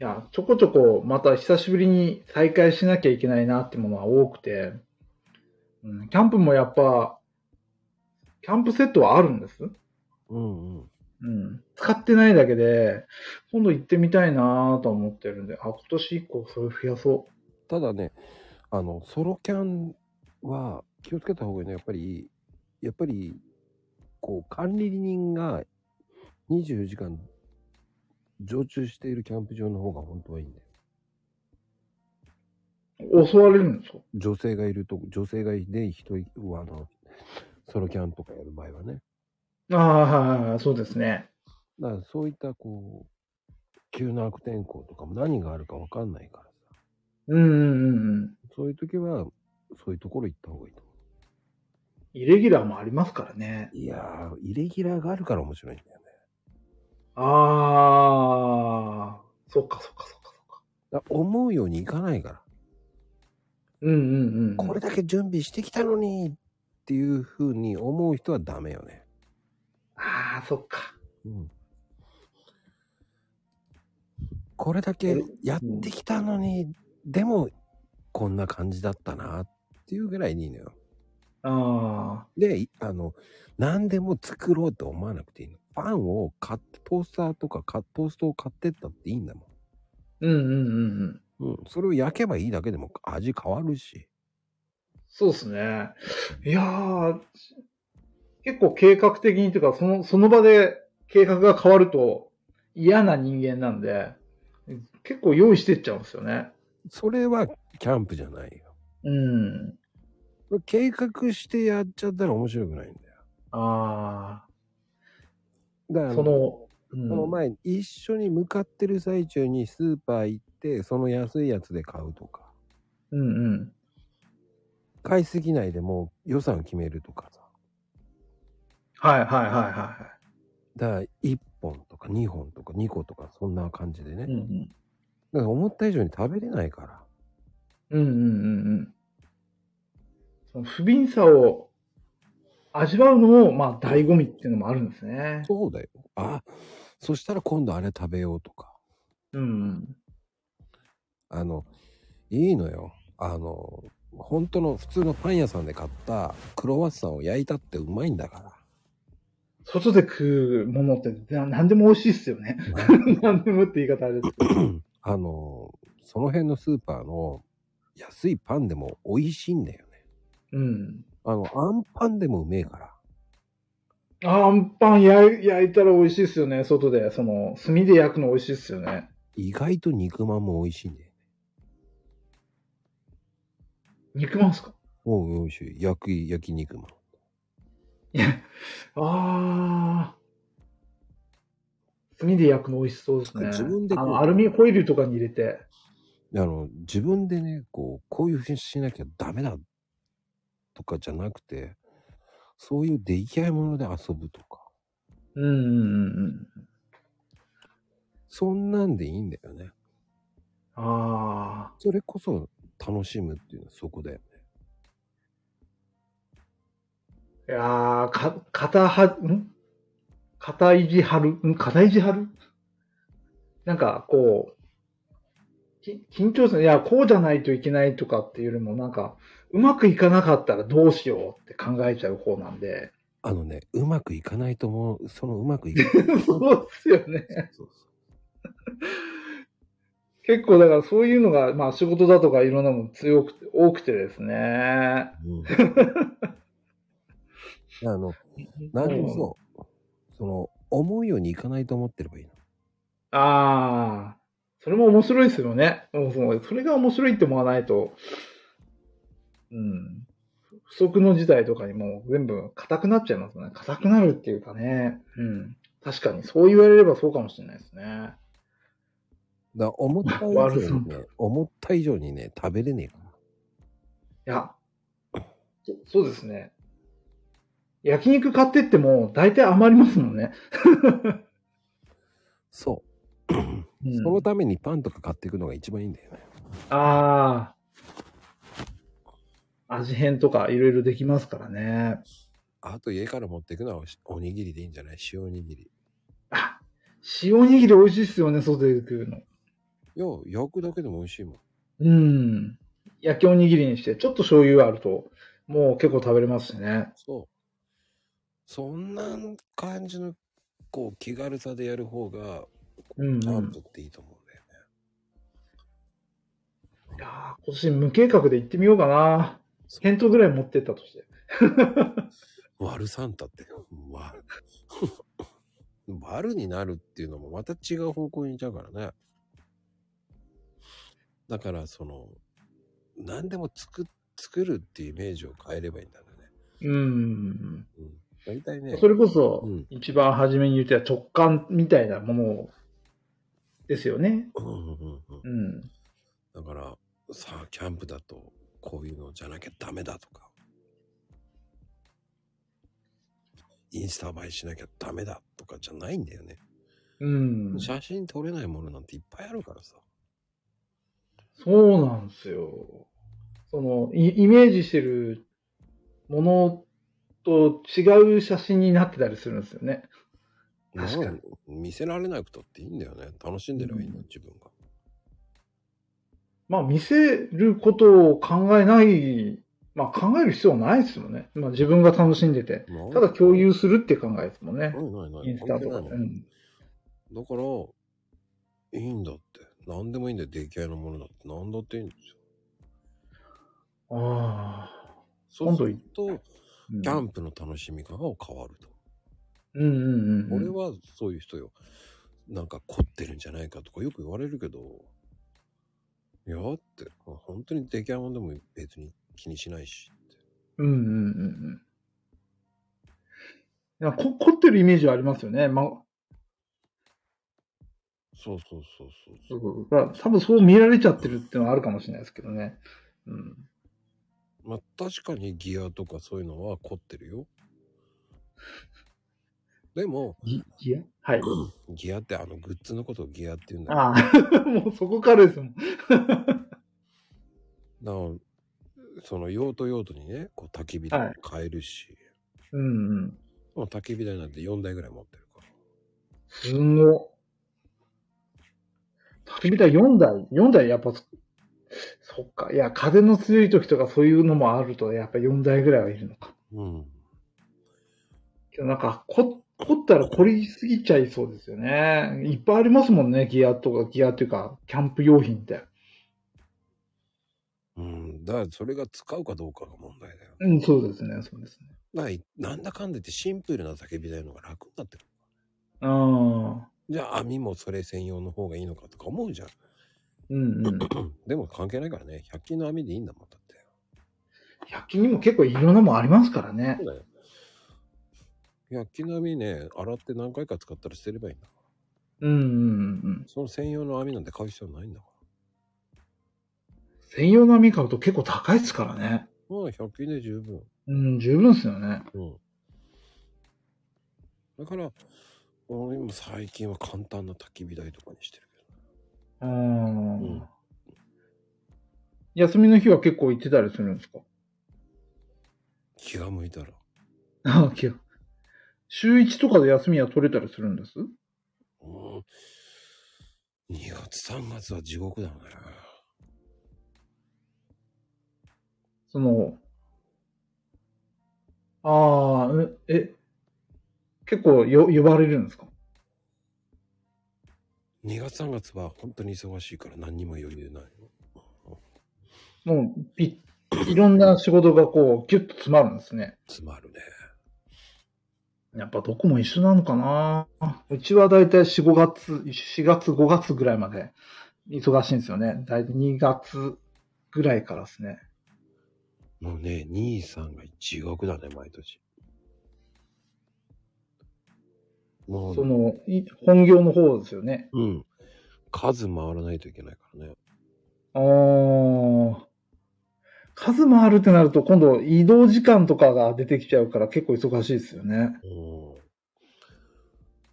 Speaker 3: いや、ちょこちょこまた久しぶりに再会しなきゃいけないなってものは多くて、うん、キャンプもやっぱ、キャンプセットはあるんです。
Speaker 1: うんうん。
Speaker 3: うん。使ってないだけで、今度行ってみたいなと思ってるんで、あ、今年以降それ増やそ
Speaker 1: ただね、あの、ソロキャンは気をつけた方がいいね。やっぱり、やっぱり、こう、管理人が24時間常駐しているキャンプ場の方が本当はいいんだよ。
Speaker 3: う。襲われるんですか
Speaker 1: 女性がいると、女性がいて、一人、あの、ソロキャンとかやる場合はね。
Speaker 3: ああ、はいはいはい、そうですね。
Speaker 1: だからそういった、こう、急な悪天候とかも何があるかわかんないからさ。
Speaker 3: うんうんうんうん。
Speaker 1: そういう時は、そういうところ行った方がいいと思
Speaker 3: イレギュラーもありますからね。
Speaker 1: う。いやー、イレギュラーがあるから面白いんだよね。
Speaker 3: ああ、そっかそっかそっかそっか。
Speaker 1: だから思うようにいかないから。
Speaker 3: うんうんうん。
Speaker 1: これだけ準備してきたのにっていうふうに思う人はダメよね。
Speaker 3: ああ、そっか。
Speaker 1: うん。これだけやってきたのに、でもこんな感じだったなっていうぐらいにいいのよ。
Speaker 3: ああ、
Speaker 1: で、いあの、何でも作ろうと思わなくていいの。パンを買って、トースターとかかトーストを買ってったっていいんだも
Speaker 3: うんうんうんうん。
Speaker 1: ん。うん。それを焼けばいいだけでも味変わるし。
Speaker 3: そうですね。いやー、結構計画的にというか、その、その場で計画が変わると嫌な人間なんで、結構用意してっちゃうんですよね。
Speaker 1: それはキャンプじゃないよ。
Speaker 3: うん。
Speaker 1: これ計画してやっちゃったら面白くないんだよ。
Speaker 3: あ
Speaker 1: だか
Speaker 3: あ、
Speaker 1: ら
Speaker 3: その、うん
Speaker 1: その前に一緒に向かってる最中にスーパー行ってその安いやつで買うとか
Speaker 3: うんうん。
Speaker 1: 買いすぎないでもう予算決めるとかさ
Speaker 3: はいはいはいはいは
Speaker 1: だから1本とか2本とか2個とかそんな感じでね、
Speaker 3: い。うんうん。
Speaker 1: だから思った以上に食べれないから
Speaker 3: うんうんうんうん。その不憫さを味わうのも、まあ、醍醐味っていうのもあるんですね。
Speaker 1: そうだよあそしたら今度あれ食べようとか
Speaker 3: うんうん。
Speaker 1: あのいいのよあの本当の普通のパン屋さんで買ったクロワッサンを焼いたってうまいんだから
Speaker 3: 外で食うものってな何でも美味しいっすよね。 何でもって言い方あれですけど。
Speaker 1: あのその辺のスーパーの安いパンでも美味しいんだよね。
Speaker 3: うん。
Speaker 1: あの、あんパンでもうめえから。
Speaker 3: ああんパン焼い焼いたら美味しいっすよね。外で、その、炭で焼くの美味しいっすよね。
Speaker 1: 意外と肉まんも美味しいんだよね。
Speaker 3: 肉まんっすか
Speaker 1: うん、美味しい。焼き、焼き肉まん。
Speaker 3: ああ。炭で焼くの美味しそうですね。
Speaker 1: 自分でこ
Speaker 3: あ
Speaker 1: う
Speaker 3: のアルミホイルとかに入れて。
Speaker 1: あの、自分でね、こう、こういうふうにしなきゃダメだとかじゃなくて、そういう出来合いもので遊ぶとか、
Speaker 3: うんうんうんうん。
Speaker 1: そんなんでいいんだよね。
Speaker 3: ああ。
Speaker 1: それこそ楽しむっていうのはそこだよね。
Speaker 3: いやーか、肩は、ん肩いじ張るん肩いじ張るなんか、こう、き緊張する。いや、こうじゃないといけないとかっていうよりも、なんか、うまくいかなかったらどうしようって考えちゃう方なんで。
Speaker 1: あのね、うまくいかないと思う、 そのうまくいかない。
Speaker 3: そうっすよね。
Speaker 1: そうそう
Speaker 3: 結構、だからそういうのが、まあ仕事だとかいろんなもの強くて、多くてですね。
Speaker 1: うん、あの、何でもそう。その、思うようにいかないと思ってればいいの。
Speaker 3: ああ、それも面白いですよね。もうそのそれが面白いって思わないと、うん。不足の事態とかにもう全部硬くなっちゃいますね。硬くなるっていうかね。うん。確かに、そう言われればそうかもしれないですね。
Speaker 1: だから思った以
Speaker 3: 悪
Speaker 1: 上
Speaker 3: そう
Speaker 1: にね、思った以上にね、食べれねえから。
Speaker 3: いや、そそうですね。焼肉買ってっても大体余りますもんね。
Speaker 1: そうう。
Speaker 3: ん
Speaker 1: そのためにパンとか買っていくのが一番いいんだよね。
Speaker 3: ああ。味変とかいろいろできますからね。
Speaker 1: あと家から持っていくのはおしおにぎりでいいんじゃない塩おにぎり。
Speaker 3: あ、塩おにぎり美味しいっすよね、外で食うの。
Speaker 1: よう、焼くだけでも美味しいもん。
Speaker 3: うん。焼きおにぎりにして、ちょっと醤油あると、もう結構食べれますしね。
Speaker 1: そう。そんな感じの、こう、気軽さでやる方が、
Speaker 3: うん、
Speaker 1: パ
Speaker 3: う
Speaker 1: ン
Speaker 3: ん。
Speaker 1: とっていいと思うんだよね。
Speaker 3: いやー今年無計画で行ってみようかな。返答ぐらい持ってったとして。
Speaker 1: 悪サンタって、わ 悪になるっていうのもまた違う方向にいっちゃうからね。だから、その、何でも作、作るっていうイメージを変えればいいんだよね。
Speaker 3: う
Speaker 1: う
Speaker 3: ん。
Speaker 1: ん。大体ね、
Speaker 3: それこそ
Speaker 1: うん、
Speaker 3: 一番初めに言ってた直感みたいなものですよね。
Speaker 1: うんうんうんうん
Speaker 3: うん。
Speaker 1: だから、さあ、キャンプだと、こういうのじゃなきゃダメだとか、インスタ映えしなきゃダメだとかじゃないんだよね。
Speaker 3: うん。そ
Speaker 1: 写真撮れないものなんていっぱいあるからさ。
Speaker 3: うなんですよ。その、イイメージしてるものと違う写真になってたりするんですよね。確かに
Speaker 1: なん見せられないことっていいんだよね。楽しんでればいいの、
Speaker 3: うん
Speaker 1: 自分が。
Speaker 3: まあ、見せることを考えない、まあ、考える必要はないですもんね。まあ、自分が楽しんでて。
Speaker 1: なん
Speaker 3: ただ共有するって考えですもんね
Speaker 1: な。いないない。
Speaker 3: インスタとか
Speaker 1: 関
Speaker 3: で。
Speaker 1: 係
Speaker 3: う
Speaker 1: ない
Speaker 3: ん。
Speaker 1: のだから、いいんだって。何でもいいんだよ。出来合いのものだって。何だっていいんですよ。
Speaker 3: ああ。
Speaker 1: そうすると、
Speaker 3: うん
Speaker 1: キャンプの楽しみ方が変わると。
Speaker 3: うんうんうん。
Speaker 1: 俺はそういう人よ。なんか凝ってるんじゃないかとかよく言われるけど、いやだって、本当に出来合いもんでも別に気にしないしって。
Speaker 3: うんうんうんうん。なんかこ凝ってるイメージはありますよね。まあ、
Speaker 1: そうそうそうそうそう。
Speaker 3: 多分そう見られちゃってるっていうのはあるかもしれないですけどね。うん。
Speaker 1: まあ確かにギアとかそういうのは凝ってるよ。でも、
Speaker 3: ギギアはい。
Speaker 1: ギアってあのグッズのことをギアって言うんだよ。
Speaker 3: ああ、 もうそこからですもん。
Speaker 1: だからその用途用途にね、こう焚き火台も買えるし、
Speaker 3: うんうん。
Speaker 1: もう焚き火台なんて4台ぐらい持ってるから。
Speaker 3: すごっ。焚き火台4台、4台やっぱ、そっか。いや、風の強い時とかそういうのもあると、やっぱ4台ぐらいはいるのか。
Speaker 1: うん。
Speaker 3: けどなんか、こ、凝ったら凝りすぎちゃいそうですよね。いっぱいありますもんね、ギアとか、ギアというか、キャンプ用品って。
Speaker 1: うん、だからそれが使うかどうかが問題だよ。
Speaker 3: うん、そうですね、そうですね。
Speaker 1: ないなんだかんだ言ってシンプルな叫び台の方が楽になってる。
Speaker 3: ああ、
Speaker 1: じゃあ網もそれ専用の方がいいのかとか思うじゃん。
Speaker 3: うんうん。
Speaker 1: でも関係ないからね、100均の網でいいんだもんだって。
Speaker 3: 100均にも結構いろんなもんありますからね
Speaker 1: そ。うだよ。100均の網ね、洗って何回か使ったら捨てればいいんだ。
Speaker 3: うんうんうんうん。
Speaker 1: その専用の網なんて買う必要ないんだか
Speaker 3: 専用の網買うと結構高いですからね。
Speaker 1: ら。まあ100均で十分。
Speaker 3: うん、十分ですよね。
Speaker 1: うん。だから、俺も最近は簡単な焚き火台とかにしてるけど。う
Speaker 3: う
Speaker 1: ん
Speaker 3: ん。休みの日は結構行ってたりするんですか
Speaker 1: 気が向いたら。
Speaker 3: あ違う週1とかで休みは取れたりするんです
Speaker 1: うん2月3月は地獄だね。
Speaker 3: その、ああ、え、え結構よ呼ばれるんですか
Speaker 1: 2月3月は本当に忙しいから何にも余裕ない。
Speaker 3: もう、びいろんな仕事がこう、ギュッと詰まるんですね。
Speaker 1: 詰まるね。
Speaker 3: やっぱどこも一緒なのかなうちはだいたい4、5月、4月、5月ぐらいまで忙しいんですよね。だいたい2月ぐらいからですね。
Speaker 1: もうね、兄さんが地獄だね、毎年。も、
Speaker 3: そうの、い本業の方ですよね。
Speaker 1: うん。数回らないといけないからね。
Speaker 3: あー。数もあるってなると、今度移動時間とかが出てきちゃうから結構忙しいですよね。
Speaker 1: う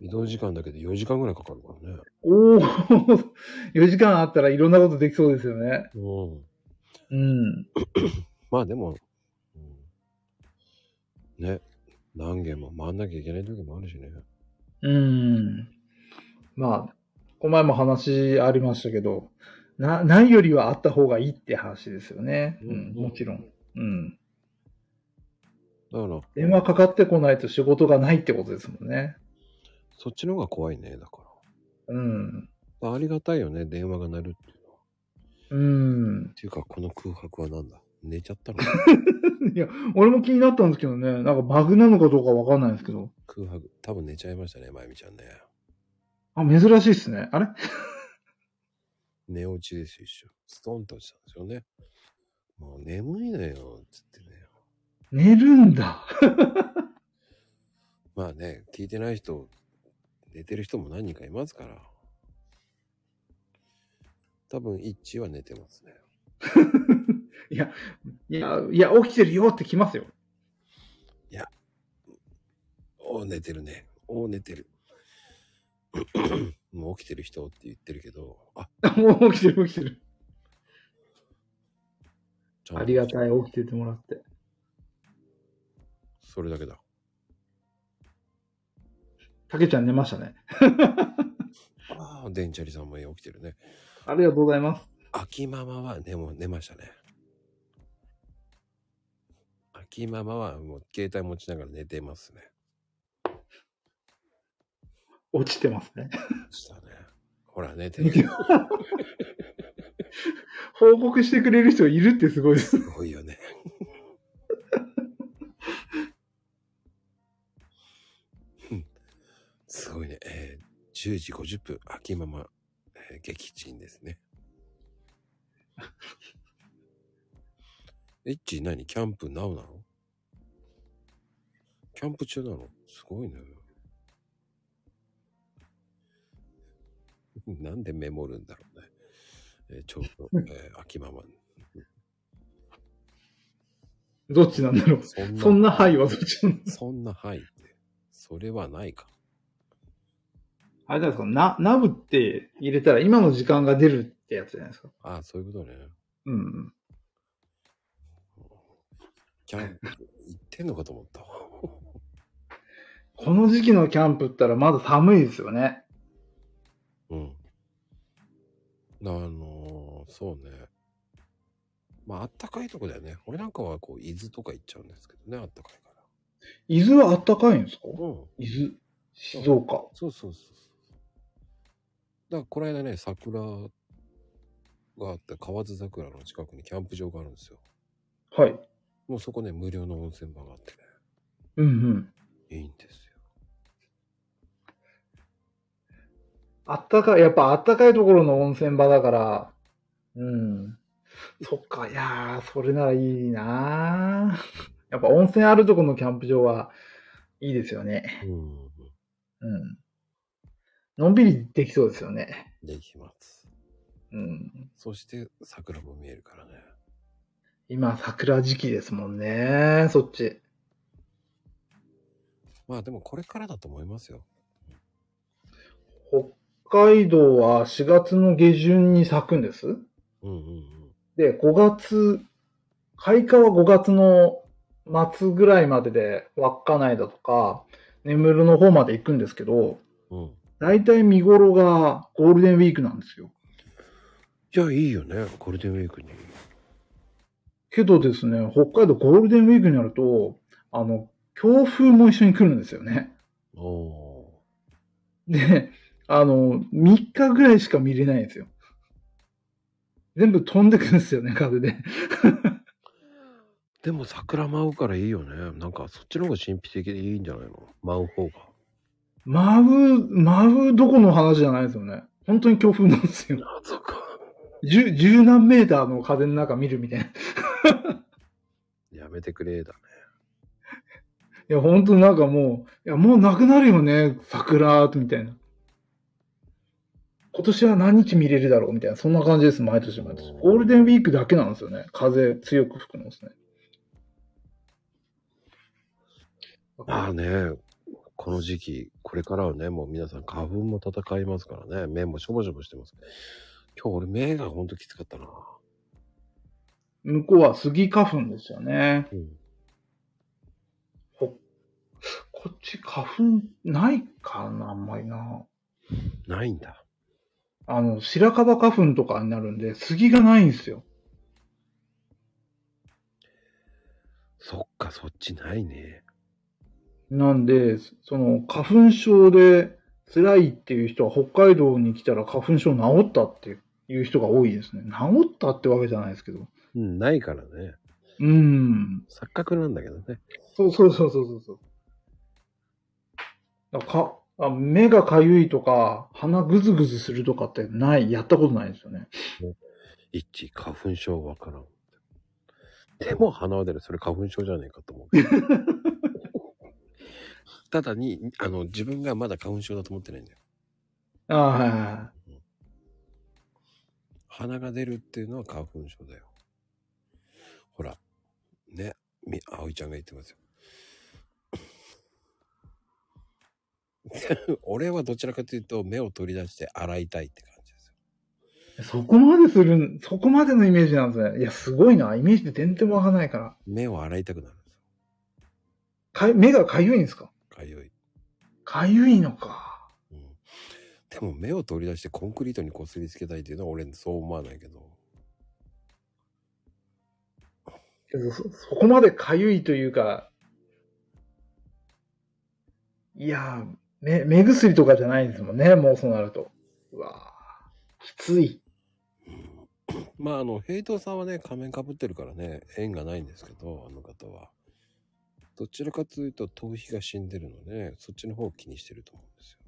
Speaker 1: ん。移動時間だけで4時間ぐらいかかるからね。
Speaker 3: おー、4時 間あったらいろんなことできそうですよね。
Speaker 1: うん。
Speaker 3: うん。
Speaker 1: まあでも、うん、ね、何件も回んなきゃいけない時もあるしね。
Speaker 3: うん。まあ、この前も話ありましたけど、な、ないよりはあった方がいいって話ですよね。うん、もちろん。うん。
Speaker 1: だから、
Speaker 3: 電話かかってこないと仕事がないってことですもんね。
Speaker 1: そっちの方が怖いね、だか
Speaker 3: うん。
Speaker 1: ら。ありがたいよね、電話が鳴るっていうのは。
Speaker 3: うん。
Speaker 1: っていうか、この空白はなんだ寝ちゃったの
Speaker 3: いや、俺も気になったんですけどね、なんかバグなのかどうかわかんないんですけど。
Speaker 1: 空白。多分寝ちゃいましたね、まゆみちゃんね。
Speaker 3: あ、珍しいっすね。あれ
Speaker 1: 寝落ちですよ、一瞬。ストンと落ちたんですよね。もう眠いのよ、つってね。
Speaker 3: 寝るんだ。
Speaker 1: まあね、聞いてない人、寝てる人も何人かいますから。多分、一致は寝てますね。
Speaker 3: いや、いや、起きてるよって来ますよ。
Speaker 1: おー寝てるね。おー寝てる。 もう起きてる人って言ってるけど、あ、
Speaker 3: もう起きてる起きてる。
Speaker 1: ちゃんと
Speaker 3: ありがたい、起きててもらって。
Speaker 1: それだけだ。
Speaker 3: たけちゃん寝ましたね。
Speaker 1: ああ、デンチャリさんも起きてるね。
Speaker 3: ありがとうございます。
Speaker 1: 秋ママはね、もう寝ましたね。秋ママはもう携帯持ちながら寝てますね。
Speaker 3: 落ちてますね。
Speaker 1: したね。ほらね、テレ
Speaker 3: 見
Speaker 1: ビ
Speaker 3: て
Speaker 1: す
Speaker 3: 報告してくれる人いるってすごいです。
Speaker 1: ごいよね。うんすごいね。えー、10時50分、秋ママ、えー撃沈ですね。 エッチ何キャンプなおなのキャンプ中なのすごいね。 なんでメモるんだろうね。えーちょうど、えー秋ママ。
Speaker 3: どっちなんだろう。
Speaker 1: そん
Speaker 3: そんな範囲はどっちなんだろう。
Speaker 1: そんな範囲って、それはないか。
Speaker 3: あれじゃないですか、な、ナブって入れたら今の時間が出るってやつじゃないですか。
Speaker 1: ああ、そういうことね。
Speaker 3: うん。
Speaker 1: キャンプ行ってんのかと思ったわ。
Speaker 3: この時期のキャンプったらまだ寒いですよね。
Speaker 1: うん。あのーそうね。まあ、あったかいとこだよね。俺なんかはこう、伊豆とか行っちゃうんですけどね、あったかいから。
Speaker 3: 伊豆は暖かいんですか
Speaker 1: うん。
Speaker 3: 伊豆、静岡。
Speaker 1: そうそうそうそう。だから、この間ね、桜があって、河津桜の近くにキャンプ場があるんですよ。
Speaker 3: はい。
Speaker 1: もうそこね、無料の温泉場があってね。
Speaker 3: うんうん。
Speaker 1: いいんですよ。
Speaker 3: 暖かい、やっぱ暖かいところの温泉場だから、うん。そっか、いやー、それならいいなーやっぱ温泉あるところのキャンプ場はいいですよね。
Speaker 1: うん。
Speaker 3: うん。のんびりできそうですよね。
Speaker 1: できます。
Speaker 3: うん。
Speaker 1: そして桜も見えるからね。
Speaker 3: 今、桜時期ですもんね。そっち。
Speaker 1: まあでもこれからだと思いますよ。
Speaker 3: 北海道は4月の下旬に咲くんです。
Speaker 1: うんうん
Speaker 3: で、5月、開花は5月の末ぐらいまでで、稚内だとか、眠るの方まで行くんですけど、
Speaker 1: うん。うん。
Speaker 3: だいたい見頃がゴールデンウィークなんですよ。
Speaker 1: じゃあいいよね、ゴールデンウィークに。
Speaker 3: けどですね、北海道ゴールデンウィークになると、あの、強風も一緒に来るんですよね。
Speaker 1: おお
Speaker 3: で、あの、3日ぐらいしか見れないんですよ。全部飛んでくるんですよね、風で。
Speaker 1: ー。でも桜舞うからいいよね。なんかそっちの方が神秘的でいいんじゃないの舞う方が。
Speaker 3: 舞う、舞うどこの話じゃないですよね。本当に強風なんですよ。
Speaker 1: 謎か。
Speaker 3: 十、十何メーターの風の中見るみたいな。い
Speaker 1: やめてくれだね。
Speaker 3: や、本当なんかもう、いや、もうなくなるよね、桜、みたいな。今年は何日見れるだろうみたいな、そんな感じです、毎年毎年。ゴールデンウィークだけなんですよね。風強く吹くのですね。
Speaker 1: まあね、この時期、これからはね、もう皆さん花粉も戦いますからね、目もしょぼしょぼしてます。今日俺目がほんときつかったな。
Speaker 3: 向こうは杉花粉ですよね。
Speaker 1: うん。
Speaker 3: こっち花粉ないかな、あんまりな。
Speaker 1: ないんだ。
Speaker 3: あの、白樺花粉とかになるんで、杉がないんですよ。
Speaker 1: そっか、そっちないね。
Speaker 3: なんで、その、花粉症で辛いっていう人は北海道に来たら花粉症治ったっていう人が多いですね。治ったってわけじゃないですけど。
Speaker 1: うん、ないからね。
Speaker 3: うん。
Speaker 1: 錯覚なんだけどね。
Speaker 3: そうそうそうそうそうそう。だからかあ目がかゆいとか、鼻ぐずぐずするとかってない、やったことないんですよね。
Speaker 1: 一花粉症わからん。でも鼻は出る。それ花粉症じゃねえかと思う。ただに、あの、自分がまだ花粉症だと思ってないんだよ。
Speaker 3: ああ、はいはいはい。
Speaker 1: 鼻が出るっていうのは花粉症だよ。ほら、ね、み、葵ちゃんが言ってますよ。 俺はどちらかというと目を取り出して洗いたいって感じですよ。
Speaker 3: そこまでする、そこまでのイメージなんですね。いや、すごいな。イメージで全然わかんないから。
Speaker 1: 目を洗いたくなるんですよ。
Speaker 3: かゆ目がかゆいんですか
Speaker 1: かゆい。
Speaker 3: かゆいのか。
Speaker 1: うんでも目を取り出してコンクリートにこすりつけたいっていうのは俺そう思わないけど。
Speaker 3: けどそ、そこまでかゆいというか、いやー、目、目薬とかじゃないですもんね。もうそうなると。うわーきつい。
Speaker 1: まああの、平等さんはね、仮面かぶってるからね、縁がないんですけど、あの方は。どちらかというと頭皮が死んでるので、そっちの方を気にしてると思うんですよ。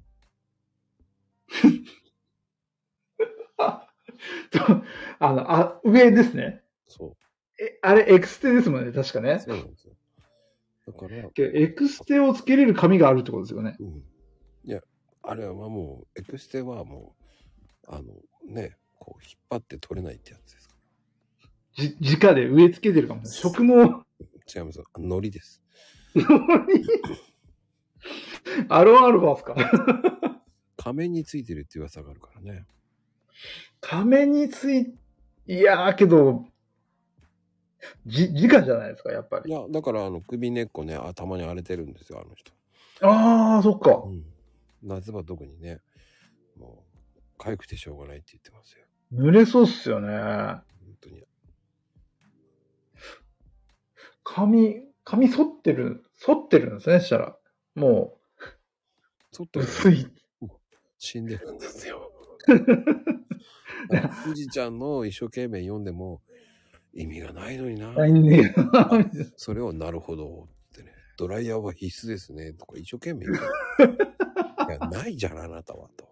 Speaker 3: あの、あ、上ですね。
Speaker 1: そ
Speaker 3: え、あれ、エクステですもんね。確か
Speaker 1: う。
Speaker 3: ね
Speaker 1: そ。うなんですよ。だから、
Speaker 3: けエクステをつけれる紙があるってことですよね。
Speaker 1: うん。いや、あれはもう、エクステはもう、あの、ね、こう引っ張って取れないってやつですか
Speaker 3: じ、直で植え付けてるかも。食毛。
Speaker 1: ら。違います。ノリです。
Speaker 3: アロンアルファっすか
Speaker 1: 仮面についてるっていう噂があるからね。
Speaker 3: ためについ、いやーけど、じ、直じゃないですか、やっぱ
Speaker 1: い
Speaker 3: り。
Speaker 1: や、だから、あの、首根っこね、頭に荒れてるんですよ、あの人。
Speaker 3: あー、そっか。
Speaker 1: 夏場特にね、もう、痒くてしょうがないって言ってますよ。
Speaker 3: 濡れそうっすよね。
Speaker 1: 本当に。
Speaker 3: 髪、髪剃ってる、剃ってるんですね、したら。も
Speaker 1: そっ
Speaker 3: う、
Speaker 1: と
Speaker 3: 薄い。
Speaker 1: 死んでるんです よ。だから富士ちゃんの一生懸命読んでも、意味がないのにな。
Speaker 3: ないんだよな
Speaker 1: それをなるほどってね。ドライヤーは必須ですね。とか一生懸命言う。 いや、ないじゃん、あなたは。と。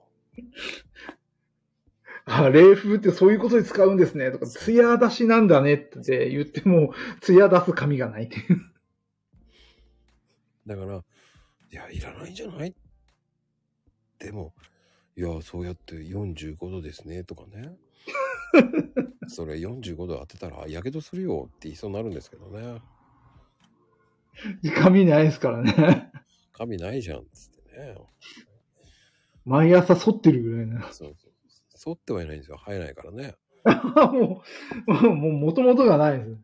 Speaker 3: あ、冷風ってそういうことに使うんですね、とか、ツヤ出しなんだねって言っても、ツヤ出す髪がないっていう。
Speaker 1: だから、いや、いらないんじゃないでも、いや、そうやって45度ですね、とかね。それ45度当てたら、やけどするよって言いそうになるんですけどね。
Speaker 3: 髪ないですからね。
Speaker 1: 髪ないじゃん、つってね。
Speaker 3: 毎朝剃ってるぐらいな。
Speaker 1: そうそう。剃ってはいないんですよ。生えないからね。
Speaker 3: もう、 もう、もともとがないです。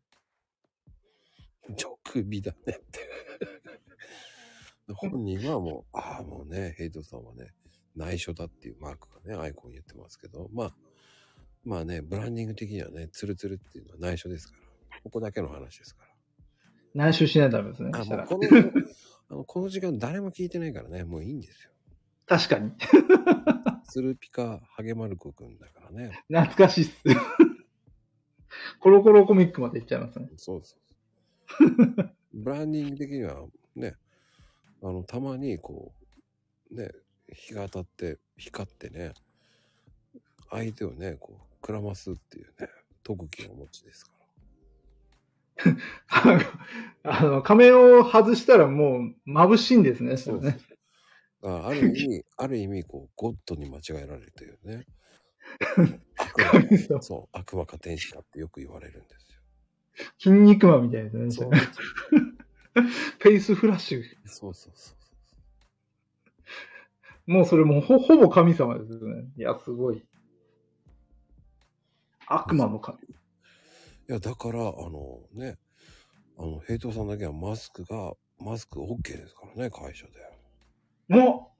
Speaker 1: 直美だねって。本人はもう、ああ、もうね、ヘイトさんはね、内緒だっていうマークがね、アイコンに言ってますけど、まあ、まあね、ブランディング的にはね、ツルツルっていうのは内緒ですから、ここだけの話ですか
Speaker 3: 内緒しないとダメですね。
Speaker 1: ら。あ、
Speaker 3: した
Speaker 1: もう
Speaker 3: ら
Speaker 1: この、あのこの時間誰も聞いてないからね、もういいんですよ。
Speaker 3: 確かに。
Speaker 1: ツルピカ、ハゲマルコくんだからね。
Speaker 3: 懐かしいっす。コロコロコミックまで行っちゃいますね。
Speaker 1: そうそう。ブランディング的にはね、あの、たまにこう、ね、日が当たって、光ってね、相手をね、こう、くらますっていうね、特技をお持ちですから。
Speaker 3: あの、仮面を外したらもう眩しいんですね、それね。
Speaker 1: あある意 味、ある意味、こう、ゴッドに間違えられるという ね。
Speaker 3: 神様
Speaker 1: そう、悪魔か天使かってよく言われるんですよ。
Speaker 3: 筋肉マンみたいなね。
Speaker 1: そう
Speaker 3: フェイスフラッシュ。
Speaker 1: そうそうそう。
Speaker 3: もうそれもうほほぼ神様ですよね。いや、すごい。悪魔の神。
Speaker 1: いや、だから、あのね、あの、平等さんだけはマスクが、マスク OK ですからね、会社で。
Speaker 3: も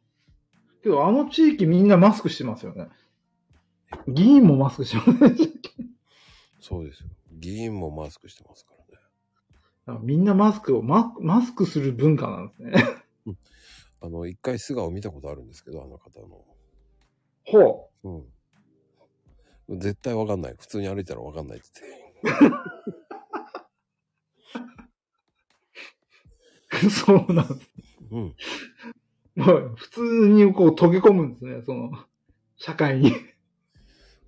Speaker 3: うけどあの地域みんなマスクしてますよね。議員もマスクしてます ね。
Speaker 1: そうですよ。議員もマスクしてますからね。
Speaker 3: みんなマスクをマ、マスクする文化なんですね。
Speaker 1: あの、一回素顔見たことあるんですけど、あの方の。
Speaker 3: ほ
Speaker 1: うん。絶対わかんない。普通に歩いたらわかんないって言って。
Speaker 3: う。 そうなんです。
Speaker 1: うん。
Speaker 3: もう普通にこう溶け込むんですね、その、社会に。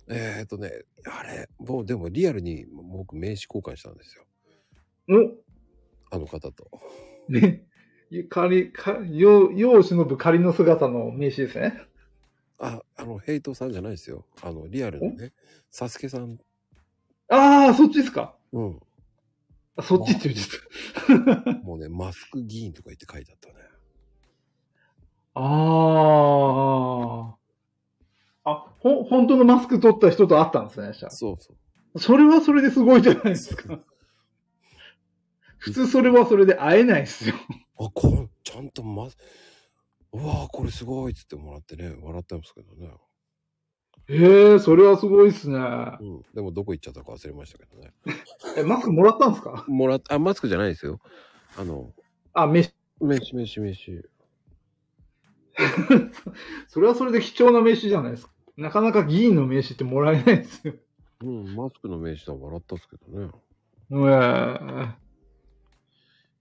Speaker 1: えー、っとね、あれ、もうでもリアルに僕名刺交換したんですよ。
Speaker 3: お
Speaker 1: あの方と。
Speaker 3: ね。仮、か、よう、よう忍ぶ仮の姿の名刺ですね。
Speaker 1: あ、あの、ヘイトさんじゃないですよ。あの、リアルのね、サスケさん。
Speaker 3: ああ、そっちですか。
Speaker 1: うん。
Speaker 3: あそっちって言っちゃった。
Speaker 1: もうね、マスク議員とか言って書いてあったね。
Speaker 3: ああ。あ、ほ、本当のマスク取った人と会ったんですね、じゃあ
Speaker 1: そうそう。
Speaker 3: それはそれですごいじゃないですか。普通それはそれで会えないですよ。
Speaker 1: あ、これ、ちゃんとま、うわーこれすごいっつってもらってね、笑ってますけどね。
Speaker 3: へえ、それはすごいですね。
Speaker 1: うん。でもどこ行っちゃったか忘れましたけどね。
Speaker 3: え、マスクもらったんですか
Speaker 1: もらっ、あ、マスクじゃないですよ。あの、
Speaker 3: あ、飯。
Speaker 1: 飯飯飯。
Speaker 3: それはそれで貴重な名刺じゃないですか。なかなか議員の名刺ってもらえないですよ。
Speaker 1: うん、マスクの名刺は笑ったっすけどね。
Speaker 3: ええ。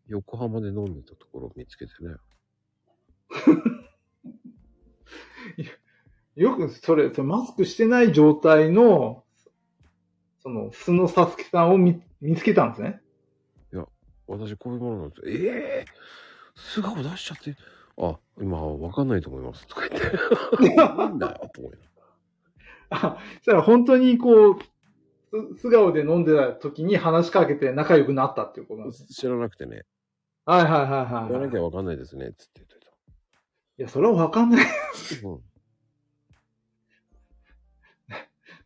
Speaker 1: 横浜で飲んでたところを見つけてね。
Speaker 3: よくそれ、それマスクしてない状態の、その、素のサスケさんを見見つけたんですね。
Speaker 1: 私こういうものなんですええー、素顔出しちゃって。あ、今わかんないと思います。とか言って。 なんだよ、と思いながら
Speaker 3: あ、そしたら本当にこう、す素顔で飲んでた時に話しかけて仲良くなったっていうことなんですね。
Speaker 1: 知らなくてね。
Speaker 3: はいはいはい
Speaker 1: 言わ
Speaker 3: はい。
Speaker 1: なき
Speaker 3: い
Speaker 1: ゃわかんないですね。つって言って
Speaker 3: や、それはわかんない。
Speaker 1: た。うん。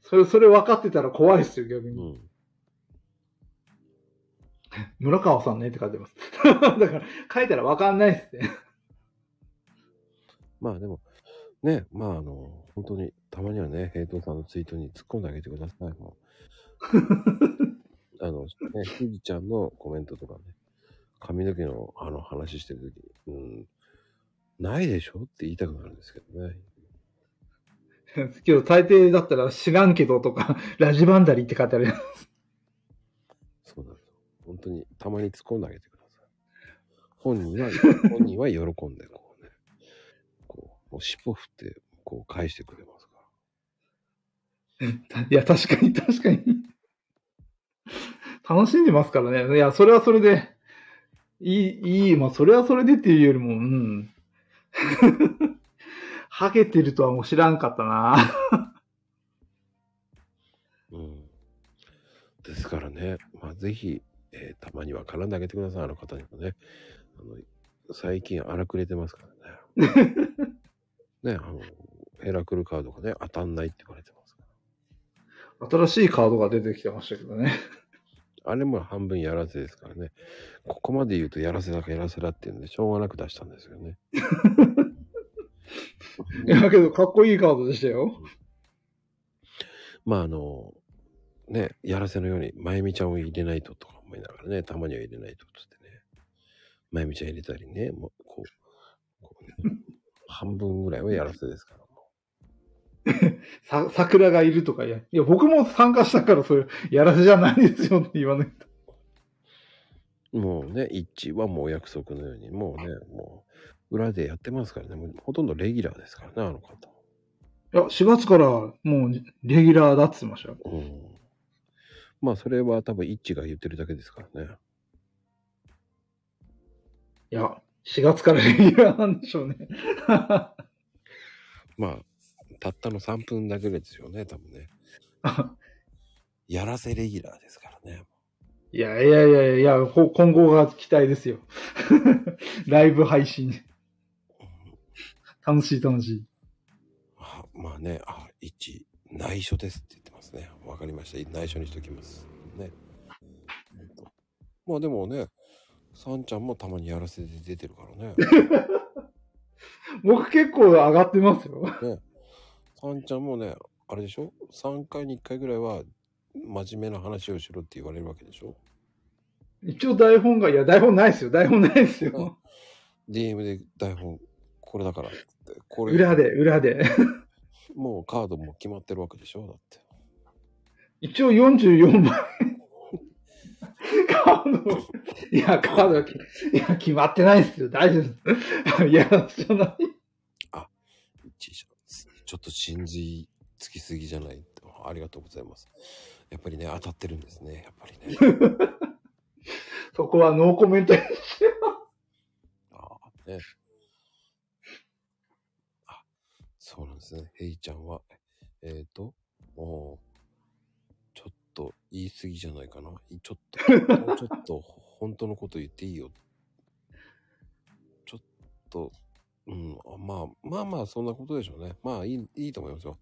Speaker 3: それ、それ分かってたら怖いですよ、逆
Speaker 1: う
Speaker 3: に。
Speaker 1: ん。
Speaker 3: 村川さんねって書いてます。 だから、書いたらわかんないですね。
Speaker 1: まあでも、ね、まああの、本当に、たまにはね、平等さんのツイートに突っ込んであげてください。もうあの、ね、ひじちゃんのコメントとかね、髪の毛のあの話してるときに、うん、ないでしょって言いたくなるんですけどね。
Speaker 3: けど、大抵だったら知らんけどとか、 ラジバンダリって書いてある。
Speaker 1: そうなんですよ。本当に、たまに突っ込んであげてください。本人は、本人は喜んで、こうね、こう、もう尻尾振って、こう返してくれますから。
Speaker 3: いや、確かに、確かに。楽しんでますからね。いや、それはそれで、いい、いい、まあ、それはそれでっていうよりも、うん。 ハゲてるとはもう知らんかったな。
Speaker 1: うんですからね、まあ、ぜひ、えーたまには絡んであげてください、あの方にもね。あの最近荒くれてますからね。ね、あの、ヘラクルカードがね、当たんないって言われてますか
Speaker 3: 新しいカードが出てきてましたけどね。
Speaker 1: ら。あれも半分やらせですからね。ここまで言うとやらせだかやらせだっていうんで、しょうがなく出したんですよね。
Speaker 3: いや、けど、かっこいいカードでしたよ。
Speaker 1: まあ、あの、ね、やらせのように、まゆみちゃんを入れないととか思いながらね、たまには入れないとっつってね、まゆみちゃん入れたりね、もうこう、こうね半分ぐらいはやらせですから。
Speaker 3: さ、桜がいるとか、いや、いや、僕も参加したから、それ、やらせじゃないですよって言わないと。
Speaker 1: もうね、一致はもうお約束のように、もうね、もう裏でやってますからね、もうほとんどレギュラーですからね、あの方。
Speaker 3: いや、4月からもうレギュラーだって言ってましたよ。
Speaker 1: うん。まあ、それは多分一致が言ってるだけですからね。
Speaker 3: いや、4月からレギュラーなんでしょうね。
Speaker 1: まあ、たったの3分だけですよね、多分ね。やらせレギュラーですからね。
Speaker 3: いやいやいやいや、こ今後が期待ですよ。 ライブ配信。楽しい楽しい。
Speaker 1: あまあね、あ、一、内緒ですって言ってますね。わかりました。内緒にしときます。ね。えっとまあでもね、さんちゃんもたまにやらせで出てるからね。
Speaker 3: 僕結構上がってますよ。
Speaker 1: さんちゃんもね、あれでしょ ?3 回に1回ぐらいは真面目な話をしろって言われるわけでしょ
Speaker 3: 一応台本が、いや台本ないですよ。台本ないですよ。
Speaker 1: ?DM で台本、これだからっつって。これ、
Speaker 3: 裏で、裏で。
Speaker 1: もうカードも決まってるわけでしょだって。
Speaker 3: 一応44枚。カード、いや、カード、いや、決まってないですよ。大丈夫です。いや、じゃない。
Speaker 1: ちちょっと真髄つきすぎじゃないありがとうございます。やっぱりね、当たってるんですね。やっぱりね。
Speaker 3: そこはノーコメント。
Speaker 1: ああ、ね。あ、そうなんですね。ヘイちゃんは、えっ、ー、と、もう、ちょっと言い過ぎじゃないかな。ちょっと、もうちょっと、本当のこと言っていいよ。ちょっと、うん、あまあ、まあまあ、そんなことでしょうね。まあ、いい、いいと思いますよ。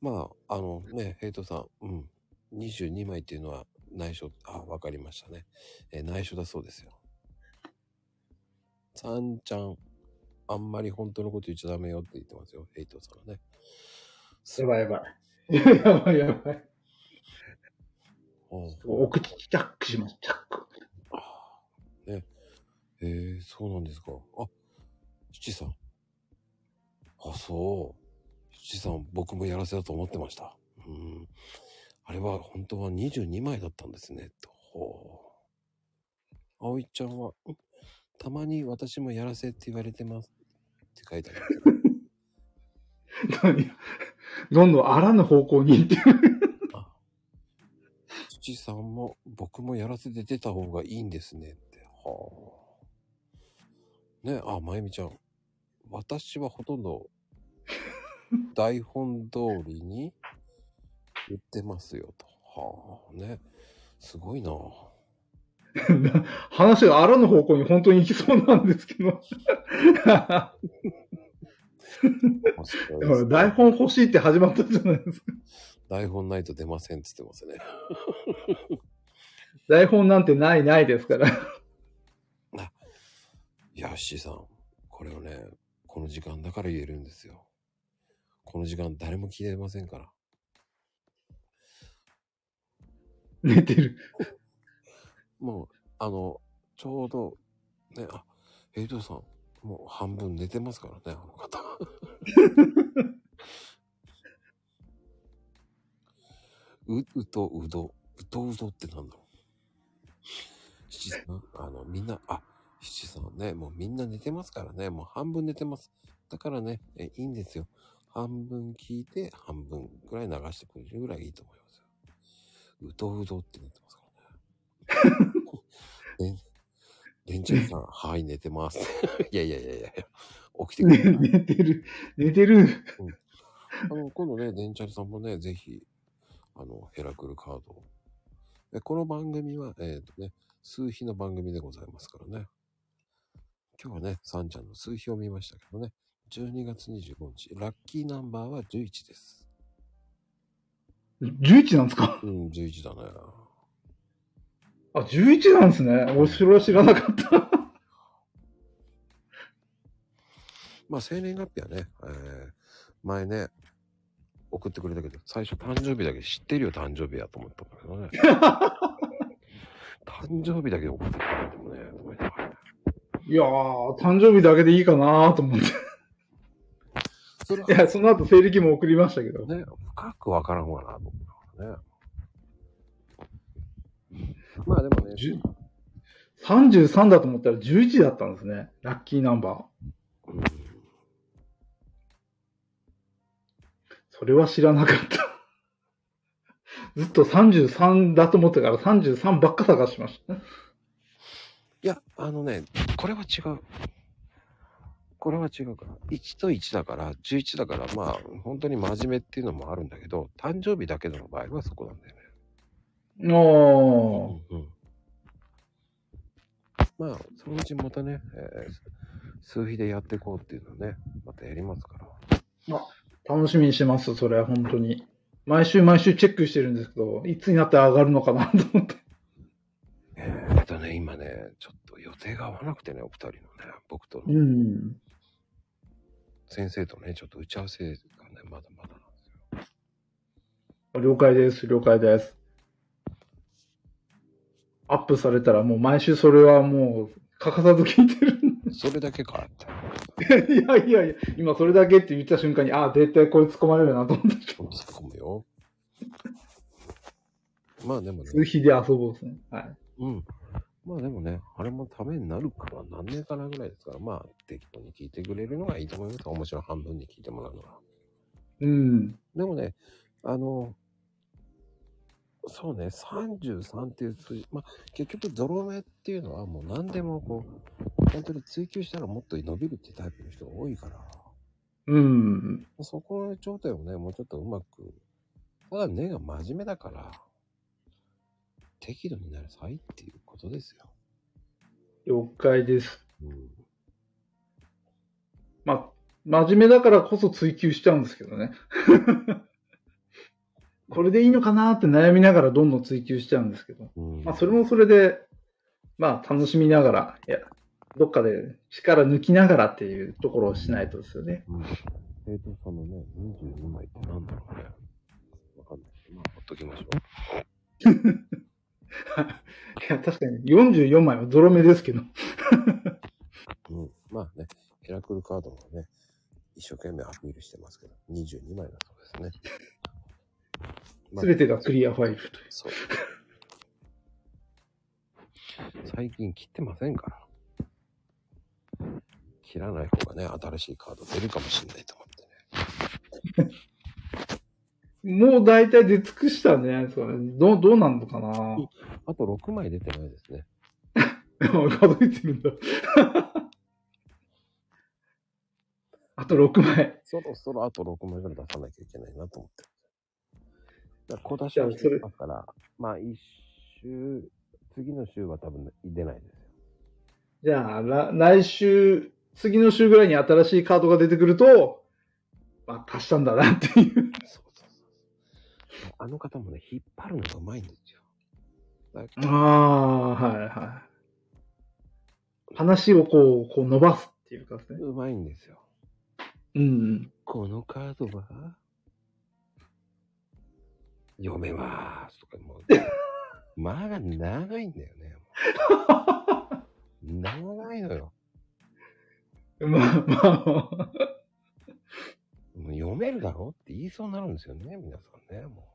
Speaker 1: まあ、あのね、ヘイトさん、うん、22枚っていうのは内緒、あ、わかりましたね。えー内緒だそうですよ。さんちゃん、あんまり本当のこと言っちゃダメよって言ってますよ、ヘイトさんはね。
Speaker 3: やばいやばい。いや、やばいやばい。
Speaker 1: おう
Speaker 3: お口チャックします、チャック。
Speaker 1: あーね。えー、そうなんですか。あ、七さん。あ、そう。七さん、僕もやらせだと思ってました。うん。あれは本当は22枚だったんですね。と。ほう。葵ちゃんは、うんたまに私もやらせって言われてます。って書いてあります。
Speaker 3: どんどんあらぬ方向に行ってる。
Speaker 1: 土さんも僕もやらせて出た方がいいんですねって。はあ。ねあ、まゆみちゃん。私はほとんど 台本通りに言ってますよと。はあ。ね。すご いな。
Speaker 3: 話があらぬ方向に本当に行きそうなんですけど。だか
Speaker 1: 面白いです
Speaker 3: ら台本欲しいって始まったじゃないですか。
Speaker 1: 台本ないと出ませんって言ってますね。
Speaker 3: 台本なんてないないですから。
Speaker 1: いや、シーさん。これをね、この時間だから言えるんですよ。この時間誰も聞いてませんから。
Speaker 3: 寝てる。
Speaker 1: もう、あの、ちょうど、ね、あ、ヘイトさん、もう半分寝てますからね、あの方。う、うとうど、うとうどってなんだろう。七さん、あの、みんな、あ、七さんね、もうみんな寝てますからね、もう半分寝てます。だからね、えいいんですよ。半分聞いて、半分くらい流してくれるぐらいいいと思いますよ。うとうどってなってますからね。ね、レンチャーさん、はい、寝てます。 いやいやいやいや、起きてく
Speaker 3: ね
Speaker 1: ださい。
Speaker 3: 寝てる。寝てる。
Speaker 1: あの、今度ね、レンチャーさんもね、ぜひ、あの、ヘラクルカードを。でこの番組は、えっ、とね、数日の番組でございますからね。今日はね、サンちゃんの数日を見ましたけどね、12月25日、ラッキーナンバーは11です。
Speaker 3: 11なんですか
Speaker 1: うん、11だね。
Speaker 3: あ、11なんですね。お城は知らなかった。
Speaker 1: まあ、生年月日はね、えー前ね、送ってくれたけど、最初誕生日だけ知ってるよ、誕生日やと思ったんだけどね。 誕生日だけ送ってくれてもね、と思って
Speaker 3: いやー、誕生日だけでいいかなーと思って。
Speaker 1: それはい
Speaker 3: や、その後、西暦も送りましたけど。
Speaker 1: ね、深くわからんわな、と思ったからね。まあでもね、
Speaker 3: じゅ33だと思ったら11だったんですね。ラッキーナンバー。
Speaker 1: うん
Speaker 3: それは知らなかった。ずっと33だと思ってたから33ばっか探しました。
Speaker 1: いや、あのね、これは違う。これは違うから。1と1だから、11だから、まあ、本当に真面目っていうのもあるんだけど、誕生日だけの場合はそこなんだよね。
Speaker 3: おー。
Speaker 1: うんうんまあ、そのうちまたね、えー数比でやっていこうっていうのはね、またやりますから。
Speaker 3: 楽しみにしてます、それは本当に。毎週毎週チェックしてるんですけど、いつになって上がるのかなと思って。
Speaker 1: えー、またね、今ね、ちょっと予定が合わなくてね、お二人のね、僕と
Speaker 3: う
Speaker 1: の
Speaker 3: ん。
Speaker 1: 先生とね、ちょっと打ち合わせがね、まだまだなんですよ。
Speaker 3: 了解です、了解です。アップされたらもう毎週それはもう欠かさず聞いてる ん
Speaker 1: それだけかって。
Speaker 3: で。いやいやいや、今それだけって言った瞬間に、ああ、絶対これ突っ込まれるなと思って。
Speaker 1: 突っ込むよ。まあでもね、
Speaker 3: 数日で遊ぼうですね。はい。
Speaker 1: うん。まあでもね、あれもためになるから何年かなぐらいですから、まあ適当に聞いてくれるのがいいと思います。面白い半分に聞いてもらうのは。
Speaker 3: うん。
Speaker 1: でもね、あの、そうね、33っていう数字、まあ結局ゾロ目っていうのはもう何でもこう、本当に追求したらもっと伸びるっていうタイプの人が多いから。
Speaker 3: うん。
Speaker 1: そこの頂点をね、もうちょっとうまく。ただ根が真面目だから、適度になるさいっていうことですよ。
Speaker 3: 了解です。
Speaker 1: うん。
Speaker 3: まあ、真面目だからこそ追求しちゃうんですけどね。 これでいいのかなって悩みながらどんどん追求しちゃうんですけど。
Speaker 1: うん、
Speaker 3: まあ、それもそれで、まあ、楽しみながら、いや、どっかで力抜きながらっていうところをしないとですよね。
Speaker 1: うん。えーと、そのね、22枚ってなんだろうね。わかんないけど。まあ、ほっときましょう。
Speaker 3: いや、確かに44枚はゾロ目ですけど。
Speaker 1: うん。まあね、ヘラクルカードもね、一生懸命アピールしてますけど、22枚だそうです ね。まあ
Speaker 3: すべてがクリアファイルと。
Speaker 1: そう。 最近切ってませんから。切らない方がね、新しいカード出るかもしれないと思ってね。
Speaker 3: もう大体出尽くしたんじゃないですかね。どう、どうなんのかな
Speaker 1: あと6枚出てないですね。
Speaker 3: 数えてるんだ。 あと6枚。
Speaker 1: そろそろあと6枚ぐらい出さなきゃいけないなと思って。だから小出し
Speaker 3: じゃあ
Speaker 1: はしてますから、まあ一週、次の週は多分出ないですよ。
Speaker 3: じゃあ、ら来週、次の週ぐらいに新しいカードが出てくると、まあ、足したんだなっていう。
Speaker 1: そうそうそう。あの方もね、引っ張るのがうまいんですよ。だから
Speaker 3: ああ、はいはい。話をこう、こう伸ばすっていうかですね。
Speaker 1: うまいんですよ。
Speaker 3: うん。
Speaker 1: このカードは読めますとかもう間が長いんだよねもう長いのよ
Speaker 3: まあまあ、
Speaker 1: もう読めるだろうって言いそうになるんですよね皆さんねも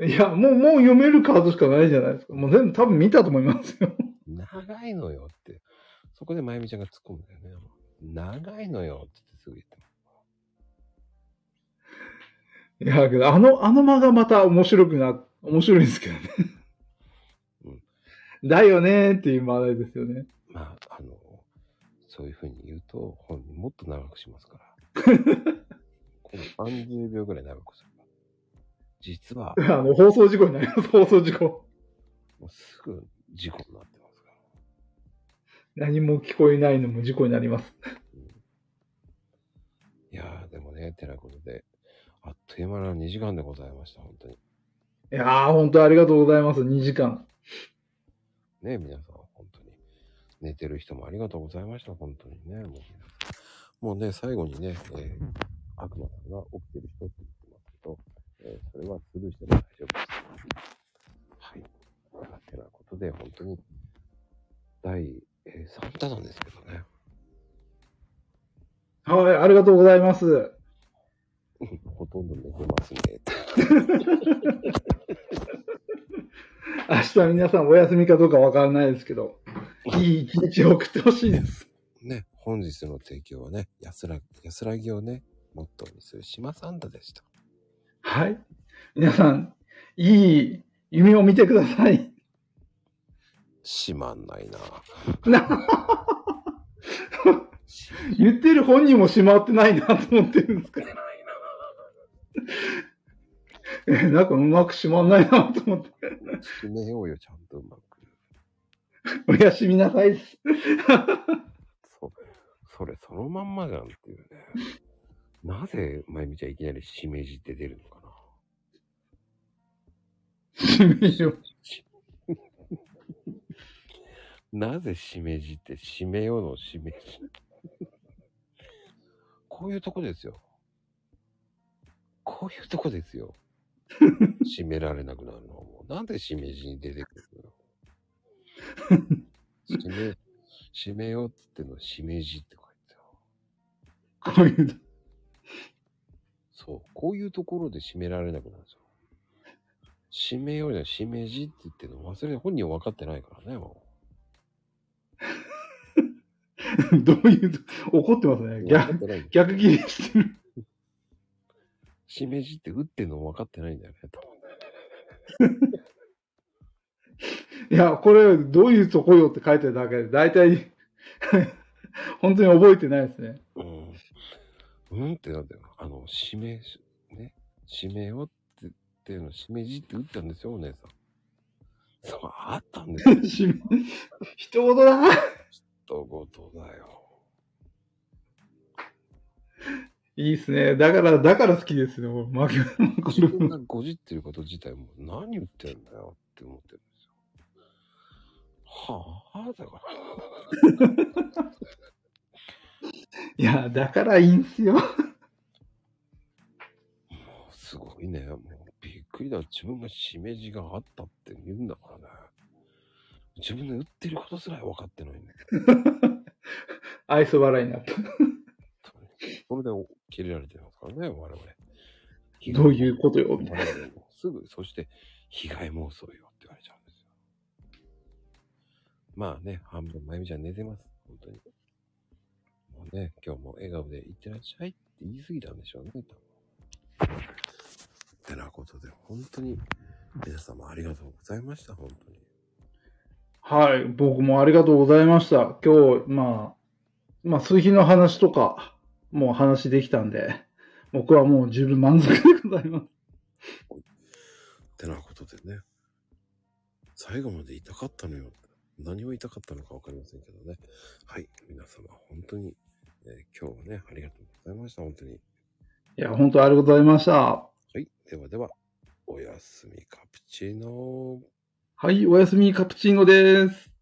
Speaker 3: いや、もう、もう読めるカードしかないじゃないですか。もう全部多分見たと思いますよ。
Speaker 1: う長いのよってそこでまゆみちゃんが突っ込むんだよねもう長いのよって言ってすぐ言ってます
Speaker 3: いや、けど、あの、あの間がまた面白くな、面白いんですけどね
Speaker 1: うん。
Speaker 3: だよねーっていう間合いですよね。
Speaker 1: まああのそういうふうに言うと本人もっと長くしますからこの30秒ぐらい長くする実は
Speaker 3: あの、放送事故になります、放送事故。
Speaker 1: もうすぐ事故になってますから。
Speaker 3: 何も聞こえないのも事故になります。
Speaker 1: いやー、でもね、てなことで、あっという間の2時間でございました、本当に。
Speaker 3: いやー、本当ありがとうございます、2時間。
Speaker 1: ね、皆さん、本当に。寝てる人もありがとうございました、本当にね。もう皆さんもうね、最後にね、えー、悪魔さんが起きてる人って言ってますけど、えーそれはスルーしても大丈夫です。はい。てなことで、本当に、第、えー、3弾なんですけどね。
Speaker 3: はい、ありがとうございます。
Speaker 1: ほとんど寝てますね。
Speaker 3: 明日皆さんお休みかどうかわからないですけど、いい一日を送ってほしいです。
Speaker 1: ね、本日の提供はね、安ら、安らぎをね、モットーにする島サンタでした。
Speaker 3: はい。皆さん、いい夢を見てください。
Speaker 1: しまんないな
Speaker 3: 言ってる本人もしまってないなと思ってるんですけど。え、なんかうまくしまんないなと思って。
Speaker 1: 決めようよ、ちゃんとうまく。
Speaker 3: おやすみなさいです。
Speaker 1: そ、それそのまんまじゃんっていうね。なぜ、まゆみちゃんいきなりしめじって出るのかな
Speaker 3: しめじを
Speaker 1: なぜしめじってしめようのしめじ こういうとこですよこういうとこですよ締められなくなるのはもうなんでしめじに出てくるの締め締めようっつってんのしめじって書いてよ
Speaker 3: こういう。
Speaker 1: そうこういうところで締められなくなるんですよ締めようじゃしめじって言ってるの忘れ本人は分かってないからねも
Speaker 3: どういう、怒ってます
Speaker 1: う
Speaker 3: ね。
Speaker 1: 分かっ
Speaker 3: 逆、
Speaker 1: てない
Speaker 3: 逆ギレしてる。
Speaker 1: しめじって打ってんの分かってないんだよね多分ね
Speaker 3: いや、これ、どういうとこよって書いてるだけで、大体、 本当に覚えてないですね。
Speaker 1: うん。うんってなんだよ。あの、しめ、ね、しめよって言っての、しめじって打ったんですよ、お姉さん。そう、あったん ですよ。
Speaker 3: しめ、一言だ
Speaker 1: とごとだよ。
Speaker 3: いいですね。だから、だから好きですね。これマクマク
Speaker 1: 自
Speaker 3: ル
Speaker 1: 分がごじってること自体もう何言ってんだよって思ってるんですよ。はあ、だから。
Speaker 3: いや、だからいいんすよ。
Speaker 1: もうすごいね。もうびっくりだ。自分がしめじがあったって言うんだからね。自分で打ってることすら分かってないんだけど。
Speaker 3: 愛想笑いになった。
Speaker 1: それで切れられてますからね、我々。
Speaker 3: どういうことよみたい
Speaker 1: 我々もすぐ、そして、被害妄想よって言われちゃうんですよ。まあね、半分、まゆみちゃん寝てます。本当に。もうね、今日も笑顔でいってらっしゃいって言い過ぎたんでしょうね、多分。てなことで、本当に、皆様ありがとうございました、本当に。
Speaker 3: はい、僕もありがとうございました。今日、まあ、まあ、数日の話とか、もう話できたんで、僕はもう十分満足でございます。
Speaker 1: てなことでね、最後まで痛かったのよ。何を痛かったのか分かりませんけどね。はい、皆様、本当に、えー今日はね、ありがとうございました、本当に。
Speaker 3: いや、本当ありがとうございました。
Speaker 1: はい、ではでは、おやすみカプチーノー。
Speaker 3: はい、おやすみ、カプチーノです。